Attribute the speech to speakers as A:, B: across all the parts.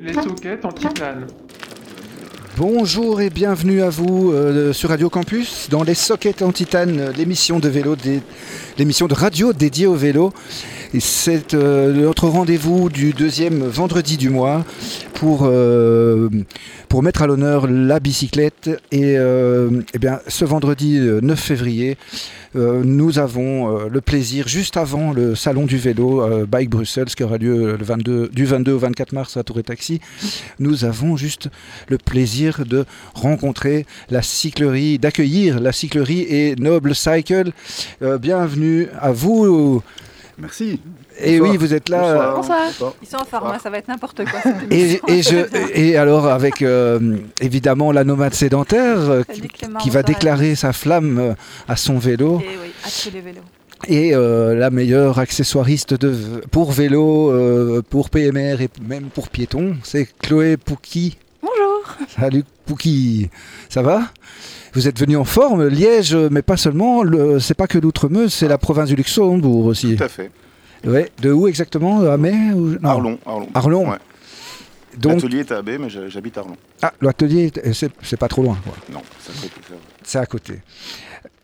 A: des sockets antinales.
B: Bonjour et bienvenue à vous euh, sur Radio Campus dans les Sockets en Titane, euh, l'émission de vélo, dé- l'émission de radio dédiée au vélo. Et C'est euh, notre rendez-vous du deuxième vendredi du mois pour, euh, pour mettre à l'honneur la bicyclette. Et euh, eh bien, ce vendredi euh, 9 février, euh, nous avons euh, le plaisir, juste avant le salon du vélo euh, Bike Bruxelles, ce qui aura lieu le 22, du 22 au 24 mars à Tour et Taxi, nous avons juste le plaisir de rencontrer la cyclerie, d'accueillir la cyclerie et Noble Cycle. Euh, bienvenue à vous.
C: Merci.
B: Et
C: Bonsoir.
B: oui, vous êtes là. euh,
D: Bonsoir.
C: Bonsoir.
D: Ils sont en forme, hein, ça va être n'importe quoi. cette
B: Et,
D: émission.
B: et je, et alors avec euh, évidemment la nomade sédentaire euh,
D: Salut
B: qui,
D: Clément,
B: qui va
D: bonsoir.
B: déclarer sa flamme euh, à son vélo
D: Et Eh oui, hâte les vélos.
B: et euh, la meilleure accessoiriste de, v- pour vélo, euh, pour PMR et même pour piéton, c'est Chloé Pouki.
D: Bonjour.
B: Salut Pouki, ça va Vous êtes venu en forme, Liège, mais pas seulement, le- c'est pas que l'Outre-Meuse, c'est la province du Luxembourg aussi.
C: Tout à fait.
B: Ouais, de où exactement À Mai ou... non.
C: Arlon. Arlon.
B: Arlon.
C: Ouais.
B: Donc,
C: L'atelier est à Abbé, mais j'ha- j'habite Arlon.
B: ah, l'atelier, est- c'est c'est pas trop loin, quoi.
C: Non, ça fait ça.
B: c'est à côté.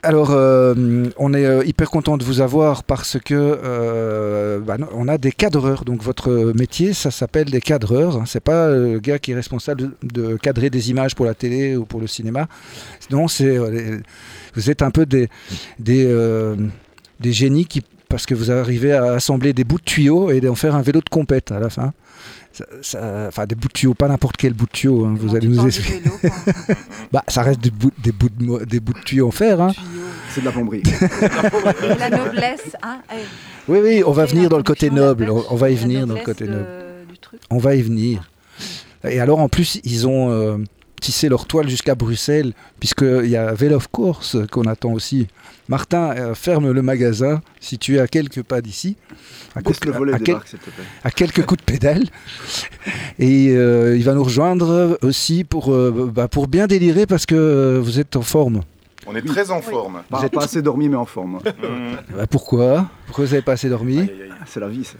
B: Alors, euh, on est euh, hyper content de vous avoir parce que euh, bah, non, on a des cadreurs. Donc, votre métier, ça s'appelle des cadreurs. hein. C'est pas euh, le gars qui est responsable de de cadrer des images pour la télé ou pour le cinéma. Non, c'est euh, les- vous êtes un peu des des, euh, des génies qui parce que vous arrivez à assembler des bouts de tuyaux et en faire un vélo de compète à la fin. Ça- ça- Enfin, des bouts de tuyaux, pas n'importe quel bout de tuyau. hein. Vous
D: Comment
B: allez
D: tu
B: nous
D: parles
B: expliquer.
D: du vélo, quoi,
B: Bah, ça reste des bouts, des bouts de, mo- des bouts de tuyaux en fer. Hein.
D: un tuyau.
C: C'est de la plomberie.
D: Et La noblesse, hein. eh,
B: Oui, oui, on va
D: Et
B: venir
D: la
B: dans le côté
D: production
B: noble. On,
D: d'appel,
B: on va y
D: la
B: venir dans le
D: noblesse
B: côté
D: de-
B: noble.
D: Du truc.
B: On va y venir. Et alors, en plus, ils ont euh, tissé leur toile jusqu'à Bruxelles, puisqu'il y a Vélo of Course qu'on attend aussi. Martin euh, ferme le magasin, situé à quelques pas d'ici, à,
C: Pousse
B: coup-
C: le volet
B: à
C: des
B: quel-
C: barques, s'il te plaît.
B: à quelques coups de pédale. Et euh, il va nous rejoindre aussi pour, euh, bah, pour bien délirer, parce que euh, vous êtes en forme.
E: On est très en forme.
C: Pas,
B: êtes-
C: pas assez dormi, mais en forme.
E: Mmh.
B: Bah, pourquoi Pourquoi vous n'avez pas assez dormi
E: Aïe, Ah, aïe, aïe.
C: C'est la vie, ça.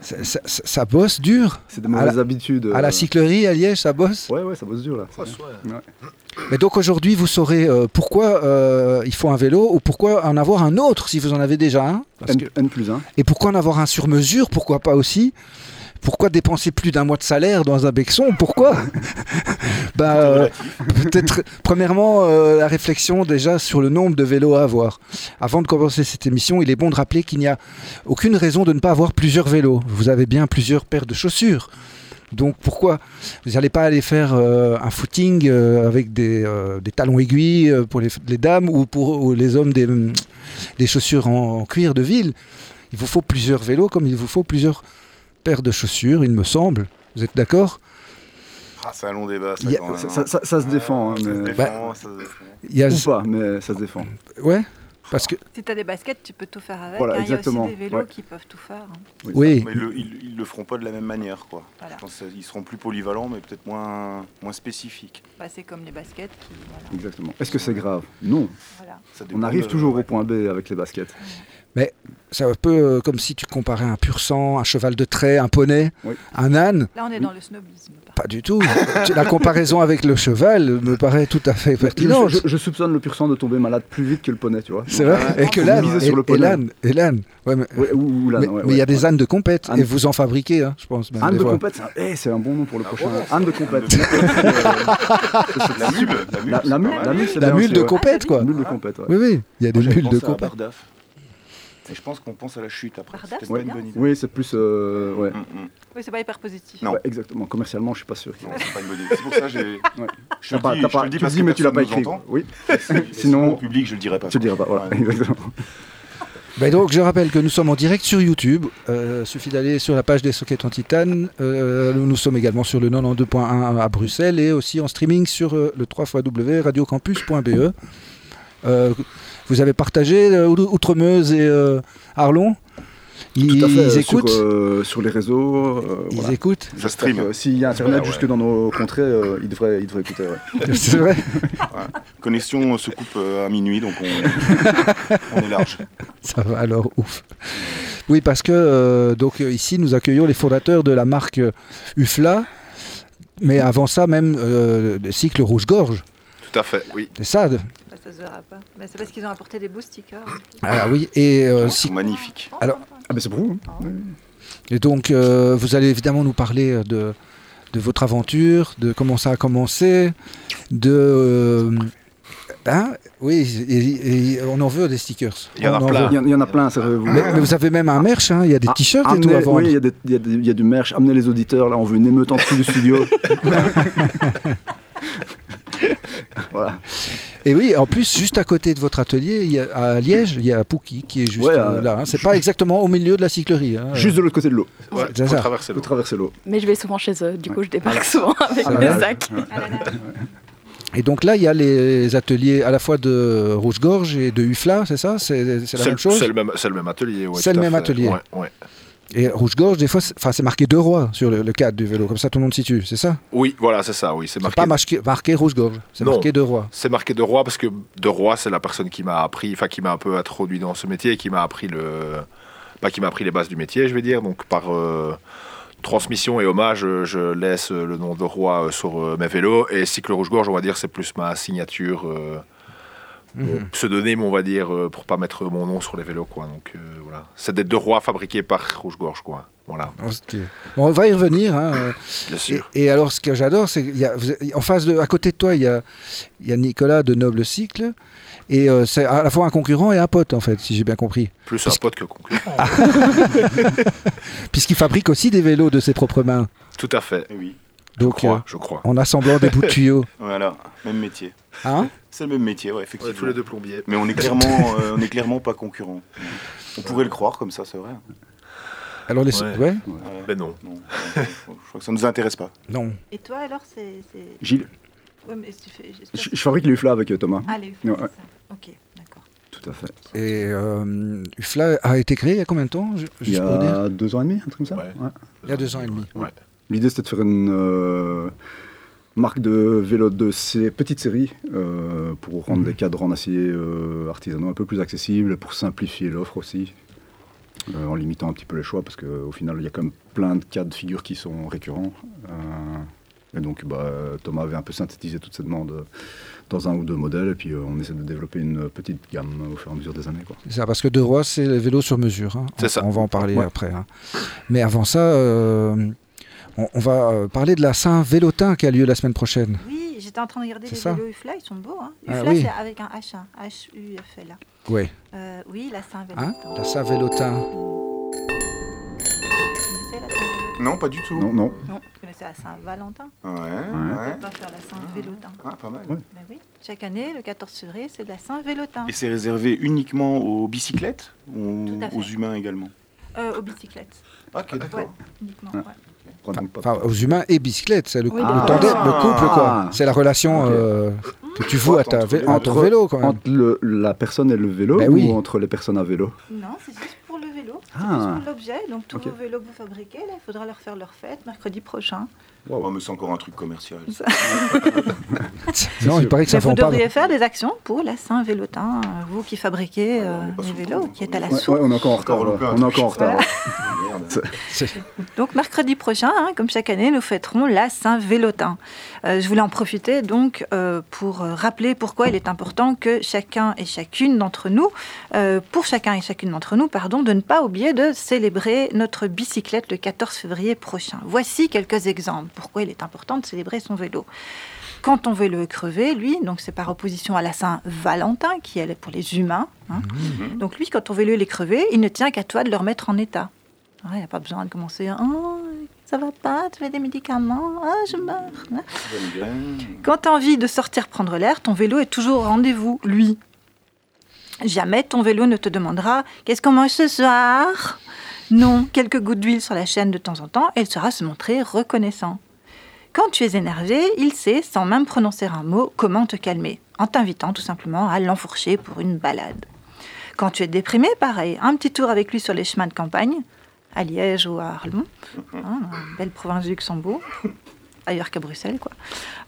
B: ça, ça- ça- ça bosse dur.
C: C'est des mauvaises habitudes.
B: À
C: euh,
B: la cyclerie, à Liège, ça bosse.
C: Ouais, ouais, ça bosse dur, là. c'est bien.
B: Mais donc aujourd'hui, vous saurez euh, pourquoi euh, il faut un vélo ou pourquoi en avoir un autre si vous en avez déjà un. Parce
C: N,
B: que-
C: N plus 1.
B: Et pourquoi en avoir un sur mesure Pourquoi pas aussi pourquoi dépenser plus d'un mois de salaire dans un Bexon Pourquoi Bah, euh, peut-être, premièrement, euh, la réflexion déjà sur le nombre de vélos à avoir. Avant de commencer cette émission, il est bon de rappeler qu'il n'y a aucune raison de ne pas avoir plusieurs vélos. Vous avez bien plusieurs paires de chaussures. Donc pourquoi vous n'allez pas aller faire euh, un footing euh, avec des, euh, des talons aiguilles euh, pour les, les dames ou pour ou les hommes des, hum, des chaussures en, en cuir de ville Il vous faut plusieurs vélos comme il vous faut plusieurs paires de chaussures, il me semble. Vous êtes d'accord
E: Ah, c'est un long débat, ça,
B: Il y a- Bah,
E: quand même,
C: Ça,
E: hein.
C: ça- ça- ça se défend, hein,
E: Ouais, ça se
C: mais-
E: défend, ça se défend.
B: Il y a-
C: Ou pas, mais ça se défend.
B: Ouais Parce que
D: Si t'as des baskets, tu peux tout faire avec.
C: Voilà,
D: hein.
C: exactement,
D: Il y a aussi des vélos
C: ouais.
D: qui peuvent tout faire. hein.
B: oui,
E: Mais le- ils, ils le feront pas de la même manière, quoi.
D: Voilà.
E: Je pense qu'ils seront plus polyvalents, mais peut-être moins, moins spécifiques.
D: Bah, c'est comme les baskets qui. Voilà.
C: Exactement. Est-ce que c'est grave Non.
D: voilà.
E: Ça
C: On
E: dépend
C: arrive
E: de-
C: toujours au
E: ouais.
C: point B avec les baskets.
B: c'est un peu euh, comme si tu comparais un pur sang, un cheval de trait, un poney,
C: Oui.
B: un âne.
D: Là, on est dans le snobisme. par
B: Pas du tout. La comparaison avec le cheval me paraît tout à fait
C: Je,
B: pertinente.
C: je- je soupçonne le pur sang de tomber malade plus vite que le poney, tu vois.
B: C'est vrai Et que
C: On
B: l'âne,
C: misait
B: et,
C: sur le
B: et
C: poney.
B: l'âne, et l'âne. Ouais, mais
C: Ouais, ou, ou l'âne,
B: mais-
C: ouais,
B: mais il y a
C: ouais,
B: des
C: ouais.
B: ânes de compète,
C: Âne-
B: et vous en fabriquez, hein, je pense. même,
C: Âne
B: des
C: de
B: fois.
C: compète, c'est un- eh, c'est un bon nom pour le
E: Ah,
C: prochain.
E: voilà,
C: Âne de
E: c'est-
C: compète.
E: La mule, la mule.
C: La,
E: euh, c'est
C: la
E: pas
C: mule,
E: mal.
C: la mule, c'est
B: La
C: bien
B: mule
C: aussi,
B: de
C: ouais.
B: compète, quoi.
C: Mule de compète, ouais.
B: Oui, oui, il y a des
E: Moi, j'avais
B: mules de
E: pensé à
B: compète.
E: Bardaf. Et je pense qu'on pense à la chute après.
D: Bardaf,
E: C'est
D: c'est
E: peut-être
C: Ouais.
E: pas une bonne idée.
C: Oui, c'est plus. euh, ouais.
E: Mmh, mmh.
D: Oui, c'est pas hyper positif.
E: Non.
C: Ouais, exactement. Commercialement, je suis pas sûr.
E: Non, c'est pas une bonne idée. C'est pour ça que j'ai. Je
C: T'as
E: le
C: pas-
E: dis,
C: t'as
E: je
C: pas-
E: te le dis
C: tu
E: parce
C: dis,
E: que
C: mais tu l'as pas
E: personne
C: écrit.
E: nous entend.
C: Oui,
E: Mais
C: Sinon-
E: au public, je le dirai pas.
C: tu le diras pas. Voilà,
E: Ouais.
C: exactement.
B: Ben donc, je rappelle que nous sommes en direct sur YouTube. Euh, suffit d'aller sur la page des sockets en titane. Euh, nous, nous sommes également sur le 92.1 à Bruxelles et aussi en streaming sur euh, le 3 radiocampus.be. E. Euh, vous avez partagé euh, Ou- Outre-Meuse et euh, Arlon ils,
C: Tout à fait,
B: ils
C: euh,
B: écoutent
C: sur, euh, sur les réseaux. euh,
B: Ils
C: voilà.
B: écoutent
C: Tout à
E: Ça
C: fait,
E: stream.
C: ouais. S'il y a internet
E: Ouais, ouais.
C: jusque dans nos contrées, euh, ils, devraient, ils devraient écouter. ouais.
B: C'est vrai
E: Connexion euh, se coupe euh, à minuit, donc on, on est large.
B: Ça va alors, ouf. Oui, parce que euh, donc euh, ici, nous accueillons les fondateurs de la marque euh, UFLA. Mais avant ça, même euh, le cycle rouge-gorge.
E: Tout à fait, oui.
B: C'est ça. de-
D: Bah, ça se verra pas. Mais c'est parce qu'ils ont apporté des beaux stickers.
B: Ah oui. Et, euh,
E: C'est
B: si-
E: magnifique.
B: Alors-
C: Ah, mais c'est pour vous. hein.
D: Ouais.
B: et donc, euh, vous allez évidemment nous parler de, de votre aventure, de comment ça a commencé, de. euh, hein, oui, et- et on en veut des stickers.
E: Il y en a
B: On
E: plein.
B: veut.
C: Il y en- il y en a plein, c'est vrai, vous-
B: Mais, mais vous avez même un merch, hein, il y a des
C: Ah,
B: t-shirts et
C: Amenez-
B: tout à vendre.
C: Oui, il y, a des- il y a des- il y a du merch. Amenez les auditeurs, là, on veut une émeute en dessous du studio. voilà.
B: Et oui, en plus, juste à côté de votre atelier, il y a- à Liège, il y a Pouki qui est juste
C: Ouais,
B: euh,
C: euh,
B: là. hein. C'est pas exactement au milieu de la cyclerie. hein.
C: Juste de l'autre côté de l'eau.
E: Ouais,
B: C'est
E: faut
B: ça.
E: traverser
C: Faut
E: l'eau.
C: traverser l'eau.
A: Mais je vais souvent chez eux, du coup je débarque souvent avec
C: Ah,
A: le
C: voilà.
A: sac.
D: À la nage.
B: Et donc là, il y a les ateliers à la fois de Rouge-Gorge et de Hufla, c'est ça C'est c'est la
E: C'est
B: même
E: le,
B: chose
E: c'est le même, c'est le même atelier. ouais,
B: C'est
E: tout
B: le
E: à
B: même
E: fait.
B: atelier.
E: Ouais, ouais.
B: Et Rouge-Gorge, des fois, c'est- enfin, c'est marqué deux rois sur le, le cadre du vélo. Comme ça, tout le monde situe, c'est ça
E: Oui, voilà, c'est ça. Oui, c'est
B: C'est
E: marqué.
B: pas marqué, marqué Rouge-Gorge, c'est
E: Non.
B: marqué deux rois.
E: C'est marqué de roi parce que de roi, c'est la personne qui m'a appris, enfin qui m'a un peu introduit dans ce métier, et qui m'a appris le, pas qui m'a appris les bases du métier, je vais dire. Donc par euh, transmission et hommage, euh, je laisse euh, le nom de roi euh, sur euh, mes vélos et cycle rouge gorge, on va dire, c'est plus ma signature, euh, mon
B: Mhm.
E: pseudonyme, on va dire, euh, pour pas mettre mon nom sur les vélos, quoi. Donc euh, voilà, c'est des deux rois fabriqués par rouge gorge, quoi. Voilà,
B: Bon, on va y revenir. hein, euh,
E: bien
B: Et,
E: Ah, sûr.
B: et alors, ce que j'adore, c'est qu'il y a- vous êtes- en face de, à côté de toi, il y a, il y a Nicolas de Noble Cycle, et euh, c'est à la fois un concurrent et un pote, en fait, si j'ai bien compris,
E: Plus un pote que concurrent.
B: puisqu'il fabrique aussi des vélos de ses propres mains.
E: Tout à fait.
F: Oui,
E: je
B: Donc,
E: crois,
B: euh,
E: je crois.
B: en assemblant des bouts de tuyaux,
F: voilà, même métier.
B: hein
F: C'est le même métier, ouais,
E: On est
F: effectivement.
E: tous les deux plombiers.
F: Mais on est clairement, euh, on est clairement pas concurrents. On pourrait le croire comme ça, c'est vrai.
B: Alors les,
E: Ouais.
B: ouais
F: Ouais.
E: Mais Ben non.
F: Non, euh, je crois que ça nous intéresse pas.
B: non.
D: Et toi alors, c'est. c'est-
C: Gilles,
D: Ouais, mais tu fais. j'espère-
C: je, je fabrique les huflas avec euh, Thomas.
D: Ah, les fous,
C: Ouais.
D: c'est ça. Ok, d'accord.
C: Tout à fait.
B: Et euh, Ufla a été créé il y a combien de temps ju-
C: Il y
B: juste pour dire
C: a deux ans et demi, un truc comme ça.
E: Ouais.
C: Ouais.
B: Il y a deux ans et demi.
E: Ouais.
C: L'idée, c'était de faire une euh, marque de vélo de ces petites séries euh, pour
B: Mhm.
C: rendre les cadres en acier euh, artisanaux un peu plus accessibles, pour simplifier l'offre aussi, euh, en limitant un petit peu les choix, parce qu'au final, il y a quand même plein de cas de figure qui sont récurrents. Euh, et donc, bah, Thomas avait un peu synthétisé toute cette demande euh, dans un ou deux modèles, et puis euh, on essaie de développer une petite gamme euh, au fur et à mesure des années. Quoi.
B: C'est ça, parce que De Roy, c'est le vélo sur mesure. hein.
E: C'est
B: On-
E: ça.
B: On va en parler
C: Ouais.
B: après. hein. Mais avant ça, euh, on, on va euh, parler de la Saint-Vélotin qui a lieu la semaine prochaine.
D: Oui, j'étais en train de regarder
B: C'est
D: les
B: ça.
D: vélos UFLA, ils sont beaux. Hein.
B: Ah,
D: UFLA,
B: oui.
D: c'est avec un H, hein. H-U-F-L-A.
B: Oui.
D: Euh, oui, la Saint-Vélo.
B: Hein La Saint-Vélotin.
D: connaissez la Saint-Vélo
F: Non, pas du tout.
C: Non, non,
D: Non, vous connaissez la Saint-Valentin
F: Ouais,
D: On
F: ouais.
D: va faire la Saint-Vélotin.
F: Hein? Ah, pas mal.
C: Ouais.
D: Ben oui, chaque année, le 14 février, c'est de la Saint-Vélotin.
F: Et c'est réservé uniquement aux bicyclettes ou
D: Tout à fait.
F: aux humains également
D: Euh, aux bicyclettes,
F: Ah, Ok,
D: ouais, uniquement.
C: Ah.
D: ouais.
C: prends donc pas de
B: Enfin, aux humains et bicyclette, c'est le,
D: Oui,
B: le
C: d'accord.
B: tandem,
F: Ah.
B: le couple, quoi.
C: Ah.
B: C'est la relation
C: Ok.
B: euh, que tu voues à ta
F: Entre
B: vé-
F: les-
B: entre vélo, quand même.
C: Entre le- la personne et le vélo
B: Ben
C: ou
B: oui.
C: entre les personnes à vélo
D: Non, c'est juste pour le vélo, c'est
C: Ah.
D: juste pour l'objet. Donc tous
C: Ok.
D: vos vélos que vous fabriquez, là, il faudra leur faire leur fête mercredi prochain.
F: Ouais, Oh, mais c'est encore un truc commercial.
B: Non, il
C: sûr.
B: paraît que ça
D: Mais vous
B: vend pas.
D: devriez faire des actions pour la Saint-Vélotin, euh, vous qui fabriquez euh,
F: Ah, on est pas
D: les
F: sous le
D: vélos,
F: temps,
D: qui êtes
F: oui.
D: à la
C: Ouais,
D: source.
C: ouais, on est encore en retard.
F: Encore
C: ouais.
F: loupé un
C: On est
F: truc.
C: encore en retard. ouais.
F: Merde.
D: Donc mercredi prochain, hein, comme chaque année, nous fêterons la Saint-Vélotin. Euh, je voulais en profiter donc euh, pour euh, rappeler pourquoi il est important que chacun et chacune d'entre nous, euh, pour chacun et chacune d'entre nous, pardon, de ne pas oublier de célébrer notre bicyclette le 14 février prochain. Voici quelques exemples pourquoi il est important de célébrer son vélo. Quand ton vélo est crevé, lui, donc c'est par opposition à la Saint-Valentin qui elle est pour les humains. hein. Donc lui, quand ton vélo il est crevé, il ne tient qu'à toi de le remettre en état. Il n'y a pas besoin de commencer. Oh, ça va pas, tu fais des médicaments, ah, je meurs. Quand tu as envie de sortir prendre l'air, ton vélo est toujours au rendez-vous, lui. Jamais ton vélo ne te demandera Qu'est-ce qu'on mange ce soir Non, quelques gouttes d'huile sur la chaîne de temps en temps, et il saura se montrer reconnaissant. Quand tu es énervé, il sait, sans même prononcer un mot, comment te calmer, en t'invitant tout simplement à l'enfourcher pour une balade. Quand tu es déprimé, pareil, un petit tour avec lui sur les chemins de campagne, à Liège ou à Arlon, hein, belle province du Luxembourg, ailleurs qu'à Bruxelles, quoi,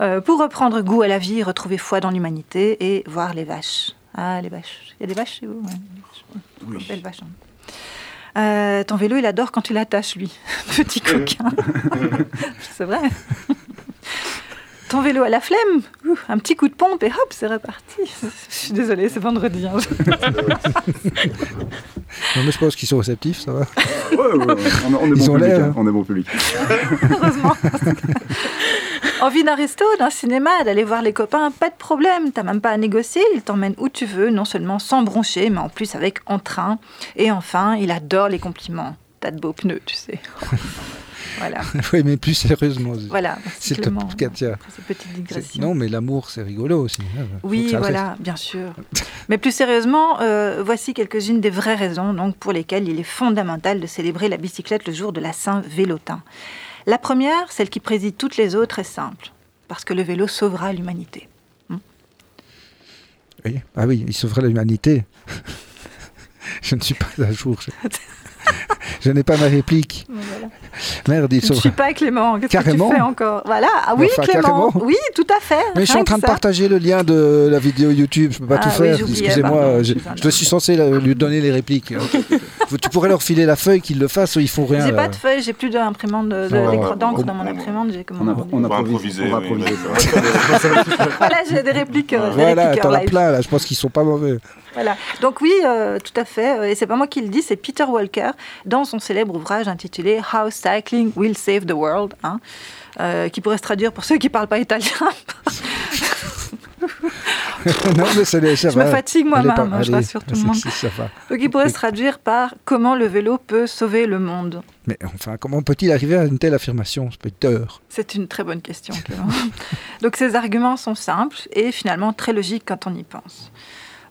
D: Euh, pour reprendre goût à la vie, retrouver foi dans l'humanité et voir les vaches. Ah, les vaches. Il y a des vaches chez vous ouais. Belles vaches. hein. Euh, ton vélo, il adore quand tu l'attaches, lui. Petit coquin. C'est vrai. ton vélo à la flemme, Ouh, un petit coup de pompe et hop, c'est reparti. Je suis désolée, c'est vendredi. hein.
B: Non, mais je pense qu'ils sont réceptifs, ça va.
C: Ouais, ouais, ouais, on, on est
B: Ils
C: bon
B: ont
C: public.
B: l'air,
C: hein,
B: hein.
C: On est bon public.
D: Heureusement. Envie d'un resto, d'un cinéma, d'aller voir les copains, pas de problème, t'as même pas à négocier, il t'emmène où tu veux, non seulement sans broncher, mais en plus avec entrain. Et enfin, il adore les compliments. T'as de beaux pneus, tu sais. voilà,
B: oui, mais plus sérieusement.
D: voilà.
B: S'il te
D: Clément,
B: plaît, tiens.
D: après cette petite
B: C'est-
D: digression.
B: Non, mais l'amour, c'est rigolo aussi. hein. Faut que
D: Oui,
B: ça
D: voilà, bien sûr. Mais plus sérieusement, euh, voici quelques-unes des vraies raisons donc, pour lesquelles il est fondamental de célébrer la bicyclette le jour de la Saint-Vélotin. La première, celle qui préside toutes les autres, est simple. Parce que le vélo sauvera l'humanité.
B: reste. Oui. Ah oui, il sauvera l'humanité. je ne suis pas à jour. Je, je n'ai pas ma réplique. Merde, il
D: Je ne
B: sauvera.
D: suis pas Clément, qu'est-ce que
B: Carrément.
D: tu fais encore Voilà, ah oui
B: Enfin,
D: Clément,
B: carrément.
D: oui tout à fait.
B: Mais je suis
D: rien
B: en train
D: que
B: de
D: ça.
B: partager le lien de la vidéo YouTube, je peux pas
D: Ah
B: tout
D: oui,
B: faire.
D: j'oubliais, pardon,
B: Excusez-moi, je,
D: je suis un
B: je te suis censé la- lui donner les répliques. Vous- tu pourrais leur filer la feuille qu'ils le fassent, ils font rien.
D: J'ai
B: là.
D: pas de feuilles, j'ai plus d'imprimante, de- de-
C: Non,
D: d'écran
F: on-
D: d'encre
F: on-
D: dans mon
F: on-
D: imprimante, j'ai
C: On, a-
D: comment
C: on
F: On va
C: improvise.
F: improviser.
C: on va
F: oui,
C: improviser.
F: d'accord.
D: Voilà, j'ai des répliques. euh, des
B: Voilà,
D: répliques
B: t'en as
D: live.
B: plein là, je pense qu'ils sont pas mauvais.
D: Voilà. Donc oui, euh, tout à fait. euh, Et c'est pas moi qui le dis, c'est Peter Walker dans son célèbre ouvrage intitulé How Cycling Will Save the World, hein, euh, qui pourrait se traduire pour ceux qui parlent pas italien.
B: non, mais c'est les- ça
D: Je me
B: va.
D: fatigue
B: Allez,
D: moi-même,
B: par-
D: hein, je
B: allez, Ah,
D: rassure tout le monde.
B: c'est- c'est- ça va.
D: Donc il pourrait se traduire par Comment le vélo peut sauver le monde.
B: Mais enfin, comment peut-il arriver à une telle affirmation, Peter
D: C'est une très bonne question. Clément. Donc ces arguments sont simples et finalement très logiques quand on y pense.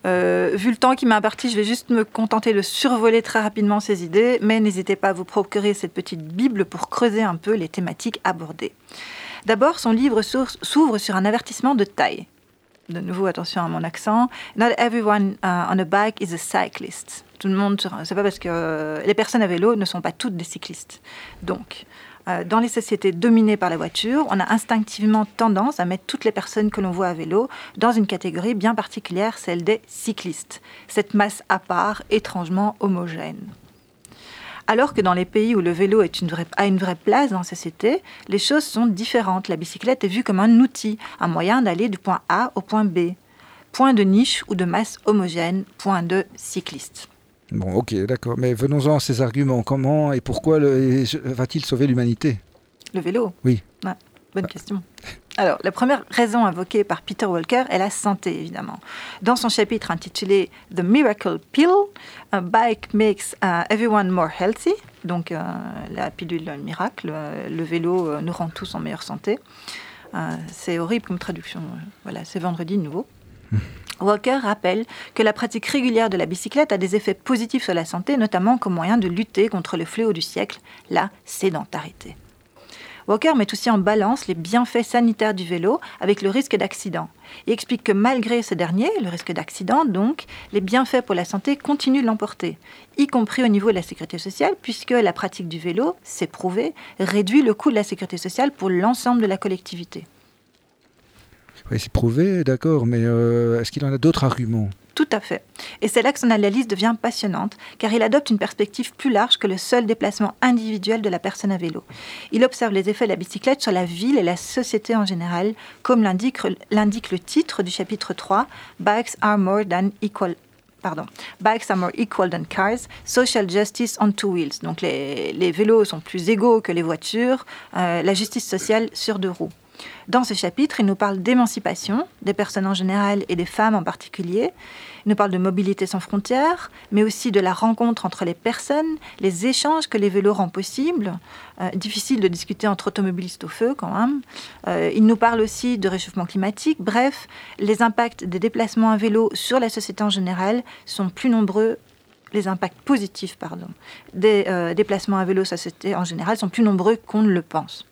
D: Euh, vu le temps qui m'a imparti, je vais juste me contenter de survoler très rapidement ces idées, mais n'hésitez pas à vous procurer cette petite Bible pour creuser un peu les thématiques abordées. D'abord, son livre sur- s'ouvre sur un avertissement de taille. De nouveau, attention à mon accent. Not everyone uh, on a bike is a cyclist. Tout le monde, sur un- c'est pas parce que euh, les personnes à vélo ne sont pas toutes des cyclistes. Donc, euh, dans les sociétés dominées par la voiture, on a instinctivement tendance à mettre toutes les personnes que l'on voit à vélo dans une catégorie bien particulière, celle des cyclistes. Cette masse à part, étrangement homogène. Alors que dans les pays où le vélo est une vraie- a une vraie place dans la société, les choses sont différentes. La bicyclette est vue comme un outil, un moyen d'aller du point A au point B. Point de niche ou de masse homogène, point de cycliste.
B: Bon, ok, d'accord. Mais venons-en à ces arguments. Comment et pourquoi le- et je- va-t-il sauver l'humanité
D: Le vélo
B: Oui.
D: Ouais, bonne question. Alors, la première raison invoquée par Peter Walker est la santé, évidemment. Dans son chapitre intitulé The Miracle Pill, A Bike Makes uh, Everyone More Healthy, donc euh, la pilule miracle, euh, le vélo euh, nous rend tous en meilleure santé. Euh, c'est horrible comme traduction. euh, Voilà, c'est vendredi de nouveau. Walker rappelle que la pratique régulière de la bicyclette a des effets positifs sur la santé, notamment comme moyen de lutter contre le fléau du siècle, la sédentarité. Walker met aussi en balance les bienfaits sanitaires du vélo avec le risque d'accident. Il explique que malgré ce dernier, le risque d'accident donc, les bienfaits pour la santé continuent de l'emporter, y compris au niveau de la sécurité sociale, puisque la pratique du vélo, c'est prouvé, réduit le coût de la sécurité sociale pour l'ensemble de la collectivité.
B: Oui, c'est prouvé, d'accord, mais euh, est-ce qu'il en a d'autres arguments
D: Tout à fait. Et c'est là que son analyse devient passionnante, car il adopte une perspective plus large que le seul déplacement individuel de la personne à vélo. Il observe les effets de la bicyclette sur la ville et la société en général, comme l'indique l'indique le titre du chapitre 3, Bikes are more than equal. Pardon. Bikes are more equal than cars, social justice on two wheels. Donc les, les vélos sont plus égaux que les voitures, euh, la justice sociale sur deux roues. Dans ce chapitre, il nous parle d'émancipation, des personnes en général et des femmes en particulier. Il nous parle de mobilité sans frontières, mais aussi de la rencontre entre les personnes, les échanges que les vélos rendent possibles. Euh, difficile de discuter entre automobilistes au feu quand même. Euh, il nous parle aussi de réchauffement climatique. Bref, les impacts des déplacements à vélo sur la société en général sont plus nombreux. Les impacts positifs, pardon, des euh, déplacements à vélo sur la société en général sont plus nombreux qu'on ne le pense.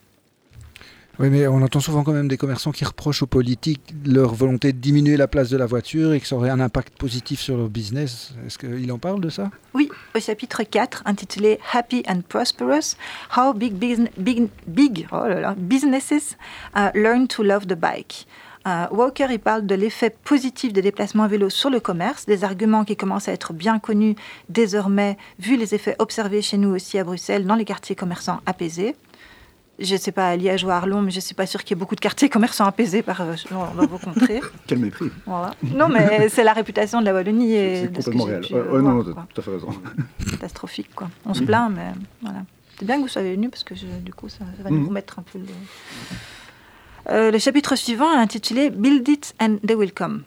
B: Oui, mais on entend souvent quand même des commerçants qui reprochent aux politiques leur volonté de diminuer la place de la voiture et que ça aurait un impact positif sur leur business. Est-ce qu'il en parle de ça
D: Oui, au chapitre 4, intitulé Happy and Prosperous, How Big, Bus- Big- Big- oh là là, Businesses uh, Learn to Love the Bike. Euh, Walker y parle de l'effet positif des déplacements à vélo sur le commerce, des arguments qui commencent à être bien connus désormais, vu les effets observés chez nous aussi à Bruxelles, dans les quartiers commerçants apaisés. je ne sais pas à Liège ou à Arlon, mais je ne suis pas sûre qu'il y ait beaucoup de quartiers commerçants apaisés par, euh, dans, dans vos contrées.
C: Quel mépris.
D: Voilà. Non, mais c'est la réputation de la Wallonie et
C: C'est
D: de ce que
C: complètement
D: j'ai
C: réel.
D: pu,
C: Ouais,
D: euh,
C: ouais, non,
D: voir,
C: non,
D: quoi.
C: t'as tout à fait raison.
D: catastrophique. Quoi. On se plaint, mais voilà. C'est bien que vous soyez venus parce que je- du coup, ça, ça va nous
C: Mhm.
D: remettre un peu le. Euh, le chapitre suivant est intitulé Build it and they will come.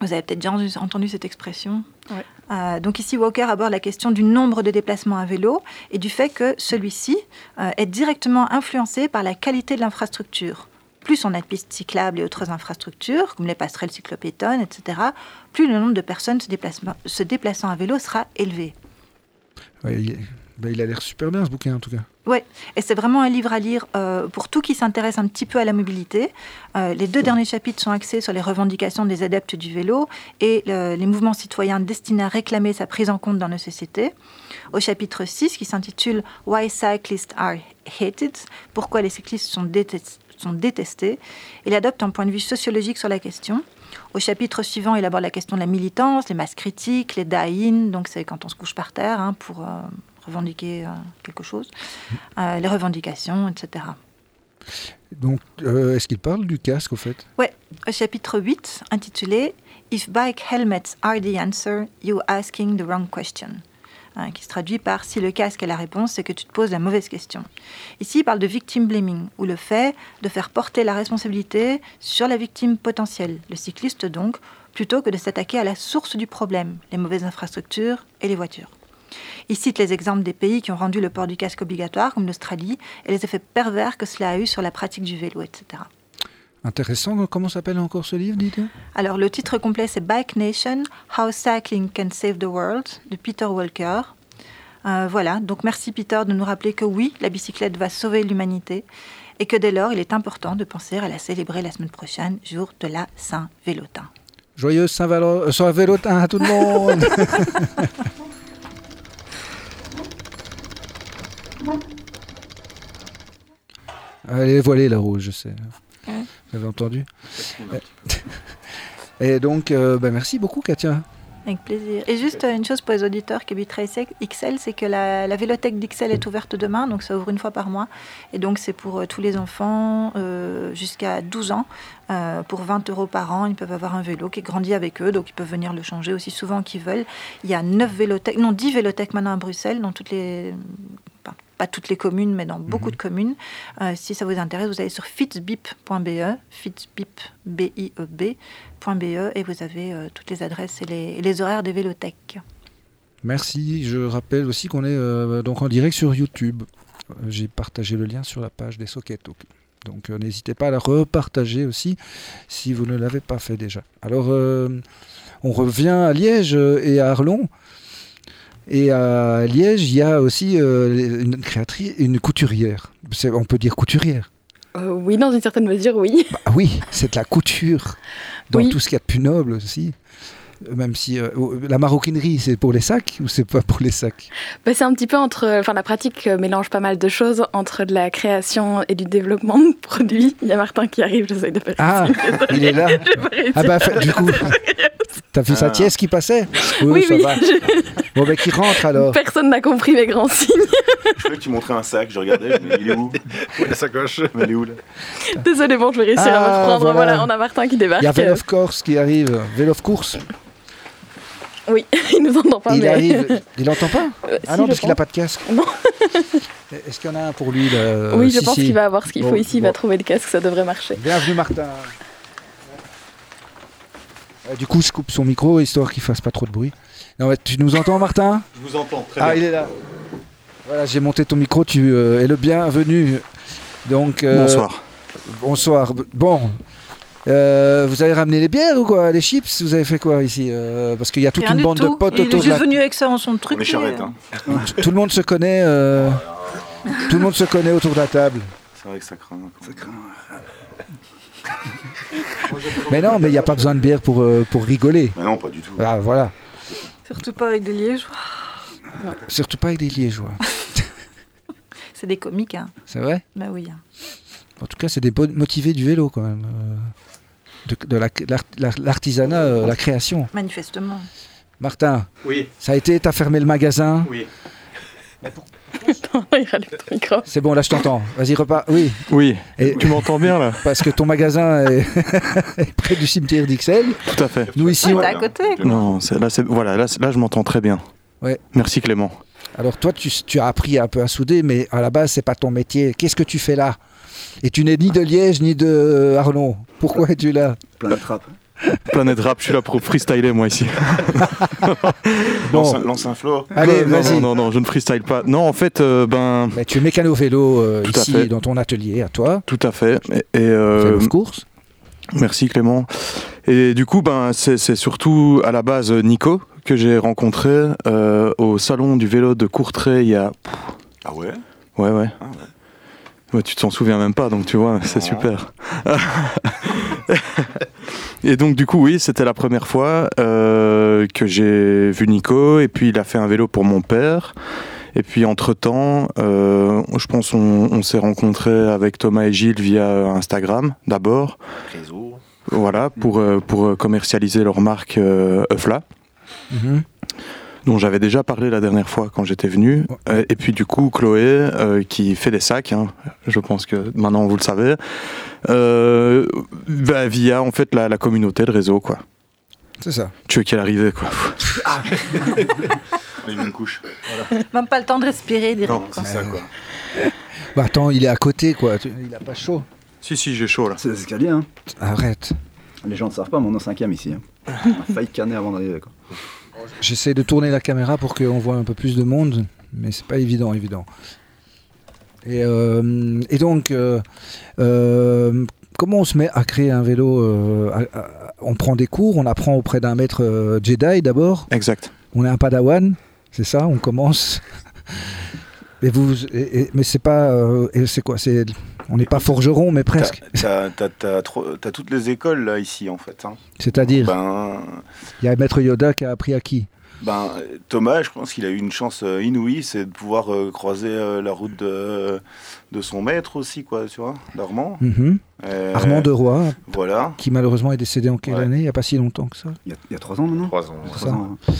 D: Vous avez peut-être déjà en- entendu cette expression.
A: Ouais.
D: Euh, donc ici, Walker aborde la question du nombre de déplacements à vélo et du fait que celui-ci euh, est directement influencé par la qualité de l'infrastructure. Plus on a de pistes cyclables et autres infrastructures, comme les passerelles cyclopétonnes, etc., plus le nombre de personnes se, déplacement- se déplaçant à vélo sera élevé.
B: Ouais, il, bah, il a l'air super bien ce bouquin en tout cas.
D: Et c'est vraiment un livre à lire euh, pour tout qui s'intéresse un petit peu à la mobilité. Euh, les deux derniers chapitres sont axés sur les revendications des adeptes du vélo et euh, les mouvements citoyens destinés à réclamer sa prise en compte dans nos sociétés. Au chapitre 6, qui s'intitule Why Cyclists Are Hated, pourquoi les cyclistes sont, détes- sont détestés, il adopte un point de vue sociologique sur la question. Au chapitre suivant, il aborde la question de la militance, les masses critiques, les die-in, donc c'est quand on se couche par terre hein, pour euh, revendiquer euh, quelque chose euh, les revendications, etc.
B: Donc, euh, est-ce qu'il parle du casque au fait
D: Au chapitre 8, intitulé If bike helmets are the answer, you asking the wrong question. hein, qui se traduit par Si le casque est la réponse, c'est que tu te poses la mauvaise question. Ici, il parle de victim blaming, ou le fait de faire porter la responsabilité sur la victime potentielle, le cycliste donc, plutôt que de s'attaquer à la source du problème, les mauvaises infrastructures et les voitures. Il cite les exemples des pays qui ont rendu le port du casque obligatoire, comme l'Australie, et les effets pervers que cela a eu sur la pratique du vélo, etc.
B: Intéressant. Comment s'appelle encore ce livre, dites
D: Alors, le titre complet, c'est Bike Nation, How Cycling Can Save the World, de Peter Walker. Euh, voilà, donc merci Peter de nous rappeler que oui, la bicyclette va sauver l'humanité et que dès lors, il est important de penser à la célébrer la semaine prochaine, jour de la Saint-Vélotin.
B: Joyeux Saint-Valo- euh, Saint-Vélotin à tout le monde Allez, voilée la rouge, je sais. Vous avez entendu Et donc, euh, bah, merci beaucoup, Katia.
D: Avec plaisir. Et juste euh, une chose pour les auditeurs qui habiteraient XL, c'est que la, la vélothèque d'XL est ouverte demain, donc ça ouvre une fois par mois. Et donc c'est pour euh, tous les enfants euh, jusqu'à 12 ans. Euh, pour 20 euros par an, ils peuvent avoir un vélo qui grandit avec eux, donc ils peuvent venir le changer aussi souvent qu'ils veulent. Il y a 9 vélothèques, non 10 vélothèques maintenant à Bruxelles, dans toutes les... enfin, Pas toutes les communes, mais dans beaucoup de communes. Euh, si ça vous intéresse, vous allez sur fitsbip.be, E, fitsbip, E B-I-E-B, .be et vous avez euh, toutes les adresses et les, et les horaires des vélothèques.
B: Merci. Je rappelle aussi qu'on est euh, donc en direct sur YouTube. Euh, J'ai partagé le lien sur la page des sockets. Donc, donc, euh, n'hésitez pas à la repartager aussi si vous ne l'avez pas fait déjà. Alors euh, on revient à Liège euh, et à Arlon. Et à Liège, il y a aussi euh, une créatrice, une couturière. C'est- on peut dire couturière.
A: Euh, oui, dans une certaine mesure, oui.
B: Ah oui, c'est de la couture. Dans
A: Oui.
B: tout ce qu'il y a de plus noble aussi. Euh, Même si euh, oh, la maroquinerie, c'est pour les sacs ou c'est pas pour les sacs
A: Bah, c'est un petit peu entre. Enfin, la pratique euh, mélange pas mal de choses, entre de la création et du développement de produits. Il y a Martin qui arrive, j'essaie de pas.
B: Ah, il est là.
A: J'ai pas réussi.
B: Ah bah fa- du coup, t'as vu sa
F: Ah.
B: tiesse qui passait
A: oui,
B: ça
A: oui,
B: va. Bon bah qui rentre
A: je-
B: alors
A: personne n'a compris mes grands signes.
F: Je croyais que tu montrais un sac, je regardais, je me dis, il est où
E: La sacoche.
F: Mais il est où là
A: Désolé, bon, je vais réussir à me
B: Ah,
A: reprendre. Voilà.
B: voilà.
A: on a Martin qui débarque.
B: Il y a Vélo of Course qui arrive, Vélo of Course.
A: Euh, Oui, il nous entend pas.
B: il
A: mais...
B: arrive, il l'entend pas
A: Euh,
B: Ah
A: si,
B: non,
A: je
B: parce qu'il n'a
A: pense.
B: pas de casque.
A: Non.
B: Est-ce qu'il y en a un pour lui là
A: Oui, je
B: Euh, Si,
A: pense
B: si.
A: qu'il va avoir ce qu'il
B: Bon,
A: faut ici. Il va
B: bon.
A: trouver le casque, ça devrait marcher.
B: Bienvenue Martin. Euh, Du coup, je coupe son micro histoire qu'il fasse pas trop de bruit. Non, mais tu nous entends, Martin
F: Je vous entends, très
B: Ah, il est là. Voilà, j'ai monté ton micro. Tu euh, es le bienvenu. Donc, euh,
F: Bonsoir.
B: Bonsoir. B- Bon. Euh, vous avez ramené les bières ou quoi Les chips Vous avez fait quoi ici Euh, Parce qu'il y a toute
D: Rien
B: une
D: du
B: bande
D: tout.
B: de potes
D: Il est
B: autour de
D: juste
B: la...
D: venu avec ça en son truc. euh,
F: On est
D: et-
F: charrette, hein.
B: Tout le monde se connaît. euh, Tout le monde se connaît autour de la table.
F: C'est vrai que ça craint. Ça craint.
B: Mais non, mais il n'y a pas besoin de bière pour, euh, pour rigoler.
F: Mais Bah non, pas du
G: Euh,
F: tout.
B: Ah, voilà.
D: Surtout pas avec des liégeois.
B: Surtout pas avec des liégeois.
D: C'est des comiques, hein.
B: C'est vrai
D: Bah oui. hein.
B: En tout cas, c'est des bonnes motivés du vélo quand même. euh, De, de la- l'art- l'art- l'artisanat, euh, la création.
D: Manifestement.
B: Martin,
F: Oui,
B: ça a été, t'as fermé le magasin
F: oui.
A: Attends, il râle le micro.
B: C'est bon, là je t'entends. Vas-y, repars. Oui,
G: Oui,
B: Et-
G: tu m'entends bien là
B: parce que ton magasin est, est près du cimetière d'Ixelles.
G: Tout à fait.
B: Nous ici,
D: Ouais,
B: on-
D: t'es à côté.
G: Non, c'est- là, c'est- voilà, là, c'est- là, je m'entends très bien.
B: Ouais.
G: Merci Clément.
B: alors toi tu, tu as appris un peu à souder, mais à la base c'est pas ton métier. Qu'est-ce que tu fais là Et tu n'es ni de Liège ni de euh, Arlon. Pourquoi es-tu là
C: Plein de trappes.
G: Planète Rap, je suis là pour freestyler moi ici.
F: Lance, un,
B: Bon,
F: lance un floor.
B: allez,
G: non,
B: Eh, vas-y.
G: non, non, non, je ne freestyle pas. Non, en fait, euh, ben,
B: Mais tu es mécano vélo euh,
G: Tout à
B: ici
G: fait.
B: dans ton atelier à toi.
G: tout à fait. Et, et,
B: C'est
G: euh,
B: une course.
G: Merci Clément. Et du coup, ben, c'est c'est surtout à la base euh, Nico que j'ai rencontré euh, au salon du vélo de Courtrai il y a...
F: Ah ouais
G: Ouais, ouais.
F: Ah ouais.
G: Ouais, tu t'en souviens même pas, donc tu vois, c'est
F: Non.
G: super. et donc du coup, oui, c'était la première fois euh, que j'ai vu Nico, et puis il a fait un vélo pour mon père. Et puis entre-temps, euh, je pense on, on s'est rencontrés avec Thomas et Gilles via Instagram d'abord
E: Réseau.
G: voilà, pour, euh, pour euh, commercialiser leur marque euh, Eufla,
B: Mhm.
G: dont j'avais déjà parlé la dernière fois quand j'étais venu.
B: Ouais.
G: Euh, et puis du coup, Chloé, euh, qui fait des sacs, hein, je pense que maintenant vous le savez, euh, bah, via en fait la, la communauté, le réseau, quoi.
B: C'est ça.
G: Tu veux qu'elle arrive, quoi.
F: Il y a une couche.
D: Même pas le temps de respirer, direct.
F: Non,
D: quoi.
F: c'est ça quoi.
B: Bah attends, il est à côté quoi. Tu- Il a pas chaud.
G: Si, si, j'ai chaud là.
C: C'est des escaliers, hein.
B: Arrête.
C: Les gens ne savent pas, mais on est en cinquième ici. hein. On a failli canner avant d'arriver. quoi.
B: J'essaie de tourner la caméra pour qu'on voit un peu plus de monde, mais c'est pas évident, évident. Et, euh, et donc, euh, euh, comment on se met à créer un vélo euh, à- à- On prend des cours, on apprend auprès d'un maître euh, Jedi d'abord.
G: Exact.
B: On est un padawan, c'est ça On commence. Et vous, et- et- mais c'est pas, euh, et c'est quoi C'est, on n'est pas forgeron, mais
F: T'as-
B: presque.
F: T'as t'as- t'as trop- t'as toutes les écoles là ici en fait. hein.
B: C'est-à-dire,
F: Ben,
B: il y a maître Yoda qui a appris à qui
F: ben, euh, Thomas, je pense qu'il a eu une chance euh, inouïe, c'est de pouvoir euh, croiser euh, la route de, de son maître aussi, quoi, tu vois, d'Armand.
B: Mhm.
F: Euh,
B: Armand de Roy,
F: Voilà.
B: qui malheureusement est décédé en quelle
F: Ouais.
B: année Il n'y a pas si longtemps que ça.
C: Il y, a- il y a trois ans maintenant
E: Trois ans.
C: Trois
B: ça.
C: ans, hein.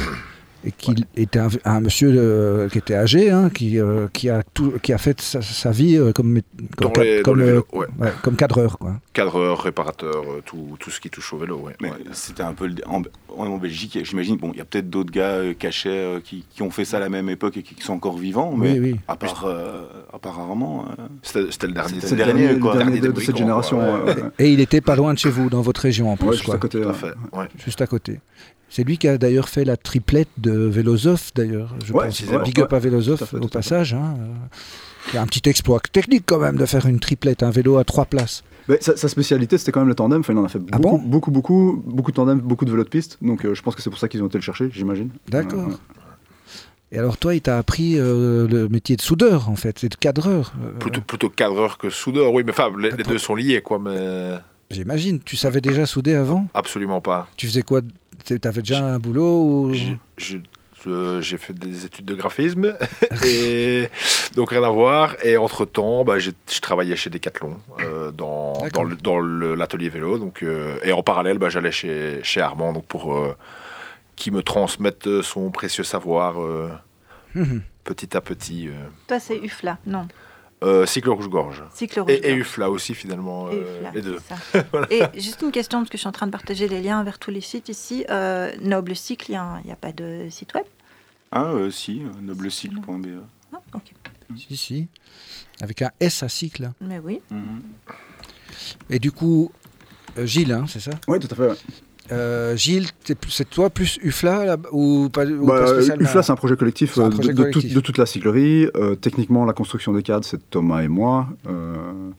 B: et qui était un, un monsieur euh, qui était âgé, hein, qui, euh, qui, a tout, qui a fait sa, sa vie euh, comme, mé- comme,
E: Dans
B: cad-
E: les, dans
B: comme,
E: les
B: euh,
E: vélos, ouais.
B: ouais, comme cadreur. Quoi.
E: Cadreur, réparateur, euh, tout, tout ce qui touche au vélo. Ouais.
F: Mais
E: Ouais.
F: c'était un peu le- en, on est en Belgique, et j'imagine. Bon, il y a peut-être d'autres gars euh, cachés euh, qui, qui ont fait ça à la même époque et qui, qui sont encore vivants, mais
B: Oui, oui.
F: à part euh, à part Armand, euh,
E: C'était c'était le dernier.
F: C'était
C: C'est le
F: dernier,
C: dernier, le
F: quoi.
C: dernier
E: Dernier
C: de,
E: des
C: de cette
E: brigands,
C: génération. euh,
E: quoi,
C: ouais, ouais.
B: Et il était pas loin de chez vous, dans votre région en plus,
C: Ouais, juste
B: quoi.
C: à côté.
E: Tout à
C: ouais.
E: fait. Ouais.
B: Juste à côté. C'est lui qui a d'ailleurs fait la triplette de Vélozov, d'ailleurs. Je
C: Ouais,
B: pense.
C: c'est ça.
B: Big up à Vélozov,
C: Tout à fait,
B: au
C: tout à fait.
B: passage. hein, euh, qui a un petit exploit technique quand même de faire une triplette, un vélo à trois places.
C: Mais sa, sa spécialité, c'était quand même le tandem. Enfin, il en a fait beaucoup,
B: Ah bon
C: beaucoup, beaucoup, beaucoup de tandem, beaucoup de vélos de piste. Donc, euh, je pense que c'est pour ça qu'ils ont été le chercher, j'imagine.
B: D'accord.
C: Ouais,
B: Et alors toi, il t'a appris euh, le métier de soudeur, en fait, et de cadreur. euh,
E: Plutôt, plutôt cadreur que soudeur, oui, mais enfin, les, les deux sont liés, quoi, mais
B: J'imagine. Tu savais déjà souder avant
E: absolument pas.
B: Tu faisais quoi T'es- T'avais déjà un boulot ou...
E: J'ai- je- je- J'ai fait des études de graphisme, et donc rien à voir. Et entre-temps, bah, j'ai- je travaillais chez Decathlon, euh, dans,
B: D'accord.
E: dans le- dans le- l'atelier vélo. Donc, euh, et en parallèle, bah, j'allais chez, chez Armand donc pour euh, qu'il me transmette euh, son précieux savoir euh,
B: Mhm.
E: petit à petit. euh.
D: Toi, c'est Ufla, non.
E: Euh, cycle rouge-gorge.
D: Cycle rouge.
E: Et, et UFLA aussi, finalement,
D: Et
E: euh,
D: Ufla,
E: les deux.
D: c'est ça. Et juste une question, parce que je suis en train de partager les liens vers tous les sites ici. Euh, Noble Cycle, il n'y a, un- il y a pas de site web
F: hein, euh, si, euh, noblecyle.be.
D: Non Ok.
C: Mm-hmm.
B: Si, si. Avec un S à cycle. hein.
D: Mais oui.
F: Mhm.
B: Et du coup, euh, Gilles, hein, c'est ça
C: Ouais, tout à fait. ouais.
B: Euh, Gilles, t'es plus- c'est toi plus UFLA là, ou pas, ou
C: Bah,
B: pas spécialement
C: UFLA, c'est un projet collectif,
B: C'est un
C: euh,
B: projet
C: de, de tout-
B: collectif.
C: de toute la cyclerie. Euh, techniquement, la construction des cadres, c'est Thomas et moi. Euh,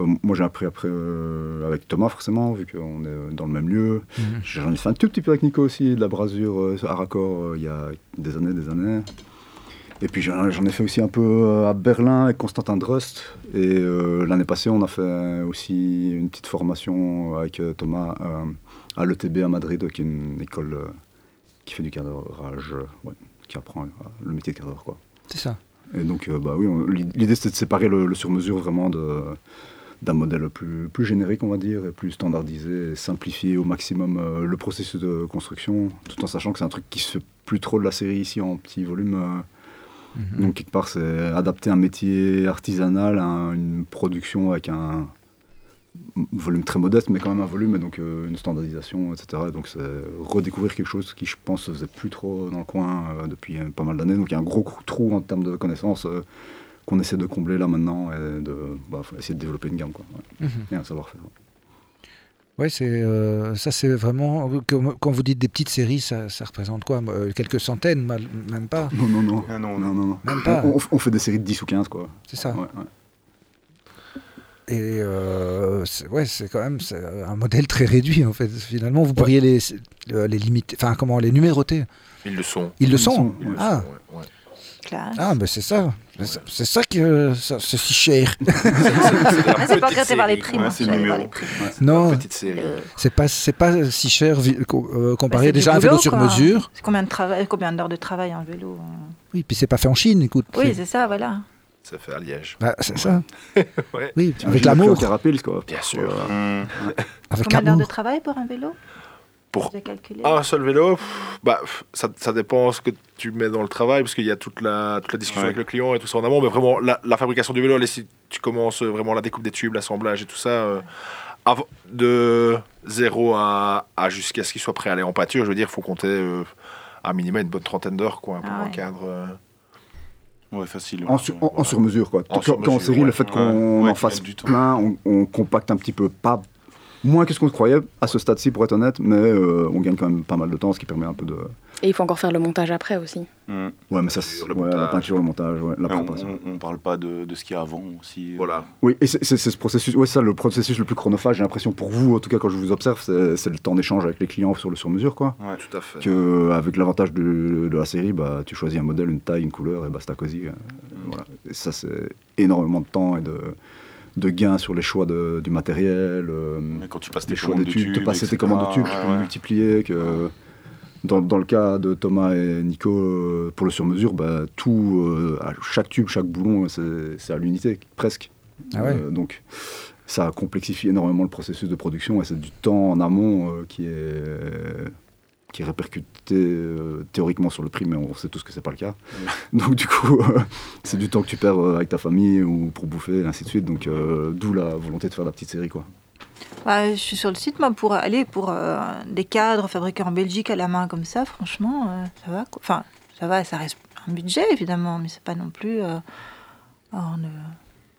C: bah, moi, j'ai appris après euh, avec Thomas, forcément, vu qu'on est euh, dans le même lieu.
B: Mhm.
C: J'en ai fait un tout petit peu avec Nico aussi, de la brasure euh, à raccord euh, il y a des années, des années. Et puis j'en j'en ai fait aussi un peu euh, à Berlin avec Constantin Drust. Et euh, l'année passée, on a fait aussi une petite formation avec euh, Thomas euh, à l'ETB à Madrid, qui est une école euh, qui fait du cadrage, euh, ouais, qui apprend euh, le métier de cadreur. Quoi.
B: C'est ça.
C: Et donc, euh, bah oui, on- l'id- l'idée c'était de séparer le, le sur-mesure vraiment de d'un modèle plus, plus générique, on va dire, et plus standardisé, et simplifier au maximum euh, le processus de construction, tout en sachant que c'est un truc qui se fait plus trop de la série ici en petit volume. euh,
B: Mhm.
C: Donc, quelque part, c'est adapter un métier artisanal à un- une production avec un volume très modeste, mais quand même un volume, et donc euh, une standardisation, etc. Et donc, c'est redécouvrir quelque chose qui, je pense, se faisait plus trop dans le coin euh, depuis euh, pas mal d'années. Donc, il y a un gros cou- trou en termes de connaissances euh, qu'on essaie de combler là maintenant, et de bah, faut essayer de développer une gamme, quoi. Ouais.
B: Mhm.
C: Et un savoir-faire.
B: Oui, c'est euh, ça, c'est vraiment comme- quand vous dites des petites séries, ça, ça représente quoi euh, Quelques centaines, mal- même pas,
C: Non, non, non.
F: Ah non,
C: Non, non, non.
B: même pas.
C: On, on- on fait des séries de 10 ou 15, quoi.
B: C'est ça.
C: Ouais, ouais.
B: Et euh, c'est- ouais, c'est quand même c'est un modèle très réduit en fait. Finalement, vous pourriez les, euh, les limiter, enfin comment les numéroter
E: Ils le sont.
B: Ils le
C: Ils
B: sont.
C: sont,
E: Ils le
B: Ah,
E: sont, ouais, ouais.
D: Classe.
B: ah, mais c'est ça. C'est ça- C'est ça que euh, ça- c'est si cher.
D: Ah, c'est pas regretté par les
E: série,
D: prix.
F: ouais,
D: moi,
F: c'est
D: je
F: le
D: savais pas
F: numéro.
D: les prix.
B: Non,
E: Petite série.
D: Euh,
B: c'est pas c'est pas si cher vi- co- euh, comparé
D: c'est du
B: déjà à un vélo
D: boulot,
B: sur
D: quoi.
B: mesure.
D: C'est combien de travail, combien d'heures de travail un vélo hein
B: Oui, puis c'est pas fait en Chine, écoute.
D: Oui,
B: c'est
D: c'est ça, voilà.
E: Ça fait à Liège.
B: bah, c'est ça.
E: Ouais.
B: Oui, avec
C: Imagine le
B: l'amour,
C: prix au carapils, quoi.
E: Bien sûr.
C: Voilà.
F: Hum.
B: avec
D: Combien d'heures de
B: amour.
D: travail pour un vélo
E: Pour
D: Vous avez calculé
E: Ah,
F: Ah.
E: un seul vélo, pff, bah, pff, ça, ça dépend ce que tu mets dans le travail, parce qu'il y a toute la, toute la discussion
F: Ouais.
E: avec le client et tout ça en amont. Mais vraiment, la, la fabrication du vélo, allez, si tu commences euh, vraiment la découpe des tubes, l'assemblage et tout ça, euh, av- de zéro à, à jusqu'à ce qu'il soit prêt à aller en pâture, je veux dire, il faut compter euh, à minima une bonne trentaine d'heures quoi, pour
D: Ah ouais.
E: un cadre. euh,
F: Ouais, facile.
C: En,
F: ouais.
C: sur, en- en sur mesure, quoi.
E: En
C: quand,
E: sur
C: quand en
E: mesure,
C: série,
E: ouais.
C: le fait qu'on
F: Ouais, ouais,
C: en fasse
F: gagne du temps.
C: plein, on, on compacte un petit peu, pas moins que ce qu'on se croyait à ce stade-ci, pour être honnête, mais euh, on gagne quand même pas mal de temps, ce qui permet un peu de.
A: Et il faut encore faire le montage après aussi.
F: Hum.
C: Ouais, mais ça, c'est-
E: Le
C: ouais, la
E: montage.
C: peinture, le montage, ouais, la
F: Et
C: préparation.
F: Ah, on, on, on parle pas de, de ce qu'il y a avant aussi. euh.
E: Voilà.
C: Oui, et c'est c'est- c'est ce processus, ouais, ça, le processus le plus chronophage, j'ai l'impression pour vous, en tout cas quand je vous observe, c'est c'est le temps d'échange avec les clients sur le sur-mesure, quoi.
F: Ouais.
E: Tout à fait.
C: Que euh, avec l'avantage de, de la série, bah, tu choisis un modèle, une taille, une couleur, et basta cosy. euh, voilà. Et ça, c'est énormément de temps et de, de gains sur les choix de- du matériel, euh,
F: Mais quand tu passes
C: les
F: tes
C: choix
F: commandes de
C: des tubes,
F: tubes,
C: de passer tes
F: etc., Ah,
C: commandes de tubes,
F: ouais,
C: tu peux
F: ouais.
C: multiplier. Que, dans, dans le cas de Thomas et Nico, euh, pour le sur-mesure, bah, tout, euh, à chaque tube, chaque boulon, euh, c'est c'est à l'unité, presque.
B: Ah ouais.
C: Euh, donc ça complexifie énormément le processus de production et c'est du temps en amont euh, qui est qui est répercuté euh, théoriquement sur le prix, mais on sait tous que c'est pas le cas. Donc du coup, euh, c'est du temps que tu perds euh, avec ta famille ou pour bouffer, et ainsi de suite. Donc euh, d'où la volonté de faire la petite série, quoi.
D: Ouais, Bah, Je suis sur le site, moi, pour aller pour euh, des cadres fabriqués en Belgique à la main comme ça, franchement, euh, ça va. quoi. Enfin, ça va, ça reste un budget, évidemment, mais c'est pas non plus. euh, hors de-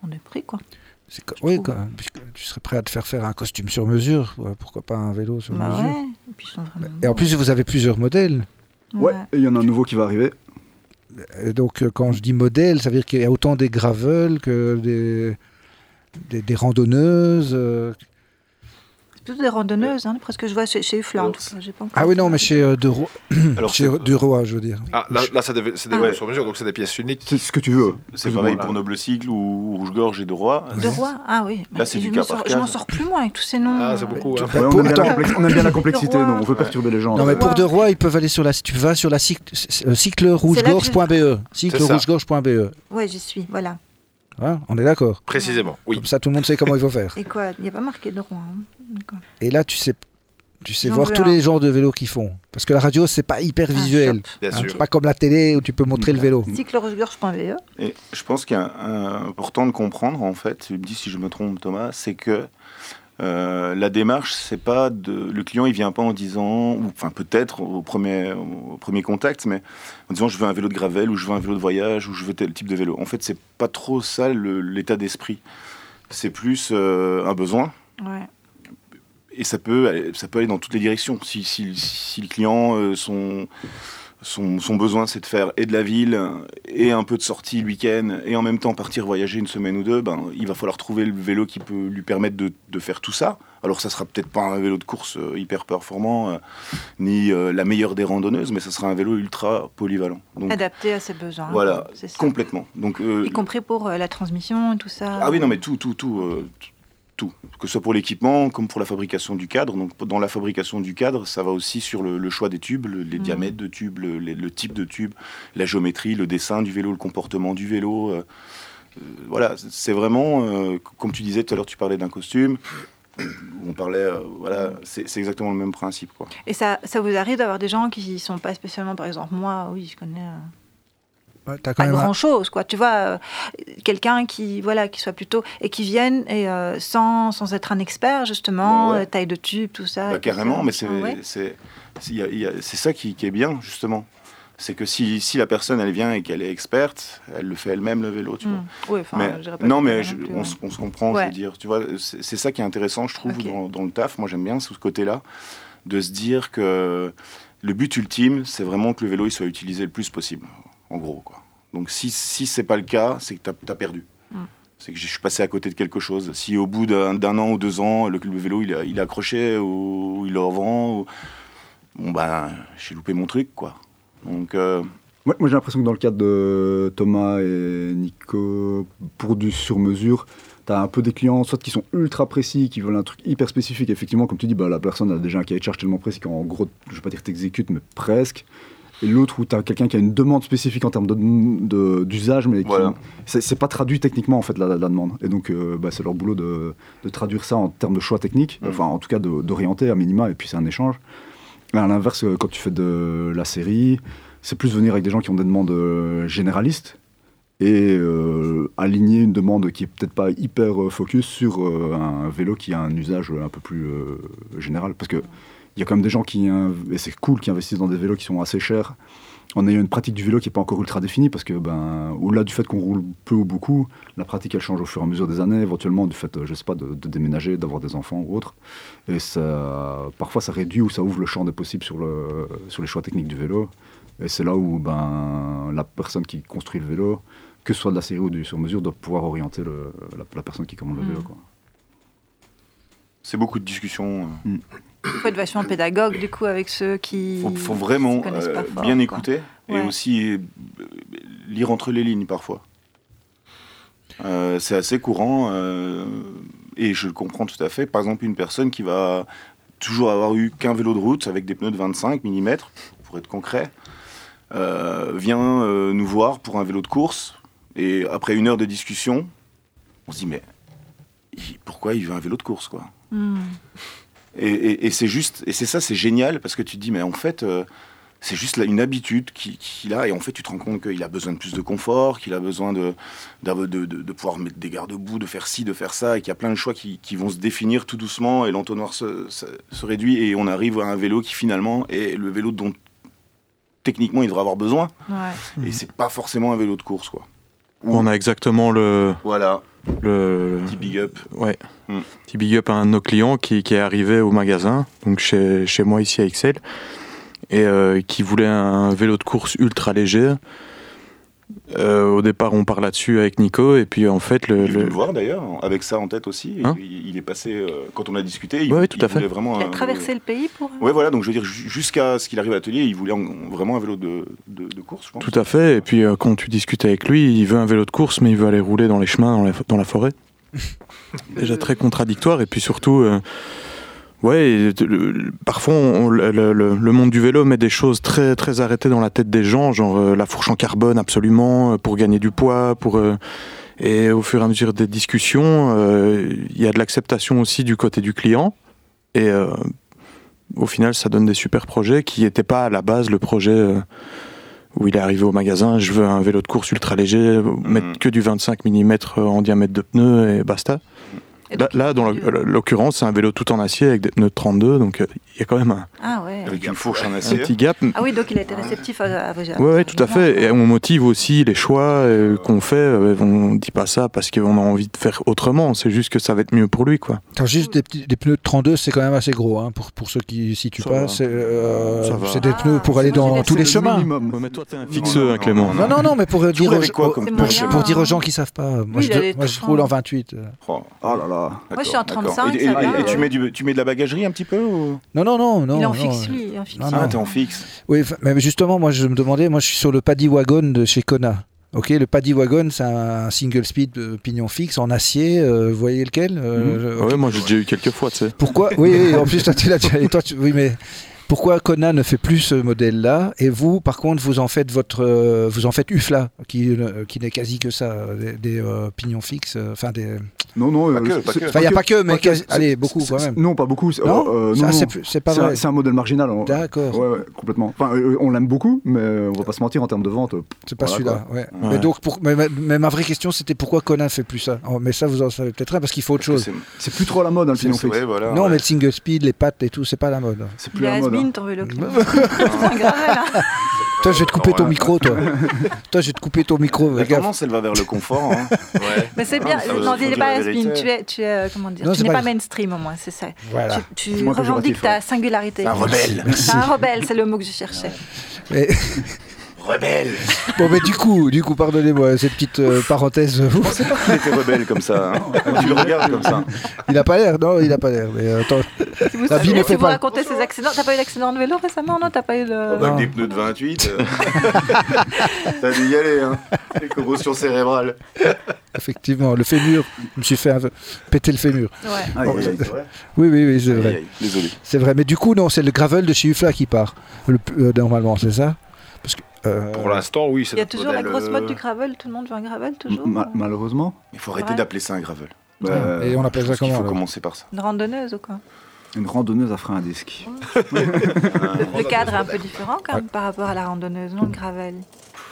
D: hors de prix, quoi.
B: C'est co- Oui, quoi. Puisque tu serais prêt à te faire faire un costume sur mesure, ouais, pourquoi pas un vélo sur
D: Bah
B: mesure.
D: ouais, et puis ils sont vraiment
B: Et en
D: beaux.
B: plus, vous avez plusieurs modèles.
D: Ouais.
C: Ouais, et il y en a un nouveau qui va arriver.
B: Et donc, euh, quand je dis modèle, ça veut dire qu'il y a autant des gravels que des, des, des randonneuses. euh.
D: C'est plutôt des randonneuses, hein, parce que je vois chez, chez Uffla, en
E: Alors,
D: tout cas. j'ai pas encore
B: Ah oui, non, mais
D: regardé.
B: chez euh, Duro-
F: Alors,
B: chez
F: c'est-
B: Duroy, je veux dire.
E: Ah, là, là, c'est des, c'est des
D: Ah.
E: vélos sur mesure, donc c'est des pièces uniques.
C: C'est ce que tu veux.
F: C'est
C: Plus ou
F: pareil
C: moins.
F: pour Noble Cycle ou Rouge Gorge et De Roi.
D: De roi Ah oui.
F: Là, c'est
D: Je
F: du
D: m'en
F: cas
D: sors-
F: par
D: Je
F: cas.
D: m'en sors plus, moi, avec tous ces noms.
E: Ah, c'est beaucoup. hein.
B: tu-
C: Ouais,
B: Pour-
C: on, aime bien la
B: attends.
C: complexe- on aime bien la complexité,
D: Le roi.
C: nous. On veut perturber les gens.
B: Non, mais
C: Ouais.
B: pour Deroy, ils peuvent aller sur la, si tu vas sur la cycle- euh, cyclerouge-gorge.be. Cyclerouge-gorge.be.
D: Ouais, j'y suis, voilà.
B: E. Hein, on est d'accord.
E: Précisément, oui.
B: Comme ça, tout le monde sait comment il faut faire.
D: Et quoi Il n'y a pas marqué de roi. hein. D'accord.
B: Et là, tu sais, tu sais
D: J'en
B: voir
D: veux
B: tous
D: un.
B: les genres de vélos qu'ils font. Parce que la radio, c'est pas hyper
D: Ah,
B: visuel.
D: top.
E: Bien
B: Hein,
E: sûr. Mm.
B: c'est pas comme la télé où tu peux montrer le vélo.
F: Mm.
D: Cyclerouge-gorge.be.
F: Et je pense qu'il est important de comprendre, en fait, tu me dis si je me trompe, Thomas, c'est que euh, la démarche, c'est pas de. Le client, il vient pas en disant, ou enfin peut-être au premier, au premier contact, mais en disant je veux un vélo de gravel, ou je veux un vélo de voyage, ou je veux tel type de vélo. En fait, c'est pas trop ça le- l'état d'esprit. C'est plus euh, un besoin.
D: Ouais.
F: et ça peut, aller- ça peut aller dans toutes les directions. Si, si- si le client, euh, son, son, son besoin, c'est de faire et de la ville, et un peu de sortie le week-end, et en même temps partir voyager une semaine ou deux, ben, il va falloir trouver le vélo qui peut lui permettre de, de faire tout ça. Alors ça sera peut-être pas un vélo de course euh, hyper performant, euh, ni euh, la meilleure des randonneuses, mais ça sera un vélo ultra polyvalent. Donc,
D: Adapté à ses besoins.
F: Mm. Voilà,
D: c'est ça.
F: complètement. Donc, euh,
D: Y compris pour euh, la transmission et tout ça.
F: ah oui, non, mais tout, tout, tout. euh, t- tout. Que ce soit pour l'équipement, comme pour la fabrication du cadre. Donc, dans la fabrication du cadre, ça va aussi sur le, le choix des tubes, le- les
D: Mhm.
F: diamètres de tubes, le, les- le type de tube, la géométrie, le dessin du vélo, le comportement du vélo. euh, euh, voilà, c'est- c'est vraiment, euh, c- comme tu disais tout à l'heure, tu parlais d'un costume. On parlait, euh, voilà, c'est c'est exactement le même principe. Quoi.
D: Et ça, ça vous arrive d'avoir des gens qui sont pas spécialement, par exemple, moi, oui, je connais euh,
B: Ouais, t'as quand
D: pas
B: même un-
D: grand chose quoi tu vois euh, quelqu'un qui voilà qui soit plutôt et qui vienne et euh, sans, sans être un expert justement
F: Bah ouais.
D: euh, taille de tube tout ça
F: Bah,
D: et tout
F: carrément,
D: ça.
F: mais c'est
D: Ah ouais.
F: c'est- c'est- il y a- il y a- c'est ça qui, qui est bien, justement. C'est que si, si la personne, elle vient et qu'elle est experte, elle le fait elle-même, le vélo, tu
D: Mm.
F: vois.
D: Oui, enfin,
F: Mais-
D: je dirais pas
F: non,
D: que c'est
F: mais
D: pas
F: je-
D: non plus, hein.
F: on,
D: ouais.
F: se- on se comprend, je
D: Ouais.
F: veux dire. Tu vois, c'est c'est ça qui est intéressant, je trouve,
D: Ok.
F: dans, dans le taf. Moi, j'aime bien ce côté-là, de se dire que le but ultime, c'est vraiment que le vélo, il soit utilisé le plus possible, en gros, quoi. Donc, si, si c'est pas le cas, c'est que tu as perdu.
D: Mm.
F: C'est que je suis passé à côté de quelque chose. Si au bout d'un d'un an ou deux ans, le, le vélo, il, a- il est accroché ou, il est en vent, ou- bon, ben, j'ai loupé mon truc, quoi. Donc, euh,
C: Ouais, moi j'ai l'impression que dans le cadre de Thomas et Nico, pour du sur-mesure, tu as un peu des clients soit qui sont ultra précis, qui veulent un truc hyper spécifique. Effectivement, comme tu dis, bah, la personne a déjà un cahier de charge tellement précis qu'en gros, je vais pas dire t'exécutes, mais presque. Et l'autre où tu as quelqu'un qui a une demande spécifique en termes de- de- d'usage, mais qui-
F: Voilà.
C: c'est c'est pas traduit techniquement en fait la, la- la demande. Et donc euh, bah, c'est leur boulot de, de traduire ça en termes de choix technique,
F: Mhm.
C: enfin en tout cas de- d'orienter à minima, et puis c'est un échange. Mais à l'inverse, euh, quand tu fais de la série, c'est plus venir avec des gens qui ont des demandes euh, généralistes et euh, aligner une demande qui est peut-être pas hyper euh, focus sur euh, un vélo qui a un usage un peu plus euh, général. Parce que il y a quand même des gens qui, inv- et c'est cool, qui investissent dans des vélos qui sont assez chers en ayant une pratique du vélo qui n'est pas encore ultra définie, parce que, ben, au-delà du fait qu'on roule peu ou beaucoup, la pratique, elle change au fur et à mesure des années, éventuellement du fait, euh, je sais pas, de, de déménager, d'avoir des enfants ou autre. Et ça, parfois, ça réduit ou ça ouvre le champ des possibles sur, le, sur les choix techniques du vélo. Et c'est là où, ben, la personne qui construit le vélo, que ce soit de la série ou du sur-mesure, doit pouvoir orienter le- la, la personne qui commande le
D: Mm.
C: vélo, quoi.
F: c'est beaucoup de discussions. euh,
D: il faut être vachement pédagogue du coup avec ceux qui
F: faut, faut vraiment
D: qui connaissent
F: euh,
D: pas fort,
F: bien
D: quoi.
F: écouter et
D: Ouais.
F: aussi euh, lire entre les lignes parfois. Euh, c'est assez courant euh, et je le comprends tout à fait. Par exemple, une personne qui va toujours avoir eu qu'un vélo de route avec des pneus de 25 mm, pour être concret, euh, vient euh, nous voir pour un vélo de course et après une heure de discussion, on se dit mais il- pourquoi il veut un vélo de course quoi
D: Hmm.
F: et, et- et c'est juste, et c'est ça, c'est génial parce que tu te dis, mais en fait, euh, c'est juste là une habitude qui- qu'il a, et en fait, tu te rends compte qu'il a besoin de plus de confort, qu'il a besoin de, d'avoir- de, de- de pouvoir mettre des garde-boue, de faire ci, de faire ça, et qu'il y a plein de choix qui, qui vont se définir tout doucement, et l'entonnoir se, se- se réduit, et on arrive à un vélo qui finalement est le vélo dont techniquement il devrait avoir besoin,
D: Ouais.
E: Mmh.
F: et c'est pas forcément un vélo de course, quoi.
E: Où on a exactement le.
F: Voilà,
E: le
F: petit big up.
E: ouais.
F: Mm.
E: Petit big up à un de nos clients qui, qui est arrivé au magasin, donc chez, chez moi ici à Excel, et euh, qui voulait un vélo de course ultra léger. Euh, au départ, on part là-dessus avec Nico, et puis en fait, le.
F: Il est venu
E: le-
F: me voir d'ailleurs, avec ça en tête aussi. et
E: Hein
F: il, il est passé, euh, quand on a discuté, il,
E: Ouais, ouais, tout
F: il
E: à fait.
F: voulait vraiment
D: il a
F: un-
D: traversé le pays pour euh,
F: Ouais, voilà, donc je veux dire, ju- jusqu'à ce qu'il arrive à l'atelier, il voulait en- vraiment un vélo de, de- de course, je pense.
E: Tout à fait, et puis euh, quand tu discutes avec lui, il veut un vélo de course, mais il veut aller rouler dans les chemins, dans la, dans la forêt. Déjà très contradictoire, et puis surtout, euh, ouais, et t- le- le- parfois on- le, le- le- le monde du vélo met des choses très, très arrêtées dans la tête des gens, genre euh, la fourche en carbone absolument, euh, pour gagner du poids, pour... euh, et au fur et à mesure des discussions, euh, il y a de l'acceptation aussi du côté du client, et euh, au final ça donne des super projets qui n'étaient pas à la base le projet... euh, où il est arrivé au magasin, je veux un vélo de course ultra léger,
F: Euh,
E: mettre que du 25 mm en diamètre de pneus et basta.
D: Et
E: Là,
D: donc,
E: là, dans
D: tu-
E: l'oc- l'occurrence, c'est un vélo tout en acier avec des pneus de 32, donc euh, il y a quand même un,
D: ah ouais
F: Avec une fourche en
E: un
F: acier.
E: petit gap.
D: ah oui donc il a été réceptif à, à vos
E: Oui, ouais, tout à fait. Et euh, on motive aussi les choix euh, qu'on fait. euh, on dit pas ça parce qu'on a envie de faire autrement. C'est juste que ça va être mieux pour lui, quoi.
B: Attends, juste des, petits- des pneus de 32, c'est quand même assez gros, hein, pour, pour ceux qui ne situent
E: Ça
B: pas.
E: va.
B: C'est euh,
E: Ça va.
B: c'est des
D: Ah,
B: pneus pour
D: c'est
B: aller
D: moi, j'ai
B: dans
D: laissé
B: tous les
D: le
B: chemins.
C: minimum.
E: mais toi, t'es un
F: fixeux,
E: fixeux,
F: hein, Clément.
E: Clément.
B: Non, non, non, mais pour, euh, dire,
F: roules
B: aux,
F: avec
B: gens-
F: quoi comme
B: pour-
D: pneu C'est
B: pour
D: moyen,
B: dire aux gens
D: hein.
B: qui savent pas. euh, Moi,
D: Oui,
B: je,
D: il a
B: de-
D: les
B: moi, je
D: 30.
B: roule en 28. euh.
F: Oh,
C: Ah là là.
D: Moi, je suis en
F: d'accord,
D: 35,
F: d'accord. Et,
D: ça
F: et-
D: va,
F: et tu,
D: ouais.
F: mets du- tu mets de la bagagerie un petit peu ou...
B: Non, non, non, non.
D: il est
B: non,
D: en fixe
B: euh,
D: lui il est en fixe
B: Non, non.
F: Ah, t'es en fixe.
B: Oui, enfin, mais justement, moi, je me demandais, moi, je suis sur le paddy wagon de chez Kona. Ok, le paddy wagon, c'est un single speed euh, pignon fixe en acier. euh, vous voyez lequel Euh,
E: Ah Ouais, moi j'ai déjà eu quelques fois, tu sais.
B: Pourquoi Oui, oui, en plus, toi, tu l'as déjà- et toi, tu- Oui, mais Pourquoi Kona ne fait plus ce modèle-là Et vous, par contre, vous en faites votre, euh, vous en faites Ufla, qui, euh, qui n'est quasi que ça, euh, des, des, euh, pignons fixes, euh, enfin des.
C: Non, non,
H: Pas
C: euh,
H: que,
C: c'est-
H: pas que.
C: c'est-
B: Enfin, il n'y a pas que, mais
C: que,
B: quasi-
C: c'est-
B: allez, beaucoup
C: c'est-
B: quand
C: c'est-
B: même.
C: Non, pas beaucoup. c'est-
B: Non,
C: euh, euh,
B: Ça,
C: non,
B: c'est
C: non.
B: plus- c'est pas
C: C'est un-
B: vrai.
C: c'est un modèle marginal. hein.
B: D'accord.
C: Ouais, ouais, complètement. Enfin, euh, on l'aime beaucoup, mais euh, on va pas se mentir en termes de vente. euh,
B: C'est pas
C: Voilà,
B: celui-là. Ouais.
F: Ouais.
B: Mais donc, pour, mais, mais- mais ma vraie question, c'était pourquoi Conan fait plus ça. Oh, mais ça, vous en savez peut-être rien parce qu'il faut autre chose.
F: C'est-
C: C'est plus trop à la mode, hein, le
F: c'est-
C: pignon
F: c'est-
C: fixe.
F: ouais, voilà,
B: non,
F: ouais.
B: mais le single speed, les pattes et tout, c'est pas la mode.
C: C'est
D: Il
C: plus
D: est
C: à la mode. hein.
D: has-been, ton vélo. Putain, grave, hein.
B: Toi, je vais te couper
H: Non,
B: ton
H: ouais.
B: micro, toi. toi, je vais te couper ton micro.
F: La
B: fais gaffe.
F: tendance, elle va vers le confort. hein.
H: Ouais.
D: Mais c'est
F: Non,
D: bien,
F: mais ça veut-
D: non,
F: faut
D: il n'est
F: dire
D: pas
F: la
D: has-been,
F: vérité.
D: tu es, tu es, euh, comment dire,
B: Non,
D: tu
B: c'est
D: n'es
B: pas-
D: pas mainstream au moins, c'est ça.
B: Voilà.
D: Tu,
C: C'est
D: tu
C: moins
D: revendiques
C: péjoratif,
D: ta
C: ouais.
D: singularité.
F: hein. Un rebelle.
D: C'est un rebelle, c'est le mot que je cherchais.
B: Mais-
F: Rebelle.
B: bon, mais du coup, du coup, pardonnez-moi cette petite euh, parenthèse.
F: Je pensais pas qu'il était rebelle comme ça. hein.
C: Ah,
F: tu le regardes comme ça.
B: il a pas l'air, non, il a pas l'air. Mais euh, attends,
D: Si vous,
B: La vie
D: si
B: ne
D: vous
B: fait pas.
D: racontez ces accidents, t'as pas eu l'accident de vélo récemment, non T'as pas eu le...
F: Oh, bah,
B: Non.
F: avec des pneus de 28, euh, t'as dû y aller. Hein. Les commotions cérébrales.
B: effectivement, le fémur. Je me suis fait un- péter le fémur.
D: Ouais.
C: Aïe, aïe, aïe.
B: Oui, oui, oui, c'est
F: Aïe,
B: vrai.
F: aïe, Désolé.
B: C'est vrai. Mais du coup, non, c'est le gravel de chez Ufla qui part. Le p- euh, normalement, c'est ça. Parce que. euh,
H: Pour l'instant, oui, c'est
D: Il y a
H: notre
D: toujours la
H: modèle,
D: grosse mode
H: euh,
D: du gravel, tout le monde veut un gravel, toujours
C: Ma- Malheureusement.
F: Il faut arrêter
D: Ouais.
F: d'appeler ça un gravel.
C: bah,
B: et on appelle
F: Je
B: ça
F: pense qu'il
B: comment
F: faut
B: alors
F: commencer par ça.
D: Une randonneuse ou quoi
C: Une randonneuse à frein à disque.
D: Le cadre est un peu différent quand même par rapport à la randonneuse, non Le gravel,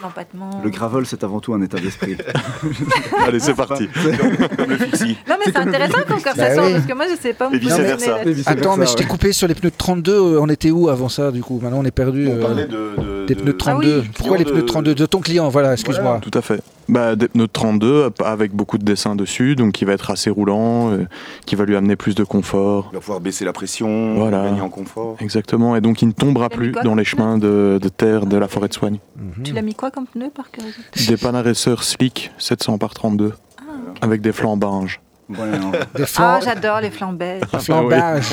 D: l'empattement...
C: Le gravel, c'est avant tout un état d'esprit.
B: Ah,
F: Allez, c'est parti. Comme le fixie.
D: Non mais c'est intéressant comme
B: Bah
D: conversation,
B: oui.
D: parce que moi je sais pas où
F: Et
D: me
F: vice-versa.
D: positionner là-dessus.
B: Attends, mais je t'ai coupé sur les pneus de 32. On était où avant ça, du coup Maintenant, on est perdu.
F: On
B: euh,
F: parlait de, de-
B: des
F: de-
B: pneus de
D: Ah oui,
B: 32.
F: du
B: Pourquoi les
F: client
B: pneus de 32 De ton client, voilà, excuse-moi.
E: Tout à fait. Bah, des pneus de 32 avec beaucoup de dessins dessus, donc qui va être assez roulant, euh, qui va lui amener plus de confort.
F: Il va pouvoir baisser la pression,
E: Voilà.
F: gagner en confort.
E: Exactement, et donc il ne tombera
D: Et
E: plus
D: quoi
E: dans les chemins de, de terre de la forêt de soigne.
B: Mhm.
D: Tu l'as mis quoi comme pneu par curiosité
E: Des Panaresseurs Slick 700 par 32, avec des flambanges.
C: Ouais, non.
B: Des
D: Ah
B: flamb-
D: j'adore les flambets.
B: des flambages.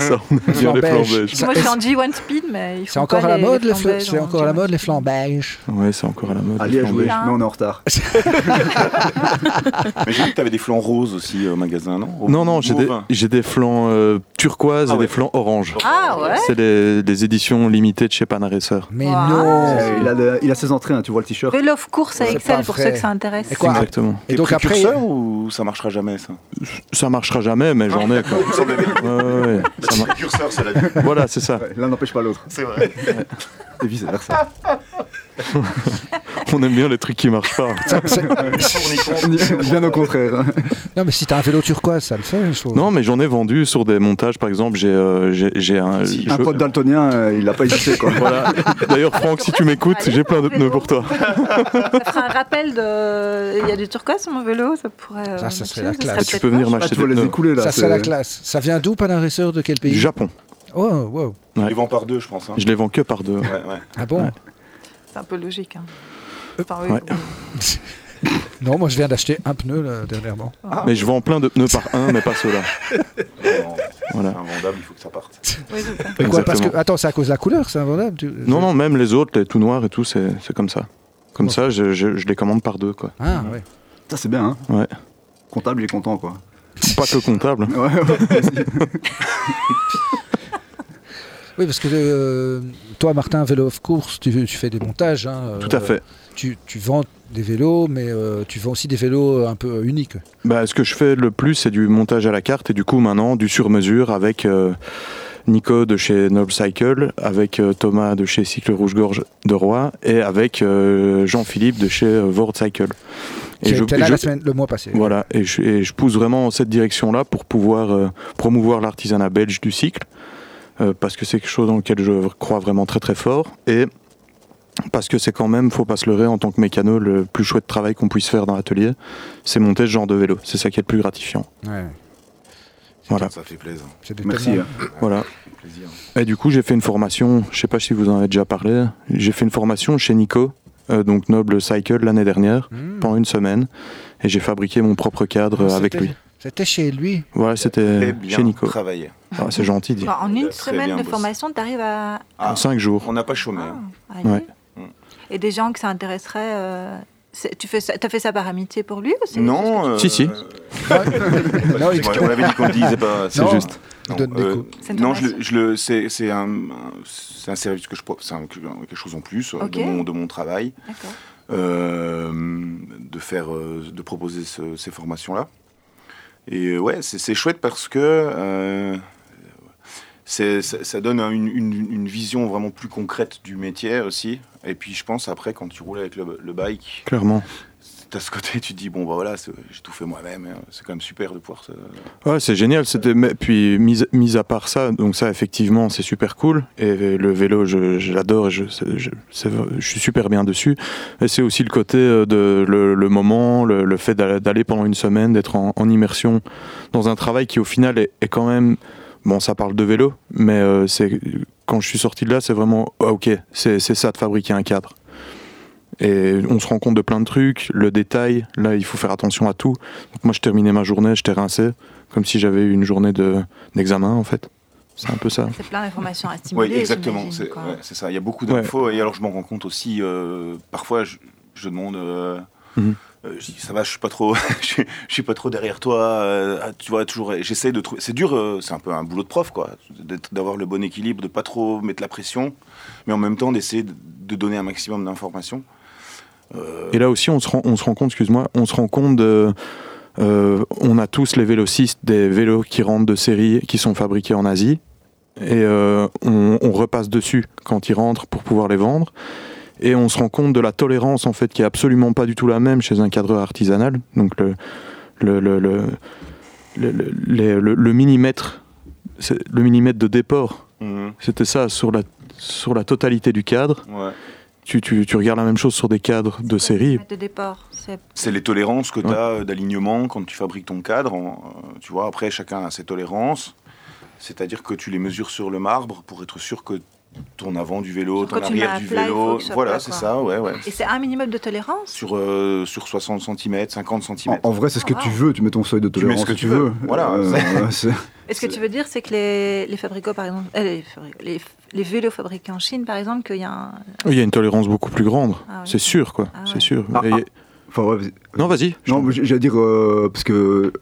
E: Ça, on aime bien les
B: Flambages.
E: flambanges.
B: Ça,
D: Moi je suis
B: est-ce-
D: en G1 Speed mais ils
B: C'est
D: font
B: encore
D: pas
B: à la mode les fla-
D: flambettes
B: c'est
D: en
B: encore à la
D: G1
B: mode les
D: Speed.
B: flambages.
E: Ouais, c'est encore à la mode. les
C: Ali a joué,
E: flambanges.
C: mais on est en retard.
F: Mais j'ai vu que t'avais des flancs roses aussi euh, au magasin, non Au-
E: Non, non, j'ai
F: au
E: des,
F: vin.
E: j'ai des flancs euh, turquoise
F: Ah
E: et
F: ouais.
E: des flancs orange.
D: Ah ouais
E: C'est les, les éditions limitées de chez Panaresseur.
B: Mais
D: Wow.
B: non.
C: Euh, il, a le- il a ses entrées, hein, tu vois le t-shirt.
D: Vélo of course à
B: C'est
D: Excel
B: pas
D: pour
B: vrai.
D: ceux que ça intéresse.
B: Et quoi
E: Exactement.
B: Et
F: T'es
B: donc après,
F: précurseur ou ça marchera jamais ça
E: Ça marchera jamais, mais j'en ai quoi. Ouais, ouais, ça mar-
F: Précurseur, ça l'a dit.
E: Voilà, c'est ça.
C: Ouais, L'un n'empêche pas l'autre.
F: C'est vrai.
C: Et vice versa.
E: On aime bien les trucs qui marchent pas.
B: ça- ça-
C: Bien au contraire. hein.
B: non mais si t'as un vélo turquoise, ça le fait. Je trouve.
E: Non, mais j'en ai vendu sur des montages, par exemple. J'ai, euh, j'ai, j'ai un.
F: Si,
E: je-
C: Un pote daltonien, euh, il n'a pas hésité. Quoi.
E: Voilà. D'ailleurs, Franck, si tu m'écoutes, j'ai plein de pneus pour toi.
D: Ça fera un rappel de. Il y a du turquoise sur mon vélo, ça pourrait. euh,
B: Ça, ça serait
D: marcher,
B: la classe.
D: serait
E: Tu
D: peut-être
E: peux venir
D: moche.
C: Ah,
E: m'acheter
C: tu
E: des
C: vois les
E: pneus.
C: écouler là.
B: ça
C: c'est-
B: c'est la classe. Ça vient d'où, Panaresseur De quel
E: du
B: pays
E: Japon.
B: Oh, wow.
F: On les vend par deux, je pense. hein.
E: Je les vends que par deux.
F: Ouais, ouais.
B: Ah bon
E: Ouais.
D: C'est un peu logique. hein. Enfin, oui,
E: Ouais.
D: oui.
B: Non, moi je viens d'acheter un pneu là, dernièrement.
E: Mais je vends plein de pneus par un, mais pas ceux-là.
F: Oh, Non, C'est
E: Voilà.
F: invendable, il faut que ça parte.
D: Oui, c'est ça.
B: Mais quoi, parce que
E: Exactement.
B: attends, c'est à cause de la couleur, c'est invendable. tu-
E: Non, non, même les autres, les tout noirs et tout, c'est, c'est comme ça. Comme
B: Oh.
E: ça, je, je- je les commande par deux, quoi.
B: Ah ouais.
C: Ça, c'est bien. Hein.
E: Ouais.
C: Comptable, il est content. quoi.
E: Pas que comptable.
B: Ah,
C: Ouais, ouais.
B: Oui, parce que euh, toi, Martin, vélo of course, tu, tu fais des montages. hein,
E: Tout
B: euh,
E: à fait.
B: Tu, tu vends des vélos, mais euh, tu vends aussi des vélos un peu euh, uniques.
E: Bah, ce que je fais le plus, c'est du montage à la carte et du coup, maintenant, du sur-mesure avec euh, Nico de chez Noble Cycle, avec euh, Thomas de chez Cycle Rouge-Gorge de Roi et avec euh, Jean-Philippe de chez euh, Vord Cycle.
B: Qui était là
E: je-
B: la semaine, le mois passé.
E: Voilà, et je, et je pousse vraiment en cette direction-là pour pouvoir euh, promouvoir l'artisanat belge du cycle, euh, parce que c'est quelque chose dans lequel je crois vraiment très très fort, et parce que c'est quand même, faut pas se leurrer, en tant que mécano, le plus chouette travail qu'on puisse faire dans l'atelier, c'est monter ce genre de vélo. C'est ça qui est le plus gratifiant.
B: Ouais.
E: Voilà.
F: Ça fait plaisir.
B: C'est des
C: Merci.
B: tellement-
C: hein.
E: voilà.
F: plaisir.
E: Et du coup, j'ai fait une formation, je sais pas si vous en avez déjà parlé, j'ai fait une formation chez Nico, euh, donc Noble Cycle, l'année dernière,
B: Mmh.
E: pendant une semaine, et j'ai fabriqué mon propre cadre euh, avec
B: C'était-
E: lui.
B: C'était chez lui.
E: Voilà,
F: Très
E: c'était
F: bien
E: euh, chez Nico.
F: travaillé.
E: Ah, c'est gentil de
D: Bon,
E: dire.
D: en une
F: Très
D: semaine
F: bien
D: de
F: bossé.
D: formation, tu arrives à.
F: Ah,
E: En cinq jours.
F: on n'a pas chômé. hein.
D: Ah, à y
E: Ouais.
D: aller. Et des gens que ça intéresserait. euh, c'est- Tu fais ça, as fait ça par amitié pour lui aussi
F: Non. euh, bah,
E: Si, si.
B: Non, il-
F: On avait dit qu'on le disait pas.
E: C'est
B: Non.
E: juste.
F: Non,
B: Donne des
F: euh,
B: coups.
D: C'est une
F: non, je,
D: formation.
F: le- je le, c'est, c'est un, un- c'est un service que je pro- c'est un- quelque chose en plus euh,
D: Ok.
F: de, mon, de mon travail,
D: D'accord.
F: euh, de faire, euh, de proposer ce- ces formations-là. Et euh, ouais, c'est, c'est chouette parce que euh, c'est- ça, ça donne un- une, une- une vision vraiment plus concrète du métier aussi. Et puis je pense après quand tu roules avec le, le bike,
E: clairement.
F: t'as ce côté, tu te dis bon bah voilà, c'est- j'ai tout fait moi-même. hein. C'est quand même super de pouvoir. se-
E: Ouais, c'est génial. C'était mais- puis mis, mis à part ça, donc ça effectivement c'est super cool. Et le vélo, je, je l'adore. et Je, c'est- je, c'est- je suis super bien dessus. Et c'est aussi le côté euh, de le, le moment, le, le fait d'aller d'aller pendant une semaine, d'être en, en immersion dans un travail qui au final est, est quand même bon. Ça parle de vélo, mais euh, c'est quand je suis sorti de là, c'est vraiment ah, ok. C'est c'est ça de fabriquer un cadre. Et on se rend compte de plein de trucs, le détail. Là, il faut faire attention à tout. Donc moi, je terminais ma journée, j'étais rincé comme si j'avais eu une journée de- d'examen en fait. C'est un peu ça.
D: C'est plein d'informations à stimuler.
F: Oui, exactement.
D: j'imagine,
F: C'est
D: quoi.
F: ouais, c'est ça. Il y a beaucoup
E: Ouais.
F: d'infos. Et alors, je m'en rends compte aussi. euh, parfois, je, je demande. euh,
E: Mhm.
F: euh, je dis, ça va, je suis pas trop, je, suis- je suis pas trop derrière toi. euh, ah, tu vois, toujours. J'essaie de trouver. C'est dur. euh, c'est un peu un boulot de prof, quoi. d'être- D'avoir le bon équilibre, de pas trop mettre la pression, mais en même temps d'essayer de, de donner un maximum d'informations.
E: Et là aussi, on se rend, on se rend compte, excuse-moi, on se rend compte de. euh, on a tous les vélocistes des vélos qui rentrent de série, qui sont fabriqués en Asie, et euh, on, on repasse dessus quand ils rentrent pour pouvoir les vendre. Et on se rend compte de la tolérance en fait qui est absolument pas du tout la même chez un cadreur artisanal. Donc le le le le, le, le- les- le- le millimètre c'est- le millimètre de déport, c'était ça sur la sur la totalité du cadre.
F: Ouais.
E: tu, tu, tu regardes la même chose sur des cadres de série.
D: De départ. C'est
F: C'est les tolérances que tu
E: Ouais.
F: as d'alignement quand tu fabriques ton cadre. en- euh, tu vois, après, chacun a ses tolérances. C'est-à-dire que tu les mesures sur le marbre pour être sûr que ton avant du vélo,
D: Sur
F: ton
D: quoi tu mets
F: arrière
D: un
F: du
D: plat, il faut
F: vélo.
D: que ça
F: Voilà,
D: plaque,
F: c'est
D: quoi.
F: ça, ouais, ouais.
D: Et c'est un minimum de tolérance
F: Sur, euh, sur 60 cm, 50
C: En,
F: cm.
C: hein. en vrai, c'est ce que
D: Ah,
C: tu
D: wow.
C: veux. Tu mets ton seuil de
F: Tu mets
C: tolérance
F: ce que tu veux. Voilà,
C: Euh, c'est-
D: Et ce que
F: C'est-
D: tu veux dire, c'est que les, les fabricants, par exemple, euh, les, fabri- les, les vélos fabriqués en Chine, par exemple, qu'il y a un.
E: Il y a une tolérance beaucoup plus grande,
D: Ah oui.
E: c'est sûr quoi,
D: Ah ouais.
E: c'est sûr.
C: Ah,
E: Et-
C: ah. Enfin, ouais, vas-y.
E: Non, vas-y.
C: Non, mais j'- j'allais dire, euh, parce que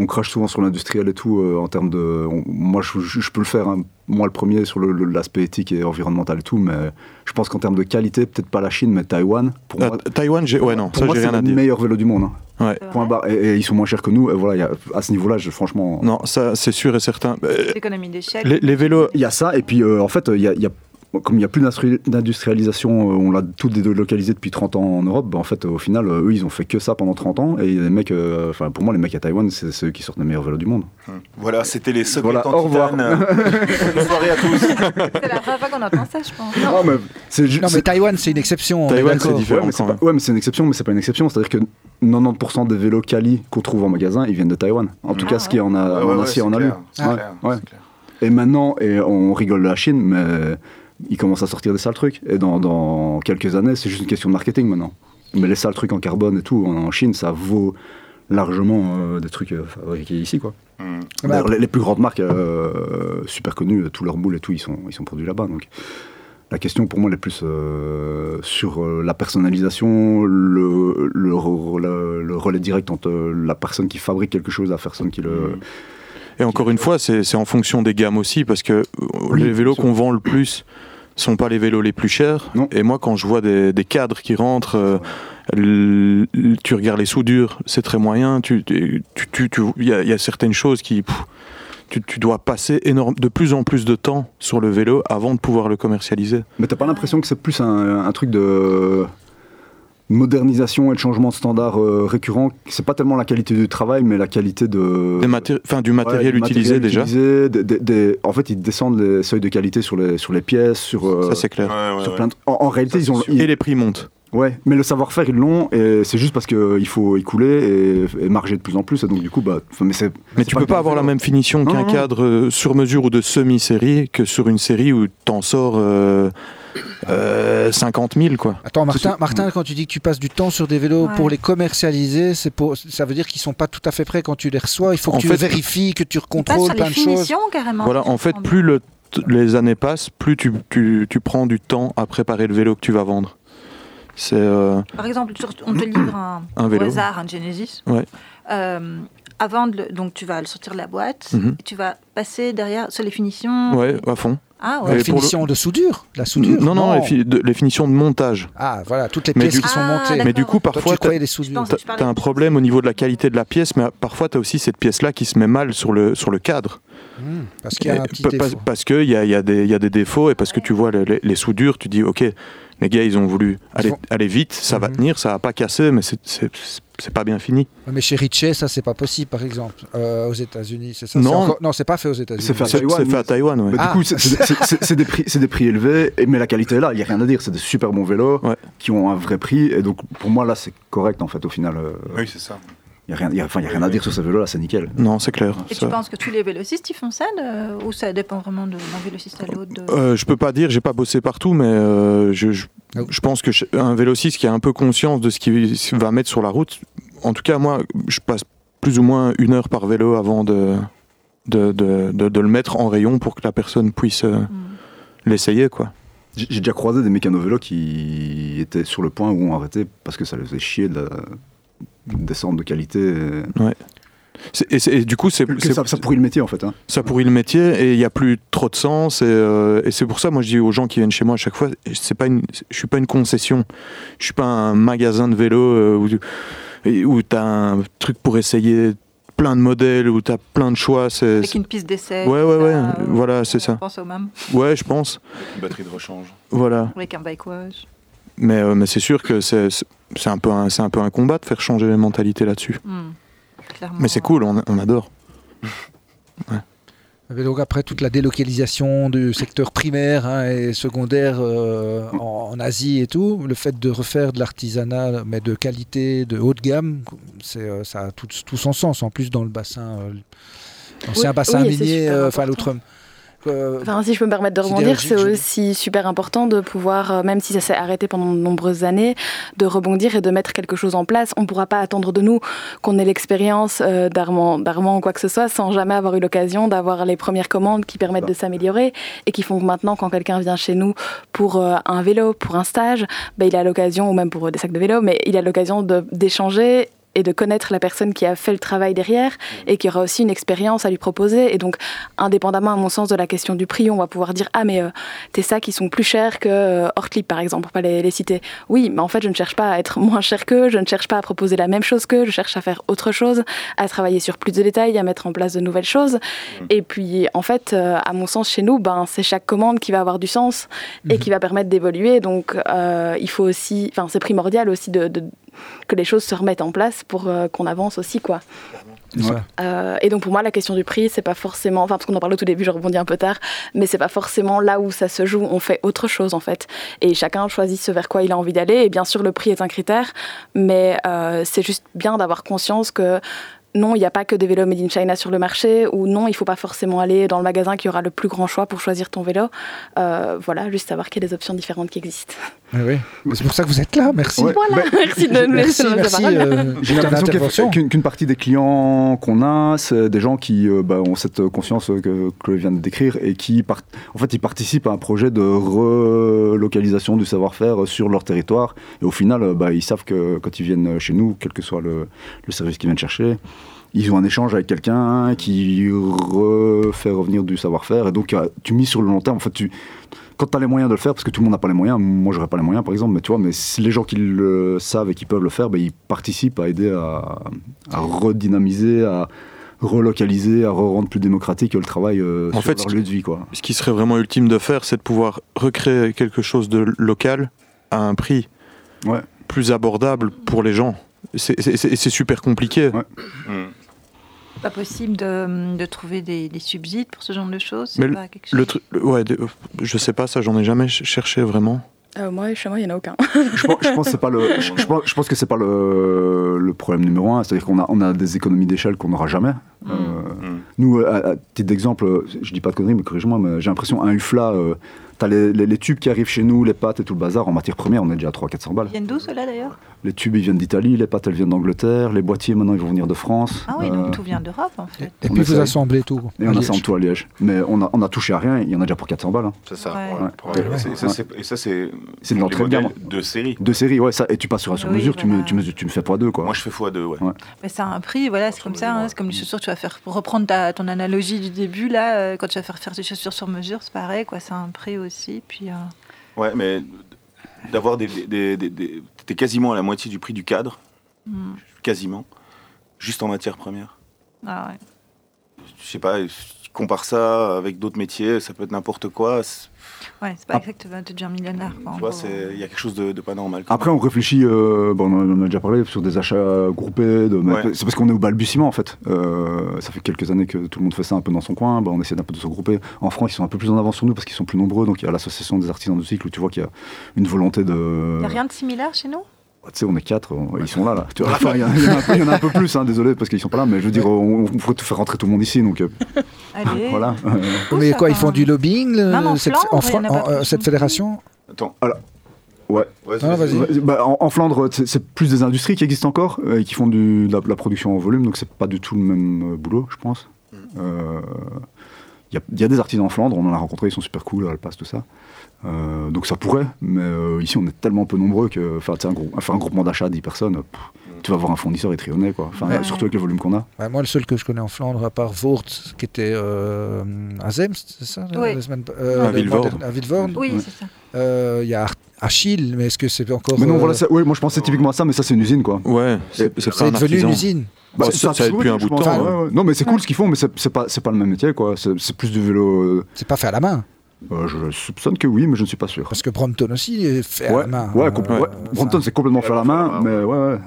C: on crache souvent sur l'industriel et tout, euh, en termes de. on- moi, je, je- je peux le faire, hein, moi le premier, sur le- le- l'aspect éthique et environnemental et tout, mais je pense qu'en termes de qualité, peut-être pas la Chine, mais Taïwan, pour
E: Ah,
C: moi.
E: Taïwan, j'ai... ouais non,
C: pour
E: ça
C: moi,
E: j'ai
C: c'est
E: rien à
C: le
E: dire.
C: meilleur vélo du monde. hein.
E: Ouais.
D: Ouais.
C: Point barre. Et, et ils sont moins chers que nous. Et voilà, il y a- à ce niveau-là, je- franchement.
E: Non, ça c'est sûr et certain. Euh,
D: L'économie d'échelle.
E: les, les vélos,
C: Il y a ça, et puis euh, en fait, il y a, il y a- comme il n'y a plus d'instru- d'industrialisation, euh, on l'a tout délocalisé depuis 30 ans en Europe, bah, en fait, euh, au final, euh, eux, ils ont fait que ça pendant 30 ans, et les mecs, euh, enfin, pour moi, les mecs à Taïwan, c'est ceux qui sortent les meilleurs vélos du monde.
F: Voilà, c'était les sockets
C: Voilà,
F: en
C: au revoir.
F: titane. Bonne soirée à tous.
D: C'est la première fois qu'on entend ça, je pense.
C: Non, Ah, mais c'est ju-
B: Non, mais
C: c'est-
B: Taïwan, c'est une exception. on est
E: Taïwan,
B: d'accord.
E: c'est
C: Ouais,
E: différent
C: mais c'est
E: quand
C: pas-
E: même.
C: ouais, mais c'est une exception, mais c'est pas une exception. C'est-à-dire que 90% des vélos Cali qu'on trouve en magasin, ils viennent de Taïwan. En tout
D: Ah,
C: cas, ce qui est en, a-
F: Ouais,
C: en
F: ouais, ouais, c'est
C: acier, en alu.
F: clair, c'est
C: Ouais,
F: clair,
C: ouais.
F: c'est clair.
C: Et maintenant, et on rigole de la Chine, mais ils commencent à sortir des sales trucs. Et dans, dans quelques années, c'est juste une question de marketing maintenant. Mais les sales trucs en carbone et tout, en, en Chine, ça vaut largement euh, des trucs euh, fabriqués ici, quoi.
F: Hum.
B: Bah,
C: D'ailleurs, les, les plus grandes marques euh, super connues, euh, tous leurs moules et tout, ils sont, ils sont produits là-bas. Donc, la question pour moi, elle est plus euh, sur euh, la personnalisation, le, le, re- le- le relais direct entre euh, la personne qui fabrique quelque chose et la personne qui le.
E: Et encore une fois, c'est, c'est en fonction des gammes aussi, parce que euh, les vélos qu'on vend le plus sont pas les vélos les plus chers.
C: Non.
E: Et moi, quand je vois des, des cadres qui rentrent, euh, l- l- tu regardes les soudures, c'est très moyen. Tu, tu, tu- tu- tu- il y, a- il y a certaines choses qui, pff, tu, tu dois passer énorme, de plus en plus de temps sur le vélo avant de pouvoir le commercialiser.
B: Euh,
C: Mais t'as pas l'impression que c'est plus un, un truc de modernisation et de changement de standard euh, récurrent C'est pas tellement la qualité du travail, mais la qualité de.
E: Des maté- enfin, du matériel
C: Ouais, du matériel
E: utilisé déjà.
C: utilisé, des- des- des- En fait, ils descendent les seuils de qualité sur les, sur les pièces, sur. euh,
E: Ça c'est clair.
F: Ouais, ouais,
C: sur
F: ouais.
C: plein de- en, en réalité,
F: Ça,
C: ils ont.
F: c'est
E: Et
C: ils-
E: les prix montent.
C: Ouais, mais le savoir-faire, ils l'ont, et c'est juste parce qu'il faut écouler et, et marger de plus en plus, et donc du coup, bah. enfin, Mais c'est. c'est
E: Mais tu peux
C: bien
E: pas avoir
C: fait,
E: la
C: ouais.
E: même finition
C: Non,
E: qu'un
C: non, non.
E: cadre euh, sur mesure ou de semi-série que sur une série où t'en sors euh, euh, 50 000 quoi.
B: Attends, Martin,
C: C'est-
B: Martin, quand tu dis que tu passes du temps sur des vélos
D: Ouais.
B: pour les commercialiser, c'est pour, ça veut dire qu'ils sont pas tout à fait prêts quand tu les reçois. Il faut que
E: En
B: tu
E: fait-
B: vérifies, que tu
D: On passe
B: contrôles
D: sur les
B: plein de choses.
D: finitions, carrément.
E: Voilà, en fait, plus le t- les années passent, plus tu, tu, tu prends du temps à préparer le vélo que tu vas vendre. C'est euh,
D: Par exemple, sur- on te livre un,
E: un
D: au
E: vélo.
D: hasard, un Genesis.
E: Ouais.
D: Euh, avant de le- donc tu vas le sortir de la boîte,
E: Mhm.
D: et tu vas passer derrière sur les finitions.
E: Ouais, à fond.
D: Ah
E: Et
B: La
D: ouais.
E: pour
B: finition de soudure La soudure
E: non, non, Les, fi- de- les finitions de montage.
B: Ah, voilà, toutes les
E: Mais
B: pièces
E: du-
B: qui sont
D: Ah,
B: montées.
D: d'accord.
E: Mais du coup,
B: Toi,
E: parfois,
B: tu
E: t'as
B: croyais les soudures.
D: pense-
E: t'as- t'as un problème au niveau de la qualité de la pièce, mais parfois, tu as aussi cette pièce-là qui se met mal sur le, sur le cadre.
B: Hmm, parce qu'il y a
E: Et
B: un petit
E: pa- pa-
B: défaut.
E: Parce qu'il y a, il y, a des- il y a des défauts et parce que tu vois les, les- les soudures, tu dis, OK, les gars, ils ont voulu aller,
B: vont-
E: aller vite, ça va
B: Mhm.
E: tenir, ça va pas casser, mais c'est- c'est c'est pas bien fini.
B: Mais chez Ritchie, ça, c'est pas possible, par exemple, euh, aux États-Unis. C'est ça
E: Non.
B: c'est encore- non c'est pas fait aux États-Unis.
C: C'est fait à
E: C'est
C: Taïwan,
E: c'est fait à Taïwan, ouais.
C: Mais
B: Ah.
C: Du coup, c'est- c'est c'est- c'est- c'est des, prix- c'est des prix élevés, et- mais la qualité est là, il n'y a rien à dire. C'est des super bons vélos
E: Ouais.
C: qui ont un vrai prix, et donc pour moi, là, c'est correct en fait, au final. euh,
F: Oui, c'est ça.
C: Il n'y a, rien- il y a- enfin, il y a rien à dire sur ces vélos-là, c'est nickel.
E: Non, c'est clair.
D: Et
E: ça.
D: tu penses que tous les vélocistes ils font ça de- ou ça dépend vraiment de- d'un vélociste à l'autre de-
E: Euh, je peux pas dire, j'ai pas bossé partout, mais euh, je, je, je pense que je- un vélociste qui a un peu conscience de ce qu'il va mettre sur la route, en tout cas moi, je passe plus ou moins une heure par vélo avant de de, de, de- de le mettre en rayon pour que la personne puisse euh,
D: Mhm.
E: l'essayer quoi.
C: J'ai j'ai déjà croisé des mécanos vélos qui étaient sur le point où on arrêtait parce que ça les faisait chier de la- de descendre de qualité.
E: C'est- Et, c'est- et du coup c'est
C: Que
E: c'est-
C: Ça, ça pourrit le métier en fait. hein.
E: ça pourrit le métier et il y a plus trop de sens et, euh, et c'est pour ça moi je dis aux gens qui viennent chez moi à chaque fois c'est pas une je suis pas une concession je suis pas un magasin de vélo euh, où, et- où t'as un truc pour essayer plein de modèles où t'as plein de choix c'est
D: Avec une piste d'essai.
E: ouais ouais
D: tout ça,
E: ouais
D: euh,
E: voilà c'est
D: On
E: ça
D: pense au même
E: ouais je pense
F: Une batterie de rechange.
E: voilà
D: avec un bike wash.
E: mais euh, mais c'est sûr que c'est c'est- c'est un peu un c'est un peu un combat de faire changer les mentalités là-dessus
D: Mhm. Clairement,
E: mais c'est cool on, on adore
B: Mais donc après toute la délocalisation du secteur primaire hein, et secondaire euh, en, en Asie et tout, le fait de refaire de l'artisanat mais de qualité, de haut de gamme, c'est, euh, ça a tout, tout son sens. En plus dans le bassin, euh, l'ancien
A: Oui,
B: bassin
A: oui, et c'est
B: minier,
A: super
B: euh, enfin
A: important.
B: l'outre. euh,
A: Enfin, si je peux me permettre de
B: C'est
A: rebondir,
B: idéologique,
A: c'est
B: je-
A: aussi super important de pouvoir, euh, même si ça s'est arrêté pendant de nombreuses années, de rebondir et de mettre quelque chose en place. On ne pourra pas attendre de nous qu'on ait l'expérience euh, d'Armand, d'Armand ou quoi que ce soit sans jamais avoir eu l'occasion d'avoir les premières commandes qui permettent
B: Bah.
A: de s'améliorer et qui font que maintenant, quand quelqu'un vient chez nous pour euh, un vélo, pour un stage, ben, il a l'occasion, ou même pour euh, des sacs de vélo, mais il a l'occasion de- d'échanger et de connaître la personne qui a fait le travail derrière
B: Mmh.
A: et qui aura aussi une expérience à lui proposer. Et donc, indépendamment, à mon sens, de la question du prix, on va pouvoir dire Ah, mais euh, tes sacs, ils sont plus chers que euh, Ortlieb, par exemple, pour pas les, les citer. Oui, mais en fait, je ne cherche pas à être moins cher qu'eux, je ne cherche pas à proposer la même chose qu'eux, je cherche à faire autre chose, à travailler sur plus de détails, à mettre en place de nouvelles choses. Et puis, en fait, euh, à mon sens, chez nous, ben, c'est chaque commande qui va avoir du sens et
B: Mhm.
A: qui va permettre d'évoluer. Donc, euh, il faut aussi, enfin, c'est primordial aussi de. de- que les choses se remettent en place pour euh, qu'on avance aussi quoi.
B: c'est ça.
A: Euh, et donc pour moi, la question du prix, c'est pas forcément, enfin parce qu'on en parle au tout début, je rebondis un peu tard, mais c'est pas forcément là où ça se joue. On fait autre chose en fait, et chacun choisit ce vers quoi il a envie d'aller. Et bien sûr, le prix est un critère, mais euh, c'est juste bien d'avoir conscience que non, il n'y a pas que des vélos made in China sur le marché, ou non, il faut pas forcément aller dans le magasin qui aura le plus grand choix pour choisir ton vélo. Euh, voilà, juste savoir qu'il y a des options différentes qui existent.
B: Oui, oui. Mais C'est pour ça que vous êtes là. Merci.
C: Ouais.
A: Voilà,
C: Ben,
A: merci de nous
B: Merci,
A: laisser la
B: merci.
A: parole.
B: euh,
C: J'ai
B: pour ton
C: l'impression
B: intervention.
C: qu'il- qu'une qu'une partie des clients qu'on a, c'est des gens qui euh, bah, ont cette conscience euh, que Chloé vient de décrire et qui, part- en fait, ils participent à un projet de relocalisation du savoir-faire sur leur territoire. Et au final, euh, bah, ils savent que quand ils viennent chez nous, quel que soit le, le service qu'ils viennent chercher, ils ont un échange avec quelqu'un qui refait revenir du savoir-faire. Et donc, euh, tu mises sur le long terme. En fait, tu, quand tu as les moyens de le faire, parce que tout le monde n'a pas les moyens, moi j'aurais pas les moyens par exemple, mais tu vois, mais si les gens qui le savent et qui peuvent le faire, ben, ils participent à aider à, à redynamiser, à relocaliser, à rendre plus démocratique le travail euh,
E: En
C: sur
E: fait,
C: leur
E: ce
C: lieu de vie. Quoi.
E: ce qui serait vraiment ultime de faire c'est de pouvoir recréer quelque chose de local à un prix
C: Ouais.
E: plus abordable pour les gens c'est c'est- c'est- c'est super compliqué
D: pas possible de, de trouver des, des subsides pour ce genre de choses.
E: Mais
D: c'est pas quelque chose.
E: Le truc, le- ouais, de- je sais pas, ça j'en ai jamais ch- cherché vraiment.
A: Euh, moi, chez moi, il n'y en a aucun.
C: Je pense, je pense que c'est pas le, je, je pense, je pense que c'est pas le, le problème numéro un, c'est-à-dire qu'on a, on a des économies d'échelle qu'on n'aura jamais.
D: Mm.
C: Euh,
F: Mm.
C: Nous, à, à titre d'exemple, je dis pas de conneries, mais corrige-moi, mais j'ai l'impression, un UFLA, euh, t'as les, les- les tubes qui arrivent chez nous, les pâtes et tout le bazar, en matière première, on est déjà à 300-400 balles.
D: Ils viennent d'où ceux-là d'ailleurs
C: Les tubes, ils viennent d'Italie, les pâtes, elles viennent d'Angleterre, les boîtiers, maintenant, ils vont venir de France.
D: Ah oui,
C: Euh,
D: donc tout vient d'Europe en fait.
B: Et
C: On
B: puis
C: essaye.
B: vous assemblez tout.
C: Et on
F: Ah,
B: Allez.
C: assemble tout à Liège. Mais on a, on a touché à rien, il y en a déjà pour 400 balles. hein.
E: C'est ça.
D: Ouais.
E: ouais,
C: Ouais.
E: probablement.
F: Et ça, c'est- Et ça, c'est.
C: C'est de
F: les
C: l'entrée de gamme.
F: modèles De série.
C: Deux séries, ouais, ça. Et tu passes sur la sur-mesure,
D: Ah Oui,
C: tu, me,
D: voilà.
C: tu, me, tu me fais x2, quoi.
F: Moi, je fais x2, ouais.
D: Mais ça a un prix, voilà, c'est comme ça. hein, c'est comme les chaussures, tu vas faire. Pour reprendre ta, ton analogie du début, là, euh, quand tu vas faire faire des chaussures sur mesure, c'est pareil, quoi. Ça a un prix aussi. Puis, euh,
F: Ouais, mais d'avoir des. des, des- des- des- T'es quasiment à la moitié du prix du cadre,
D: hmm,
F: quasiment, juste en matière première.
D: ah ouais.
F: Je sais pas, si tu compares ça avec d'autres métiers, ça peut être n'importe quoi. c'est-
D: Ouais, c'est pas
B: Ah.
D: euh, exactement. Tu deviens millionnaire, quoi. en
F: Tu vois,
D: gros.
F: c'est- il y a quelque chose de, de pas normal.
C: Après, on réfléchit, euh, bon, on en a déjà parlé, sur des achats groupés. de-
F: Ouais.
C: C'est parce qu'on est au balbutiement, en fait. Euh, ça fait quelques années que tout le monde fait ça un peu dans son coin. Bah, on essaie d'un peu de se regrouper. En France, ils sont un peu plus en avance sur nous parce qu'ils sont plus nombreux. Donc, il y a l'association des artisans de cycle où tu vois qu'il y a une volonté de. Oh,
D: Il n'y a hein. rien de similaire chez nous
C: Tu sais, on est quatre, on- ils sont là, là. Tu vois, enfin, il y, en a- il y en a un peu- il y en a un peu plus, hein, désolé, parce qu'ils sont pas là. Mais je veux dire, on, on faut tout faire rentrer tout le monde ici. Donc, euh,
D: Allez.
C: voilà.
B: Ah, Mais
D: ça
B: quoi, ils
D: va.
B: font du lobbying le-
D: Même en
B: cette,
D: Flandre,
B: en
D: il y en a pas
B: en- euh,
D: plus
B: cette
D: non
B: fédération
F: Attends,
C: Ouais.
F: ouais,
B: Non, vas-y.
C: Bah, en, en Flandre, c'est c'est plus des industries qui existent encore euh, et qui font du, de la, de la production en volume, donc c'est pas du tout le même euh, boulot, je pense.
G: Mm.
C: Euh, Il y, a- il y a des artisans en Flandre, on en a rencontré, ils sont super cool, à Alpas, tout ça. Euh, donc ça pourrait, mais euh, ici on est tellement peu nombreux que faire un, grou- faire un groupement d'achat de 10 personnes, pff,
G: Mm.
C: tu vas avoir un fournisseur et trionner, quoi. Enfin,
D: Ouais.
C: Surtout avec le volume qu'on a.
B: Ouais, Bah, moi, le seul que je connais en Flandre, à part Voort, qui était euh, à Zemst, c'est ça
D: Oui.
B: la semaine- euh,
G: À
B: le mois
G: Vilvoorde.
B: dernier- à Vilvoorde.
D: Oui,
C: Ouais.
D: c'est ça.
B: Euh, Il y a Ar- Achille, mais est-ce que c'est encore.
C: Mais non,
B: euh,
C: voilà, ça- ouais, moi je pensais typiquement à ça, mais ça c'est une usine, quoi.
G: Ouais, c'est
C: Et
G: c'est pas
B: C'est
G: un
B: devenu
G: artisan.
B: une usine.
G: Bah, ça-
C: c'est
G: ça va être plus un hein.
C: absolu,
G: bout de
C: je pense.
G: temps,
C: Ouais,
G: ouais.
C: ouais. Non, mais c'est cool ce qu'ils font, mais c'est c'est pas, c'est pas le même métier, quoi. C'est c'est plus du vélo. euh,
B: C'est pas fait à la main.
C: Euh, je soupçonne que oui, mais je ne suis pas sûr.
B: Parce que Brompton aussi est fait à la
C: Ouais,
B: main.
C: ouais,
B: Euh,
C: compl- ouais.
B: enfin,
C: Brompton, c'est complètement fait à la main, mais ouais, ouais.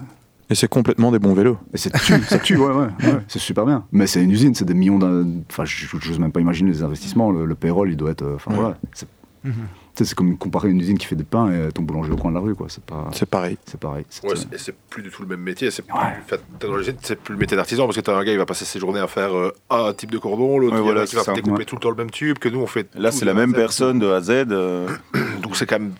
G: Et c'est complètement des bons vélos.
C: Et ça tue, ça tue, ouais, ouais, ouais. C'est super bien. Mais c'est une usine, c'est des millions d'un. Enfin, je n'ose même pas imaginer les investissements. Le, le payroll, il doit être. euh, Enfin,
G: Ouais.
C: voilà. C'est tu sais, c'est comme comparer une usine qui fait des pains et ton boulanger au coin de la rue, quoi. C'est pas.
G: C'est pareil.
C: C'est pareil. C'est-
E: Ouais, c'est- et c'est plus du tout le même métier. C'est enfin, t'as dans les usines, c'est plus le métier d'artisan parce que t'as un gars, il va passer ses journées à faire euh, un type de cordon, l'autre
F: Ouais,
E: il y en a
F: voilà,
E: qui
F: c'est
E: va
F: ça.
E: découper
C: Ouais.
E: tout le temps le même tube que nous on fait.
F: Là,
E: tout
F: c'est
E: de
F: la
E: A à
F: même
E: Z.
F: personne de A à Z. euh,
E: Donc c'est quand même.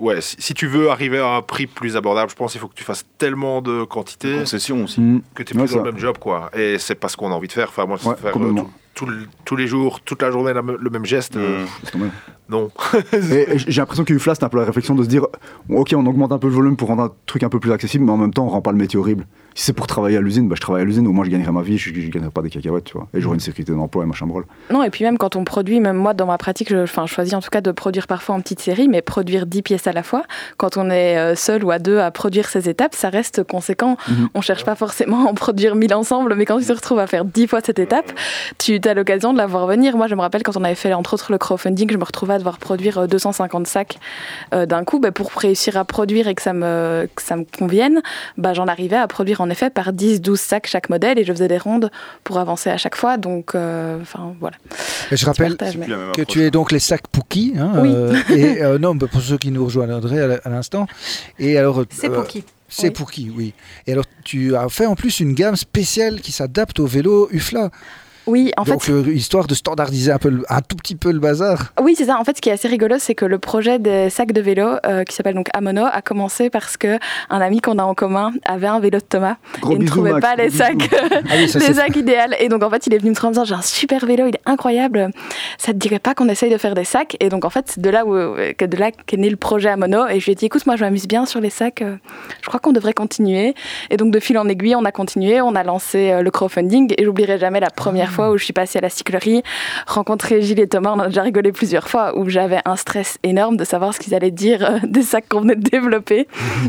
E: Ouais, si, si tu veux arriver à un prix plus abordable, je pense qu'il faut que tu fasses tellement de quantité
F: concession aussi.
C: Mm.
E: que tu es
C: Ouais,
E: plus dans
C: ça.
E: le même job, quoi. Et c'est pas ce qu'on a envie de faire. Enfin, moi, c'est
C: Ouais,
E: faire euh,
C: complètement.
E: tout- tout le- tous les jours, toute la journée, la me- le même geste. euh,
F: Euh,
C: Laisse tomber.
E: non.
C: Et et j'ai l'impression qu'il y a eu Flash, c'est un peu la réflexion de se dire ok, on augmente un peu le volume pour rendre un truc un peu plus accessible, mais en même temps, on rend pas le métier horrible. Si c'est pour travailler à l'usine, bah, je travaille à l'usine, au moins je gagnerai ma vie, je, je gagnerai pas des cacahuètes, tu vois. Et j'aurai une sécurité d'emploi et machin brol.
A: Non, et puis même quand on produit, même moi dans ma pratique, je, enfin, je choisis en tout cas de produire parfois en petite série, mais produire 10 pièces à la fois, quand on est euh, seul ou à deux à produire ces étapes, ça reste conséquent.
C: Mhm.
A: On cherche pas forcément à en produire 1000 ensemble, mais quand tu te retrouves à faire 10 fois cette étape, tu as l'occasion de la voir venir. Moi, je me rappelle quand on avait fait entre autres le crowdfunding, je me retrouvais à devoir produire euh, 250 sacs euh, d'un coup. Ben, pour réussir à produire et que ça me, que ça me convienne, ben, j'en arrivais à produire en effet par 10-12 sacs chaque modèle et je faisais des rondes pour avancer à chaque fois. Donc, euh, enfin, voilà.
B: Et je rappelle
A: Partage, mais-
F: la même
B: que
F: approche.
B: tu es donc les sacs Pookie. hein,
A: Oui.
B: euh, et euh, non, bah, pour ceux qui nous rejoindraient à la- à l'instant. Et alors,
D: C'est
B: euh,
D: pour qui
B: C'est
D: Oui.
B: pour qui, oui. Et alors, tu as fait en plus une gamme spéciale qui s'adapte au vélo UFLA.
A: Oui, en
B: Donc,
A: fait,
B: euh, histoire de standardiser un, peu le- un tout petit peu le bazar.
A: oui, c'est ça. En fait, ce qui est assez rigolo, c'est que le projet des sacs de vélo, euh, qui s'appelle donc Amono, a commencé parce que un ami qu'on a en commun avait un vélo de Thomas
C: Gros
A: et ne
C: bisous,
A: trouvait
C: Max,
A: pas
C: gros
A: les
C: bisous.
A: sacs,
B: Ah oui, ça
A: les
B: c'est
A: sacs idéal. Et donc, en fait, il est venu me trouver en me disant j'ai un super vélo, il est incroyable. Ça te dirait pas qu'on essaye de faire des sacs Et donc, en fait, c'est de là où euh, que de là qu'est né le projet Amono. Et je lui ai dit écoute, moi, je m'amuse bien sur les sacs. euh, Je crois qu'on devrait continuer. Et donc, de fil en aiguille, on a continué, on a lancé euh, le crowdfunding. Et j'oublierai jamais la première fois où je suis passée à la cyclerie rencontrer Gilles et Thomas, on en a déjà rigolé plusieurs fois, où j'avais un stress énorme de savoir ce qu'ils allaient dire euh, des sacs qu'on venait de développer.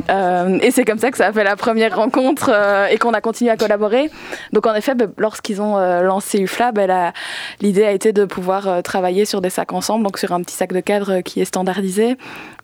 A: Euh, et c'est comme ça que ça a fait la première rencontre euh, et qu'on a continué à collaborer. Donc en effet, ben, lorsqu'ils ont euh, lancé UFLA, ben, la- l'idée a été de pouvoir euh, travailler sur des sacs ensemble, donc sur un petit sac de cadre euh, qui est standardisé,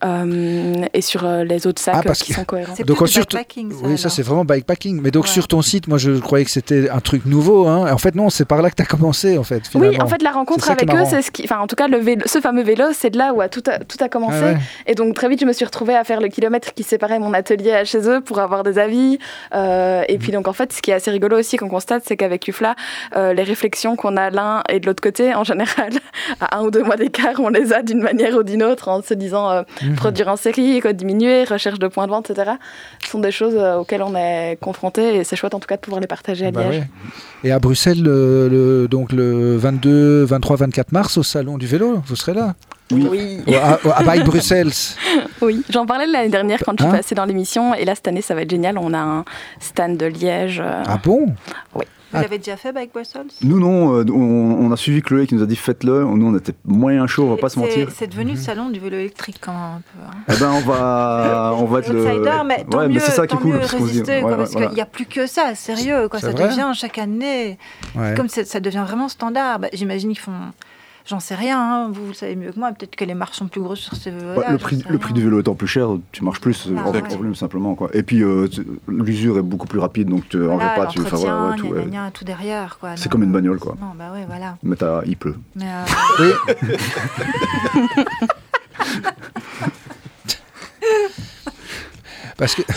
A: euh, et sur euh, les autres sacs
B: Ah, parce
A: euh, qui
B: que-
A: sont cohérents.
D: C'est
B: Donc,
D: plus du
B: surtout-
D: backpacking, ça,
B: Oui, ça
D: alors.
B: c'est vraiment bikepacking. Mais donc
D: Ouais.
B: sur ton site, moi je croyais que c'était un truc nouveau. hein. En fait, non, c'est par là que tu as commencé en fait. Finalement.
A: Oui, en fait, la rencontre
B: C'est ça qui est
A: avec eux,
B: marrant.
A: c'est ce qui, enfin, en tout cas, le vélo- ce fameux vélo, c'est de là où a- tout a, tout a commencé.
B: Ah ouais.
A: Et donc très vite, je me suis retrouvée à faire le kilomètre qui séparait mon atelier à chez eux pour avoir des avis. Euh,
B: Mmh.
A: et puis donc en fait, ce qui est assez rigolo aussi qu'on constate, c'est qu'avec UFLA, euh, les réflexions qu'on a l'un et de l'autre côté, en général, à un ou deux mois d'écart, on les a d'une manière ou d'une autre en se disant euh,
B: Mhm.
A: produire en série, code diminué, recherche de points de vente, etc. Ce sont des choses euh, auxquelles on est confronté et c'est chouette en tout cas de pouvoir les partager à
B: Bah
A: Liège.
B: ouais. Et à Bruxelles, le, le- donc le 22, 23, 24 mars, au salon du vélo, vous serez là
A: Oui,
B: Ou À, ou à Bike Bruxelles.
A: oui. J'en parlais l'année dernière quand je
B: Hein
A: suis passée dans l'émission et là cette année, ça va être génial. On a un stand de Liège. euh,
B: Ah bon ah.
D: Vous l'avez déjà fait, Bike Brussels
C: Nous, non, euh, on, on a suivi Chloé qui nous a dit faites-le. Nous, on était moyen chaud, on va pas se
D: C'est-
C: mentir.
D: C'est devenu
C: Mhm.
D: le salon du vélo électrique, quand même, un peu. hein.
C: Eh ben, on va, on va être le.
D: Outsider, mais tant
C: ouais,
D: mieux,
C: mais c'est ça qui
D: tant
C: est cool.
D: mieux
C: parce qu'on se dit-
D: résister, quoi,
C: ouais,
D: parce
C: ouais, voilà.
D: qu'il n'y a plus que ça, sérieux, quoi,
B: C'est
D: ça
B: vrai
D: devient chaque année,
B: Ouais.
D: comme c'est- ça devient vraiment standard, bah, j'imagine qu'ils font, j'en sais rien, hein, vous, vous le savez mieux que moi, peut-être que les marches sont plus grosses sur ces vélos
C: Ouais, Bah, le, prix, le prix du vélo étant plus cher, tu marches plus
D: Ah,
C: en
D: ouais.
C: volume simplement. Quoi. Et puis euh, tu- l'usure est beaucoup plus rapide, donc tu en veux pas, tu enfin, voilà, ouais, tout, ouais.
D: tout derrière, quoi.
C: C'est
D: non,
C: comme une bagnole, quoi.
D: Non, bah ouais, voilà.
C: Mais t'as- il pleut.
D: Mais, euh,
B: Oui. Parce que.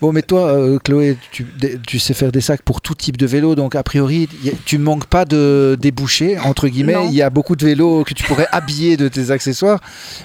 B: Bon, mais toi, euh, Chloé, tu, dé- tu sais faire des sacs pour tout type de vélo, donc a priori, y a- tu manques pas de débouchés, entre guillemets.
A: Non.
B: Il y a beaucoup de vélos que tu pourrais habiller de tes accessoires.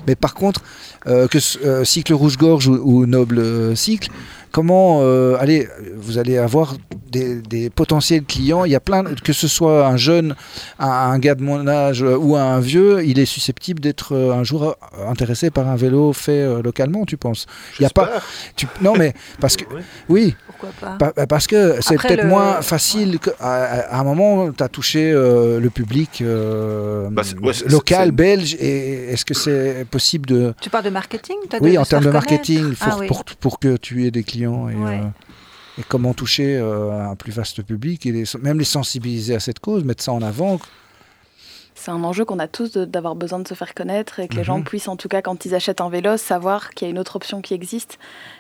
B: Mais par contre, euh, que ce- euh, cycle rouge-gorge ou, ou noble euh, cycle, comment. euh, allez, vous allez avoir des, des potentiels clients. Il y a plein, de- que ce soit un jeune un, un gars de mon âge euh, ou un vieux, il est susceptible d'être euh, un jour euh, intéressé par un vélo fait euh, localement, tu penses Il y a pas. Tu, non, mais parce que oui,
D: pourquoi pas
B: pa- pa- parce que c'est
D: Après,
B: peut-être
D: le-
B: moins facile. que- à, à- à un moment, tu as touché euh, le public euh,
E: Bah, c'est- ouais, c'est-
B: local
E: c'est-
B: belge. Et est-ce que c'est possible de
D: Tu parles de marketing toi,
B: oui,
D: se
B: en termes de
D: faire
B: marketing,
D: connaître Ah
B: pour,
D: oui.
B: pour, pour que tu aies des clients et,
D: Ouais.
B: euh, et comment toucher euh, un plus vaste public et les- même les sensibiliser à cette cause, mettre ça en avant,
E: Mm.
A: C'est un enjeu qu'on a tous de- d'avoir besoin de se faire connaître et que les
C: Mhm.
A: gens puissent, en tout cas, quand ils achètent un vélo, savoir qu'il y a une autre option qui existe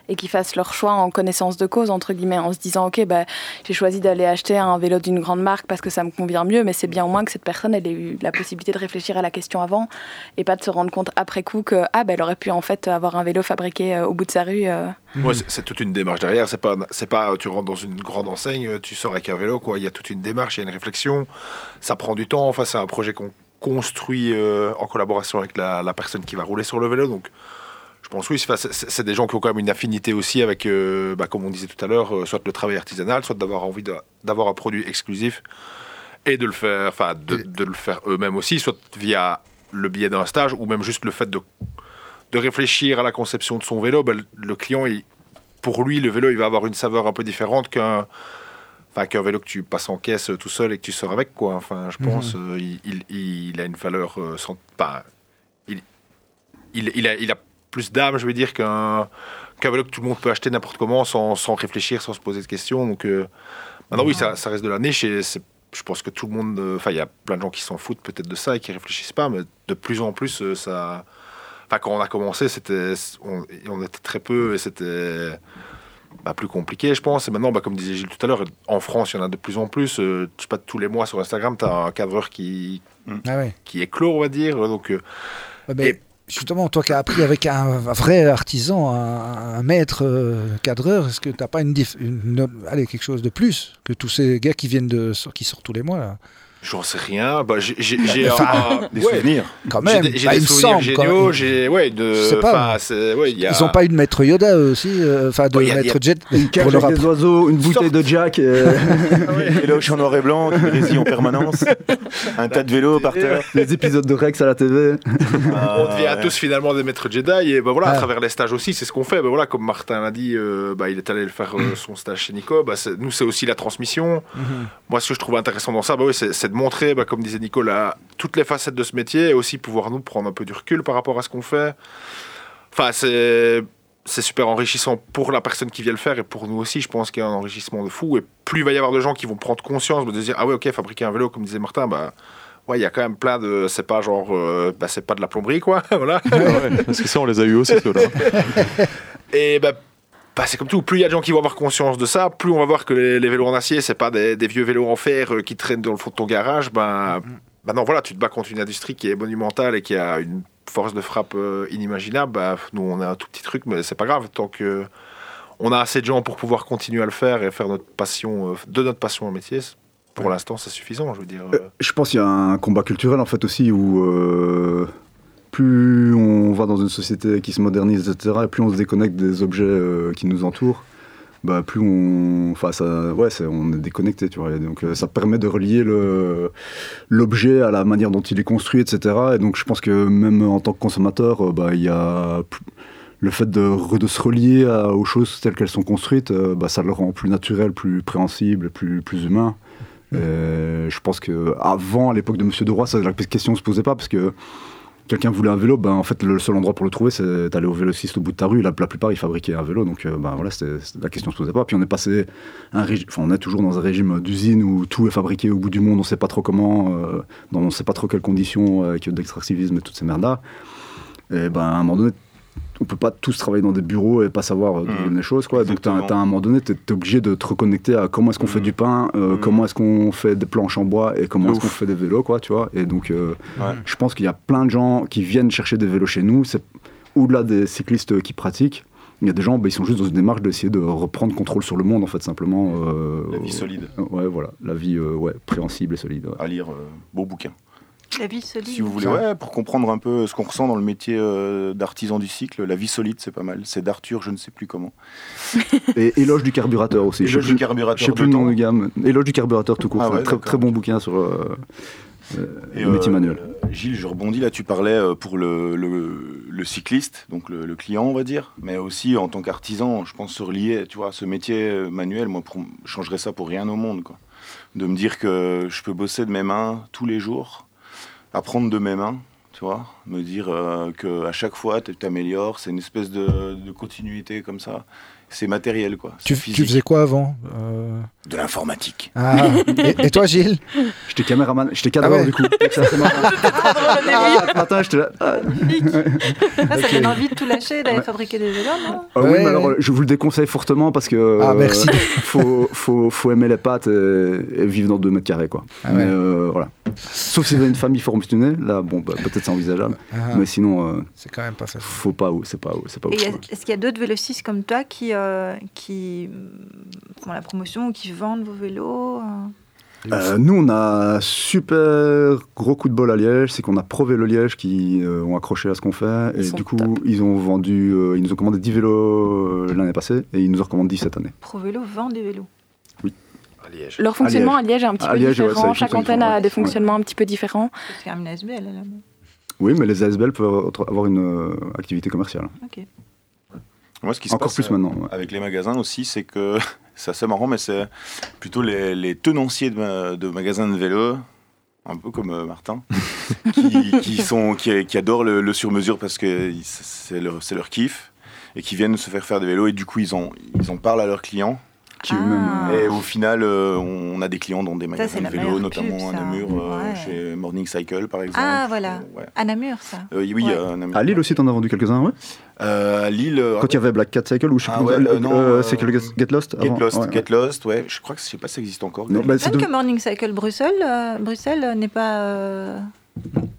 A: et qu'ils fassent leur choix en connaissance de cause, entre guillemets, en se disant Ok, bah, j'ai choisi d'aller acheter un vélo d'une grande marque parce que ça me convient mieux, mais c'est bien au moins que cette personne elle ait eu la possibilité de réfléchir à la question avant et pas de se rendre compte après coup que Ah, bah, elle aurait pu en fait avoir un vélo fabriqué euh, au bout de sa rue. euh.
E: Ouais, c'est- c'est toute une démarche derrière. C'est pas, c'est pas, euh, tu rentres dans une grande enseigne, euh, tu sors avec un vélo, quoi. Il y a toute une démarche, il y a une réflexion. Ça prend du temps. Enfin, c'est un projet qu'on construit euh, en collaboration avec la, la personne qui va rouler sur le vélo. Donc, je pense oui. c'est- C'est c'est des gens qui ont quand même une affinité aussi avec, euh, bah, comme on disait tout à l'heure, euh, soit le travail artisanal, soit d'avoir envie de- d'avoir un produit exclusif et de le faire, enfin, de, de le faire eux-mêmes aussi, soit via le biais d'un stage ou même juste le fait de de réfléchir à la conception de son vélo, ben, le- le client, il- pour lui, le vélo, il va avoir une saveur un peu différente qu'un enfin, qu'un vélo que tu passes en caisse euh, tout seul et que tu sors avec. Quoi. Enfin, je pense euh, il, il- il a une valeur... euh, sans, pas- il, il, il a, il a plus d'âme, je veux dire, qu'un qu'un vélo que tout le monde peut acheter n'importe comment sans, sans réfléchir, sans se poser de questions. Donc, euh, maintenant, oui, ça, ça reste de la niche et c'est- je pense que tout le monde... euh, Enfin, il y a plein de gens qui s'en foutent peut-être de ça et qui réfléchissent pas, mais de plus en plus, euh, ça... Enfin, quand on a commencé, c'était, on, on était très peu et c'était bah, plus compliqué, je pense. Et maintenant, bah, comme disait Gilles tout à l'heure, en France, il y en a de plus en plus. Euh, je sais pas, tous les mois sur Instagram, tu as un cadreur qui,
B: Ah ouais.
E: qui éclore, on va dire. Donc, euh,
B: Ouais, mais
E: Et-
B: justement, toi qui as appris avec un, un vrai artisan, un, un maître euh, cadreur, est-ce que t'as pas une, dif- une- allez, quelque chose de plus que tous ces gars qui viennent de qui sortent tous les mois là
E: j'en sais rien. Bah, j'ai, j'ai- j'ai un-
F: Des
E: ouais,
F: souvenirs.
B: Quand
E: j'ai
B: même,
E: des, j'ai
B: bah,
E: des
B: il me
E: souvenirs
B: semble, quand
E: géniaux.
B: même.
E: J'ai, ouais, de,
B: Je sais pas,
E: enfin,
B: moi.
E: c'est- ouais, il y a-
B: Ils ont pas eu de maître Yoda eux aussi, euh, enfin de
E: Ouais, y a- y
B: maître
E: a-
B: Jet
C: Une
B: pour
C: cage
B: leur
C: avec des
B: apprendre.
C: oiseaux, une bouteille de Jack. euh, et-
F: Des loches en noir et blanc qui grésillent en permanence. Un tas de vélos par terre.
C: les épisodes de Rex à la TV.
E: on
F: Ah,
E: devient tous finalement des maîtres Jedi et bah voilà
B: Ah.
E: à travers les stages aussi c'est ce qu'on fait bah voilà comme Martin l'a dit euh, bah, il est allé le faire euh, son stage chez Nico bah, c'est- nous c'est aussi la transmission moi ce que je trouve intéressant dans ça bah, oui, c'est c'est de montrer bah, comme disait Nico la- toutes les facettes de ce métier et aussi pouvoir nous prendre un peu du recul par rapport à ce qu'on fait enfin c'est c'est super enrichissant pour la personne qui vient le faire et pour nous aussi. Je pense qu'il y a un enrichissement de fou. Et plus il va y avoir de gens qui vont prendre conscience, de se dire Ah ouais, ok, fabriquer un vélo, comme disait Martin, bah, ouais, il y a quand même plein de. C'est pas genre. euh, bah, c'est pas de la plomberie, quoi. voilà.
G: Ah ouais, parce que ça, on les a eu aussi, ceux-là.
E: Et bah, bah, c'est comme tout. Plus il y a de gens qui vont avoir conscience de ça, plus on va voir que les, les vélos en acier, c'est pas des, des vieux vélos en fer euh, qui traînent dans le fond de ton garage. Ben, bah non, voilà, tu te bats contre une industrie qui est monumentale et qui a une force de frappe euh, inimaginable. Bah, nous, on a un tout petit truc, mais c'est pas grave. Tant que on a assez de gens pour pouvoir continuer à le faire et faire notre passion, euh, de notre passion un métier, c'est- pour l'instant, c'est suffisant. Je veux dire.
C: Euh, Je pense qu'il y a un combat culturel en fait aussi où euh, plus on va dans une société qui se modernise, etc., et plus on se déconnecte des objets euh, qui nous entourent, bah, plus on, enfin ça, ouais, c'est- on est déconnecté, tu vois. Et donc euh, ça permet de relier le- l'objet à la manière dont il est construit, etc. Et donc je pense que même en tant que consommateur, euh, bah, il y a p- le fait de, re- de se relier à- aux choses telles qu'elles sont construites, euh, bah, ça le rend plus naturel, plus préhensible, plus, plus humain. Euh, je pense que avant, à l'époque de Monsieur Deroy, ça, la question se posait pas parce que quelqu'un voulait un vélo, ben en fait le seul endroit pour le trouver, c'est d'aller au vélociste au bout de ta rue. La, la plupart, ils fabriquaient un vélo, donc euh, ben voilà, c'était- c'était- la question se posait pas. Puis on est passé, un régi- enfin on est toujours dans un régime d'usine où tout est fabriqué au bout du monde, on sait pas trop comment, euh, dans on sait pas trop quelles conditions, euh, avec d'extractivisme et toutes ces merdes là. Et ben à un moment donné. On peut pas tous travailler dans des bureaux et pas savoir euh, d'où
F: Mhm.
C: viennent les choses, quoi. Donc, t'as,
F: Exactement.
C: t'as à un moment donné, t'es, t'es obligé de te reconnecter à comment est-ce qu'on fait
F: Mhm.
C: du pain, euh,
F: Mhm.
C: comment est-ce qu'on fait des planches en bois et comment
F: De
C: est-ce qu'on
F: ouf.
C: fait des vélos, quoi, tu vois. Et donc, euh,
F: Ouais.
C: je pense qu'il y a plein de gens qui viennent chercher des vélos chez nous. C'est au-delà des cyclistes qui pratiquent. Il y a des gens, bah, ils sont juste dans une démarche d'essayer de reprendre contrôle sur le monde, en fait, simplement. euh,
F: La vie solide.
C: euh, Ouais, voilà, la vie, euh, ouais, préhensible et solide. ouais.
F: À lire, euh, beau bouquin.
D: La vie solide.
F: Si vous voulez, ouais, pour comprendre un peu ce qu'on ressent dans le métier euh, d'artisan du cycle, La vie solide, c'est pas mal. C'est d'Arthur, je ne sais plus comment.
C: Et éloge du carburateur aussi.
F: Éloge
C: je sais
F: du
C: plus, je sais
F: carburateur
C: plus
F: de
C: le nom
F: temps.
C: de gamme. Éloge du carburateur tout court.
F: Ah
C: c'est
F: ouais,
C: un très,
F: d'accord.
C: très bon bouquin sur euh,
F: Et,
C: le métier
F: euh,
C: manuel.
F: Gilles, je rebondis là, tu parlais euh, pour le, le- le cycliste, donc le, le client, on va dire, mais aussi en tant qu'artisan, je pense se relier, tu vois, à ce métier euh, manuel, moi, pour, je changerais ça pour rien au monde, quoi. De me dire que je peux bosser de mes mains tous les jours, apprendre de mes mains, tu vois, me dire euh, que à chaque fois, tu t'améliores, c'est une espèce de, de continuité comme ça. C'est matériel, quoi.
B: Tu, tu
F: C'est physique.
B: faisais quoi avant Euh,
F: de l'informatique.
B: ah, et, et toi, Gilles
C: J'étais caméraman, j'étais cadreur
B: ouais.
C: du coup. Ça, c'est marrant. Ah, ce matin, j'étais là. ah,
D: Ah, ça
C: Ok.
D: donne envie de tout lâcher, d'aller fabriquer des vélos, non
C: Ah oui,
B: Ouais.
C: mais alors je vous le déconseille fortement parce que euh,
B: Ah, merci.
C: faut, faut, faut aimer les pâtes et, et vivre dans deux mètres carrés quoi.
B: Ah ouais.
C: Mais, euh, voilà. Sauf si vous avez une famille fortunée, là bon bah, peut-être c'est envisageable.
B: Ah,
C: Mais sinon euh,
B: C'est quand même pas facile.
C: faut pas ou c'est pas ou c'est pas
D: Et
C: ouf,
D: y a-
C: quoi.
D: est-ce qu'il y a d'autres vélocistes comme toi qui, euh, qui euh, font la promotion ou qui vendent vos vélos euh
C: Euh, nous on a un super gros coup de bol à Liège, c'est qu'on a Pro Vélo Liège qui euh, ont accroché à ce qu'on fait
A: Ils
C: et
A: sont
C: du coup
A: top.
C: ils ont vendu euh, ils nous ont commandé 10 vélos euh, l'année passée et ils nous en recommandent 10 cette année.
D: Pro Vélo vend des vélos.
E: à Liège.
A: Leur fonctionnement à Liège est un petit
C: À
A: peu
C: Liège, ouais, ça,
A: différent.
C: ils
A: Chaque
C: fonctionnent
A: antenne
C: différemment,
A: a des
C: ouais.
A: fonctionnements un petit peu différents.
D: C'est quand même une SBL là.
C: Oui, mais les ASBL peuvent avoir une euh, activité commerciale.
F: Moi, ce qui se
C: Encore
F: passe,
C: plus
F: euh,
C: maintenant. ouais.
F: avec les magasins aussi, c'est que c'est assez marrant, mais c'est plutôt les, les tenanciers de, ma- de magasins de vélo, un peu comme euh, Martin, qui, qui sont, qui, qui adorent le, le sur-mesure parce que ils- c'est leur, c'est leur kiff et qui viennent se faire faire des vélos et du coup ils en, ils en parlent à leurs clients.
C: Qui eux-mêmes,
D: Ah.
F: Et au final, euh, on a des clients dans des magasins
D: c'est la
F: de vélo,
D: meilleure
F: notamment
D: pub,
F: à
D: ça.
F: Namur, euh,
D: Ouais.
F: chez Morning Cycle par exemple.
D: Ah, voilà.
F: Ouais.
D: À Namur, ça.
F: Euh, oui,
D: Ouais.
F: euh, Namur.
C: À Lille aussi, t'en as vendu quelques-uns, ouais
F: Euh, à Lille. euh,
C: Quand il y avait Black Cat Cycle ou je sais
F: Ah
C: plus.
F: ouais,
C: le-
F: euh, non,
C: euh,
F: euh,
C: c'est que le Get- Get Lost
F: Get
C: avant,
F: Lost,
C: ouais.
F: Get Lost, ouais. Je crois que je sais pas si ça existe encore.
C: Non,
F: Get
C: bah, c'est
D: Même
C: de-
D: que Morning Cycle Bruxelles, euh, Bruxelles euh, n'est pas. euh,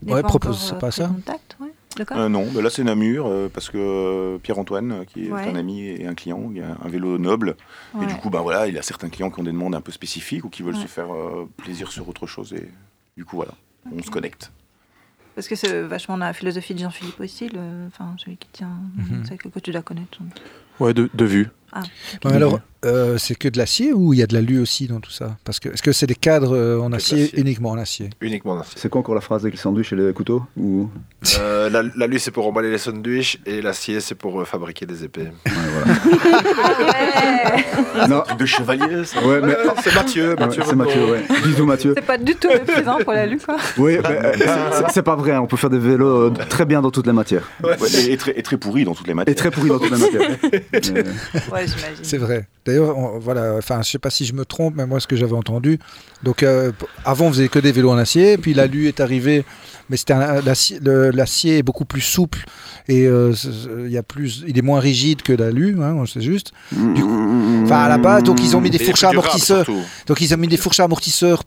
D: n'est
B: Ouais,
D: pas
B: propose,
D: encore,
B: c'est
D: euh,
B: pas
D: pris
B: ça
D: Contact, ouais. De quoi
F: Euh, non, bah là c'est Namur, euh, parce que euh, Pierre-Antoine, euh, qui est
D: Ouais.
F: un ami et un client, il a un vélo noble. Et du
D: Ouais.
F: coup, ben voilà, il y a certains clients qui ont des demandes un peu spécifiques ou qui veulent
D: Ouais.
F: se faire euh, plaisir sur autre chose. Et du coup, voilà, on se connecte.
D: Parce que c'est vachement dans la philosophie de Jean-Philippe aussi, le- enfin celui qui tient
B: Mhm.
D: Morning Cycle que tu dois connaître.
G: Ouais, de, de vue.
B: Ouais, alors, euh, c'est que de l'acier ou il y a de l'alu aussi dans tout ça Parce que est-ce que c'est des cadres euh, en
E: de
B: acier,
E: l'acier.
B: uniquement en acier
E: Uniquement dans
C: C'est quoi encore la phrase avec les sandwichs et les couteaux ou...
E: Euh, la, la lue, c'est pour emballer les sandwichs et l'acier, c'est pour euh, fabriquer des épées.
B: Ah
C: Non,
F: Truc Ah, de chevalier, ça.
C: ouais, mais.
E: Euh, c'est Mathieu.
C: Ouais,
E: Mathieu
C: c'est Mathieu,
E: Vendron.
C: ouais. Bisous Mathieu.
D: C'est pas du tout le présent pour la lutte, quoi.
C: Oui, mais, euh, c'est- c'est pas vrai, on peut faire des vélos euh, très bien dans toutes les matières.
F: Ouais, et, et très, et très pourri dans toutes les matières.
C: Et très pourris dans toutes les matières. Mais- euh,
D: Ouais, j'imagine.
B: C'est vrai. D'ailleurs, D'ailleurs, on- voilà, enfin, je sais pas si je me trompe, mais moi, ce que j'avais entendu. Donc, euh, p- avant, on faisait que des vélos en acier, puis l'alu est arrivé, mais c'était un- l'acier le- l'acier est beaucoup plus souple et euh, c- c- il y a plus, il est moins rigide que l'alu, hein, c'est juste.
C: mm,
B: Enfin, à la base, donc ils ont mis des
E: Et
B: fourches
E: plus durable,
B: amortisseurs.
E: surtout.
B: Donc ils ont mis des fourches à amortisseurs.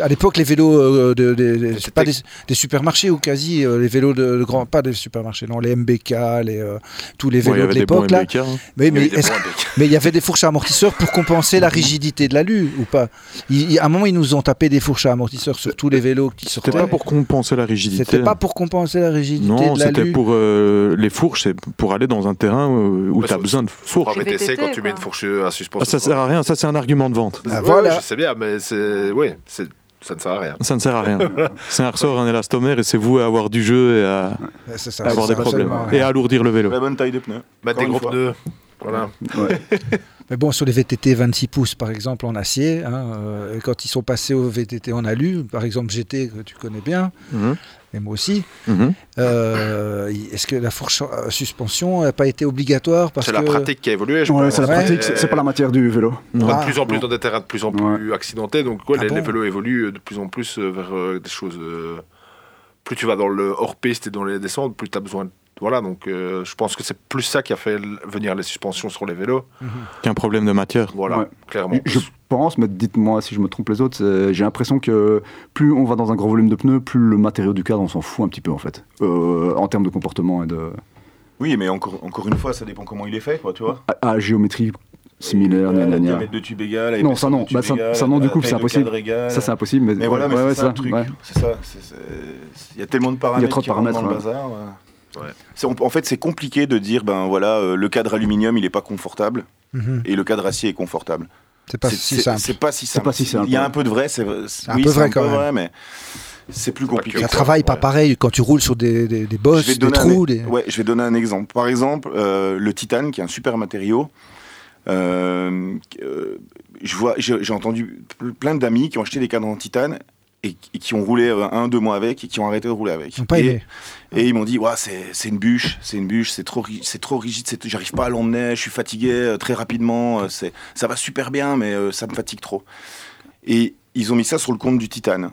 B: À l'époque, les vélos euh, de, de- de-
E: C'était-
B: pas des, des supermarchés ou quasi euh, les vélos de, de grand, pas des supermarchés, non, les MBK, les, euh, tous les
G: Bon, il y
B: vélos
G: avait
B: de
G: des bons
B: l'époque là.
G: MBK, hein.
B: Mais,
E: Il y
B: mais
E: avait des
B: est-ce-
E: bons Bec.
B: mais il y avait des fourches à amortisseurs pour compenser la rigidité de l'alu ou pas Il- il- À un moment, ils nous ont tapé des fourches à amortisseurs sur tous les vélos qui
G: C'était
B: sortaient.
G: pas pour compenser la rigidité. hein.
B: C'était pas pour compenser la rigidité
G: Non,
B: de l'alu.
G: c'était pour euh, les fourches, c'est pour aller dans un terrain euh, où
E: Bah,
G: tu as
E: ça-
G: besoin de
E: Pour
G: fourches.
E: un
D: Les
E: VTC, quand
D: VTT,
E: tu mets une
D: quoi.
E: fourche à suspension.
G: Ah, ça sert à rien, ça c'est un argument de vente.
E: Ouais,
B: Ah, voilà.
E: Je sais bien, mais c'est. Oui, c'est- ça ne sert à rien.
G: Ça ne sert à rien. c'est un ressort, un élastomère et c'est vous à avoir du jeu et à
B: Ça, ça,
G: avoir
B: ça,
G: des
B: ça,
G: problèmes
B: seulement,
G: et
B: ouais.
G: à alourdir le vélo.
F: La bonne taille de pneus. Encore
E: Mettre Bah, des
F: une
E: gros
F: fois.
E: pneus. Voilà.
F: Ouais.
B: Mais bon, sur les VTT 26 pouces, par exemple, en acier, hein, euh, et quand ils sont passés au VTT en alu, par exemple GT, que tu connais bien,
G: Mhm,
B: et moi aussi,
C: Mm-hmm.
G: mhm.
B: euh, y- est-ce que la fourche à suspension n'a pas été obligatoire parce
E: C'est la
B: que-
E: pratique qui a évolué. je
C: Ouais,
E: pense.
C: c'est la
B: Ouais.
C: pratique, c'est c'est pas la matière du vélo.
E: On va
B: Ah.
E: de plus en plus dans des terrains de plus en plus accidentés. Donc, ouais,
B: Ah
E: les,
B: bon
E: les vélos évoluent de plus en plus euh, vers euh, des choses. euh, plus tu vas dans le hors-piste et dans les descentes, plus tu as besoin. de- Voilà, donc euh, je pense que c'est plus ça qui a fait l- venir les suspensions sur les vélos.
B: Mhm.
G: Qu'un problème de matière.
E: Voilà,
C: Ouais.
E: clairement.
C: Je pense, mais dites-moi si je me trompe les autres, c'est- j'ai l'impression que plus on va dans un grand volume de pneus, plus le matériau du cadre, on s'en fout un petit peu en fait, Euh, en termes de comportement et de
F: Oui, mais encore, encore une fois, ça dépend comment il est fait, quoi, tu vois.
C: à, à géométrie similaire.
F: Euh,
C: gna,
F: le
C: gna, gna.
F: diamètre de tube égal, la
C: Non,
F: épaisseur
C: ça, non.
F: de tube
C: Bah, ça-
F: égale,
C: ça, non, du
F: la
C: coup, c'est
F: taille de
C: impossible.
F: cadre égale.
C: Ça c'est impossible, mais,
F: Mais voilà, mais
C: ouais, ouais,
F: c'est ça
C: ça,
F: le truc.
C: ouais.
F: C'est ça. c'est- c'est- Il y a tellement de paramètres.
C: trop de
F: qui rentrent
C: paramètres,
F: Dans le
C: ouais.
F: bazar. euh.
E: Ouais.
F: C'est- on- en fait, c'est compliqué de dire, ben voilà, euh, le cadre aluminium, il n'est pas confortable,
B: Mhm.
F: et le cadre acier est confortable.
B: C'est pas
F: C'est-
B: si
F: c'est-
B: simple.
F: C'est pas si simple.
C: pas si simple.
F: Il y a un peu de vrai, c'est
B: un peu vrai quand même.
F: mais c'est plus
E: C'est pas
F: compliqué.
E: que
B: Ça
E: ça,
B: travaille pas
E: ouais.
B: pareil quand tu roules sur des, des, des bosses,
F: Je vais
B: des
F: donner un- e-
B: trous. Des...
F: Ouais, je vais donner un exemple. Par exemple, euh, le titane, qui est un super matériau. euh, euh, je vois, j'ai j'ai entendu pl- plein d'amis qui ont acheté des cadres en titane et, qui- et qui ont roulé euh, un, deux mois avec et qui ont arrêté de rouler avec.
B: Ils n'ont pas
F: et,
B: aimé.
F: et ils m'ont dit, Ouah, c'est c'est une bûche, c'est une bûche, c'est trop, ri- c'est trop rigide, c'est- j'arrive pas à l'emmener, je suis fatigué euh, très rapidement, euh, c'est- ça va super bien, mais euh, ça me fatigue trop. Et ils ont mis ça sur le compte du titane.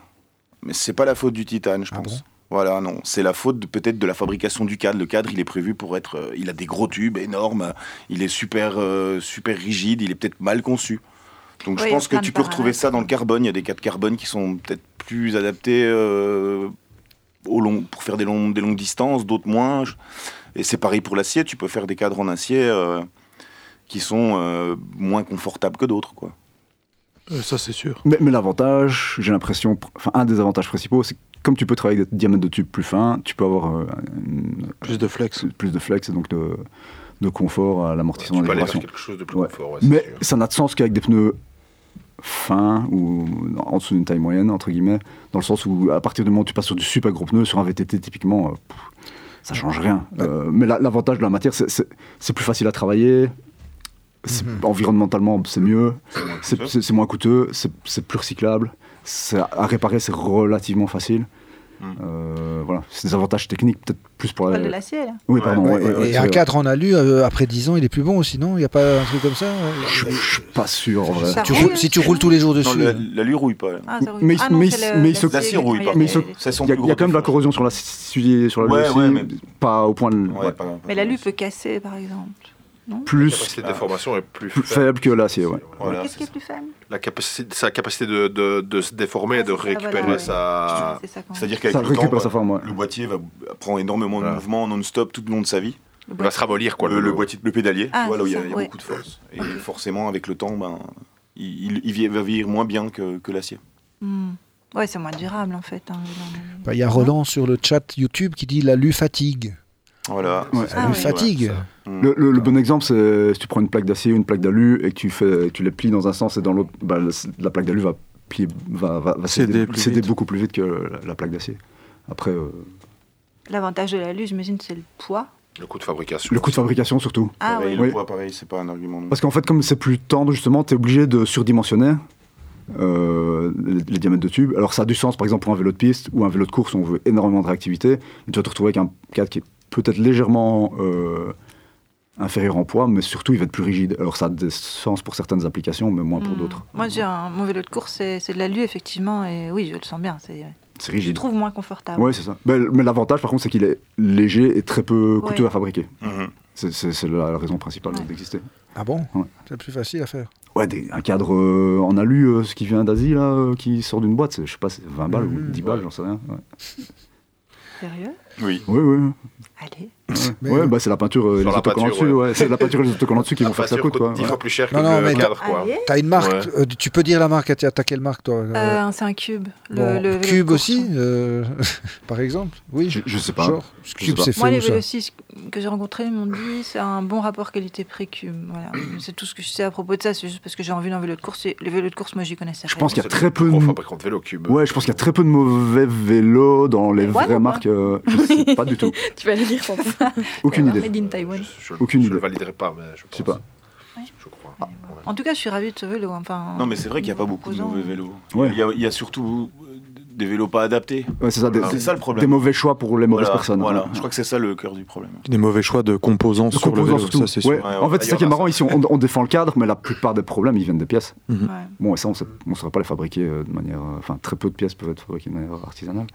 F: Mais c'est pas la faute du titane, je
B: Ah
F: pense.
B: bon
F: voilà, non, c'est la faute de- peut-être de la fabrication du cadre. Le cadre, il est prévu pour être, euh, il a des gros tubes énormes, il est super, euh, super rigide, il est peut-être mal conçu. Donc
D: Oui,
F: je pense que
D: plein de
F: tu peux retrouver
D: paramètres.
F: ça dans le carbone. Il y a des cadres carbone qui sont peut-être plus adaptés euh, au long, pour faire des, longs- des longues distances, d'autres moins. Je- Et c'est pareil pour l'acier. Tu peux faire des cadres en acier euh, qui sont euh, moins confortables que d'autres, quoi.
C: euh,
G: ça c'est sûr.
C: Mais, mais l'avantage, j'ai l'impression, pr- enfin un des avantages principaux, c'est que comme tu peux travailler avec des diamètres de tube plus fins, tu peux avoir euh, une-
G: Plus de flex.
C: plus de flex et donc de, de confort à
E: Ouais,
C: l'amortissement
E: tu peux
C: des
E: aller
C: vibrations.
E: vers quelque chose de plus
C: Ouais.
E: confort. ouais, c'est
C: Mais
E: sûr.
C: ça n'a de sens qu'avec des pneus fins ou en dessous d'une taille moyenne, entre guillemets, dans le sens où à partir du moment où tu passes sur du super gros pneu, sur un VTT typiquement, euh, pff, ça change rien. Euh, mais la- l'avantage de la matière, c'est- c'est c'est plus facile à travailler. c'est- Environnementalement, c'est mieux, c'est c'est- c'est moins coûteux, c'est c'est plus recyclable, c'est à à réparer, c'est relativement facile. Euh, voilà, c'est des avantages techniques, peut-être plus pour la.
D: Pas de l'acier, là.
C: Oui, pardon.
B: Ouais,
C: ouais, ouais,
B: et-
C: ouais,
B: et un
C: c'est-
B: cadre en alu, euh, après 10 ans, il est plus bon, sinon il n'y a pas un truc comme ça. ouais.
C: Je je suis pas sûr en vrai.
D: Ça
B: Tu
D: roule,
B: roules- si tu roules tous les jours dessus.
F: Non, la, la lui rouille pas. là.
D: Ah, ça roule.
C: Mais-
D: Ah non,
C: mais-
D: c'est le-
C: mais il se-
D: l'acier,
F: L'acier rouille
D: il y a
F: pas.
D: des-
C: Mais il se-
F: C'est son
C: Il y, a-
F: plus
C: il y
F: gros
C: a quand même de la
F: défaut.
C: corrosion sur la su- sur la
F: Ouais,
C: lessive,
F: ouais, mais-
C: pas au point de, ouais,
F: Ouais, pas-
D: Mais l'alu peut casser, par exemple.
E: La
C: plus ah,
E: capacité de déformation est plus,
C: plus faible que l'acier. Ouais.
F: Voilà,
D: Qu'est-ce qui
F: c'est
D: est plus faible
E: La capacité, sa capacité de, de- de se déformer et de
D: Ah, voilà,
E: récupérer
D: ouais.
C: Ah.
E: sa.
D: C'est ça quand
F: ça.
D: même.
F: C'est-à-dire
C: Ça
F: qu'avec le temps, bah,
C: récupère sa forme. ouais.
F: le boîtier va prend énormément de
E: Voilà.
F: mouvements non-stop tout le long de sa vie.
E: Il va se ramollir,
G: Euh,
E: quoi.
F: le, le boîtier, le pédalier,
D: Ah,
F: voilà,
D: c'est
F: où il y a,
D: ça,
F: il y a
D: ouais.
F: beaucoup de force. Et forcément, avec le temps, ben, il, il- il vi- va vieillir moins bien que, que l'acier.
D: Hmm. Ouais, c'est moins durable, en fait. hein,
B: Bah,
D: le-
B: Il y a Roland sur le chat YouTube qui dit l'alu fatigue.
F: Voilà.
C: Ouais.
D: Ah
B: l'alu
D: ouais.
B: fatigue.
C: Le, le- le bon exemple, c'est si tu prends une plaque d'acier ou une plaque d'alu et que tu, fais, tu les plies dans un sens et dans l'autre, bah, le- la plaque d'alu va, plier- va, va, va
G: Céder
C: céder,
G: plus
C: céder
G: vite.
C: beaucoup plus vite que la, la plaque d'acier. Après, euh,
D: L'avantage de l'alu, j'imagine, c'est le poids.
E: Le coût de fabrication.
C: le coût de fabrication surtout.
D: Ah
F: Pareil,
D: oui.
F: Le
C: Oui.
F: poids, pareil, c'est pas un argument. non.
C: Parce qu'en fait, comme c'est plus tendre, justement, tu es obligé de surdimensionner euh, les, les diamètres de tube. Alors, ça a du sens, par exemple, pour un vélo de piste ou un vélo de course où on veut énormément de réactivité. Mais tu vas te retrouver avec un cadre qui est peut-être légèrement euh, inférieur en poids, mais surtout il va être plus rigide. Alors ça a des sens pour certaines applications, mais moins pour
D: Hmm.
C: d'autres.
D: Moi, j'ai un, mon vélo de course, c'est c'est de l'alu, effectivement, et oui, je le sens bien. C'est,
C: C'est
D: je
C: rigide.
D: trouve moins confortable.
C: Oui, c'est ça. Mais, mais l'avantage, par contre, c'est qu'il est léger et très peu coûteux
D: Ouais.
C: à fabriquer. C'est- C'est c'est la, la raison principale
D: Ouais.
C: d'exister.
B: Ah bon
C: Ouais.
B: C'est plus facile à faire.
C: Ouais, des- un cadre euh, en alu, euh, ce qui vient d'Asie, là, euh, qui sort d'une boîte, c'est, je sais pas, c'est 20 balles
B: Mhm.
C: ou 10 balles, j'en sais rien. Ouais.
D: Sérieux
F: Oui.
C: Oui, oui.
D: Allez.
B: Mais-
C: Ouais, bah, c'est la peinture, euh,
E: Sur
C: les
E: la
C: autocollants
E: peinture,
C: dessus, ouais. c'est la peinture et les autocollants dessus qui vont faire
E: Enfin,
C: ça
E: Ah, sûr,
C: coûte, quoi.
E: coûte dix
C: Ouais.
E: fois plus cher que
B: Non, non, mais
E: le cadre, quoi.
D: Allez.
B: T'as une marque,
E: Ouais.
B: euh, tu peux dire la marque, t'as t'as quelle marque toi
D: Euh, c'est un cube. Le,
B: Bon,
D: le vélo de
B: Cube
D: course.
B: aussi, euh, par exemple Oui,
C: Je, je sais pas.
B: genre,
C: sais
B: Cube
C: pas.
B: c'est
D: Moi,
B: fait
D: les
B: où ça
D: vélocistes que j'ai rencontrés m'ont dit c'est un bon rapport qualité-prix cube. Voilà. c'est tout ce que je sais à propos de ça. C'est juste parce que j'ai envie d'un vélo de course. Et les vélos de course, moi, j'y connaissais
C: Je
D: rien.
C: pense qu'il y a
E: C'est
C: très
E: le
C: peu
E: gros
C: de-
E: fabricant de vélo cube.
C: Ouais, je pense qu'il y a très peu de mauvais vélos dans les
D: Ouais,
C: vraies
D: ouais.
C: marques. euh, je sais pas du tout.
A: Tu vas le lire sans
C: Aucune
D: Voilà.
C: idée.
D: Made in Taiwan.
E: Je, je-
C: Aucune
E: je le
C: idée.
E: validerai pas, mais je pense.
C: Je sais pas.
E: Je crois.
D: Ah.
E: Ouais.
D: En tout cas, je suis ravie de ce vélo. Enfin,
F: Non, mais c'est vrai qu'il n'y a pas beaucoup de
D: composants.
F: mauvais vélos.
C: Ouais.
F: Il, y a, il y a surtout euh, des vélos pas adaptés.
C: Ouais, c'est ça, des,
F: Ah, c'est ça le problème.
C: des mauvais choix pour les mauvaises
F: Voilà,
C: personnes. hein.
F: Voilà,
C: Ouais.
F: je crois que c'est ça le cœur du problème.
G: hein. Des mauvais choix de composants
C: Sur
G: sur le
C: composants
G: vélo,
C: surtout.
G: ça c'est sûr.
C: Ouais.
F: Ouais,
C: en
F: ouais,
C: fait, c'est ça qui est
E: d'ailleurs,
C: marrant ici. On, on défend le cadre, mais la plupart des problèmes, ils viennent des pièces.
D: Ouais.
C: Bon, et ça, on sait- on ne saurait pas les fabriquer euh, de manière. euh, Enfin, très peu de pièces peuvent être fabriquées de manière artisanale.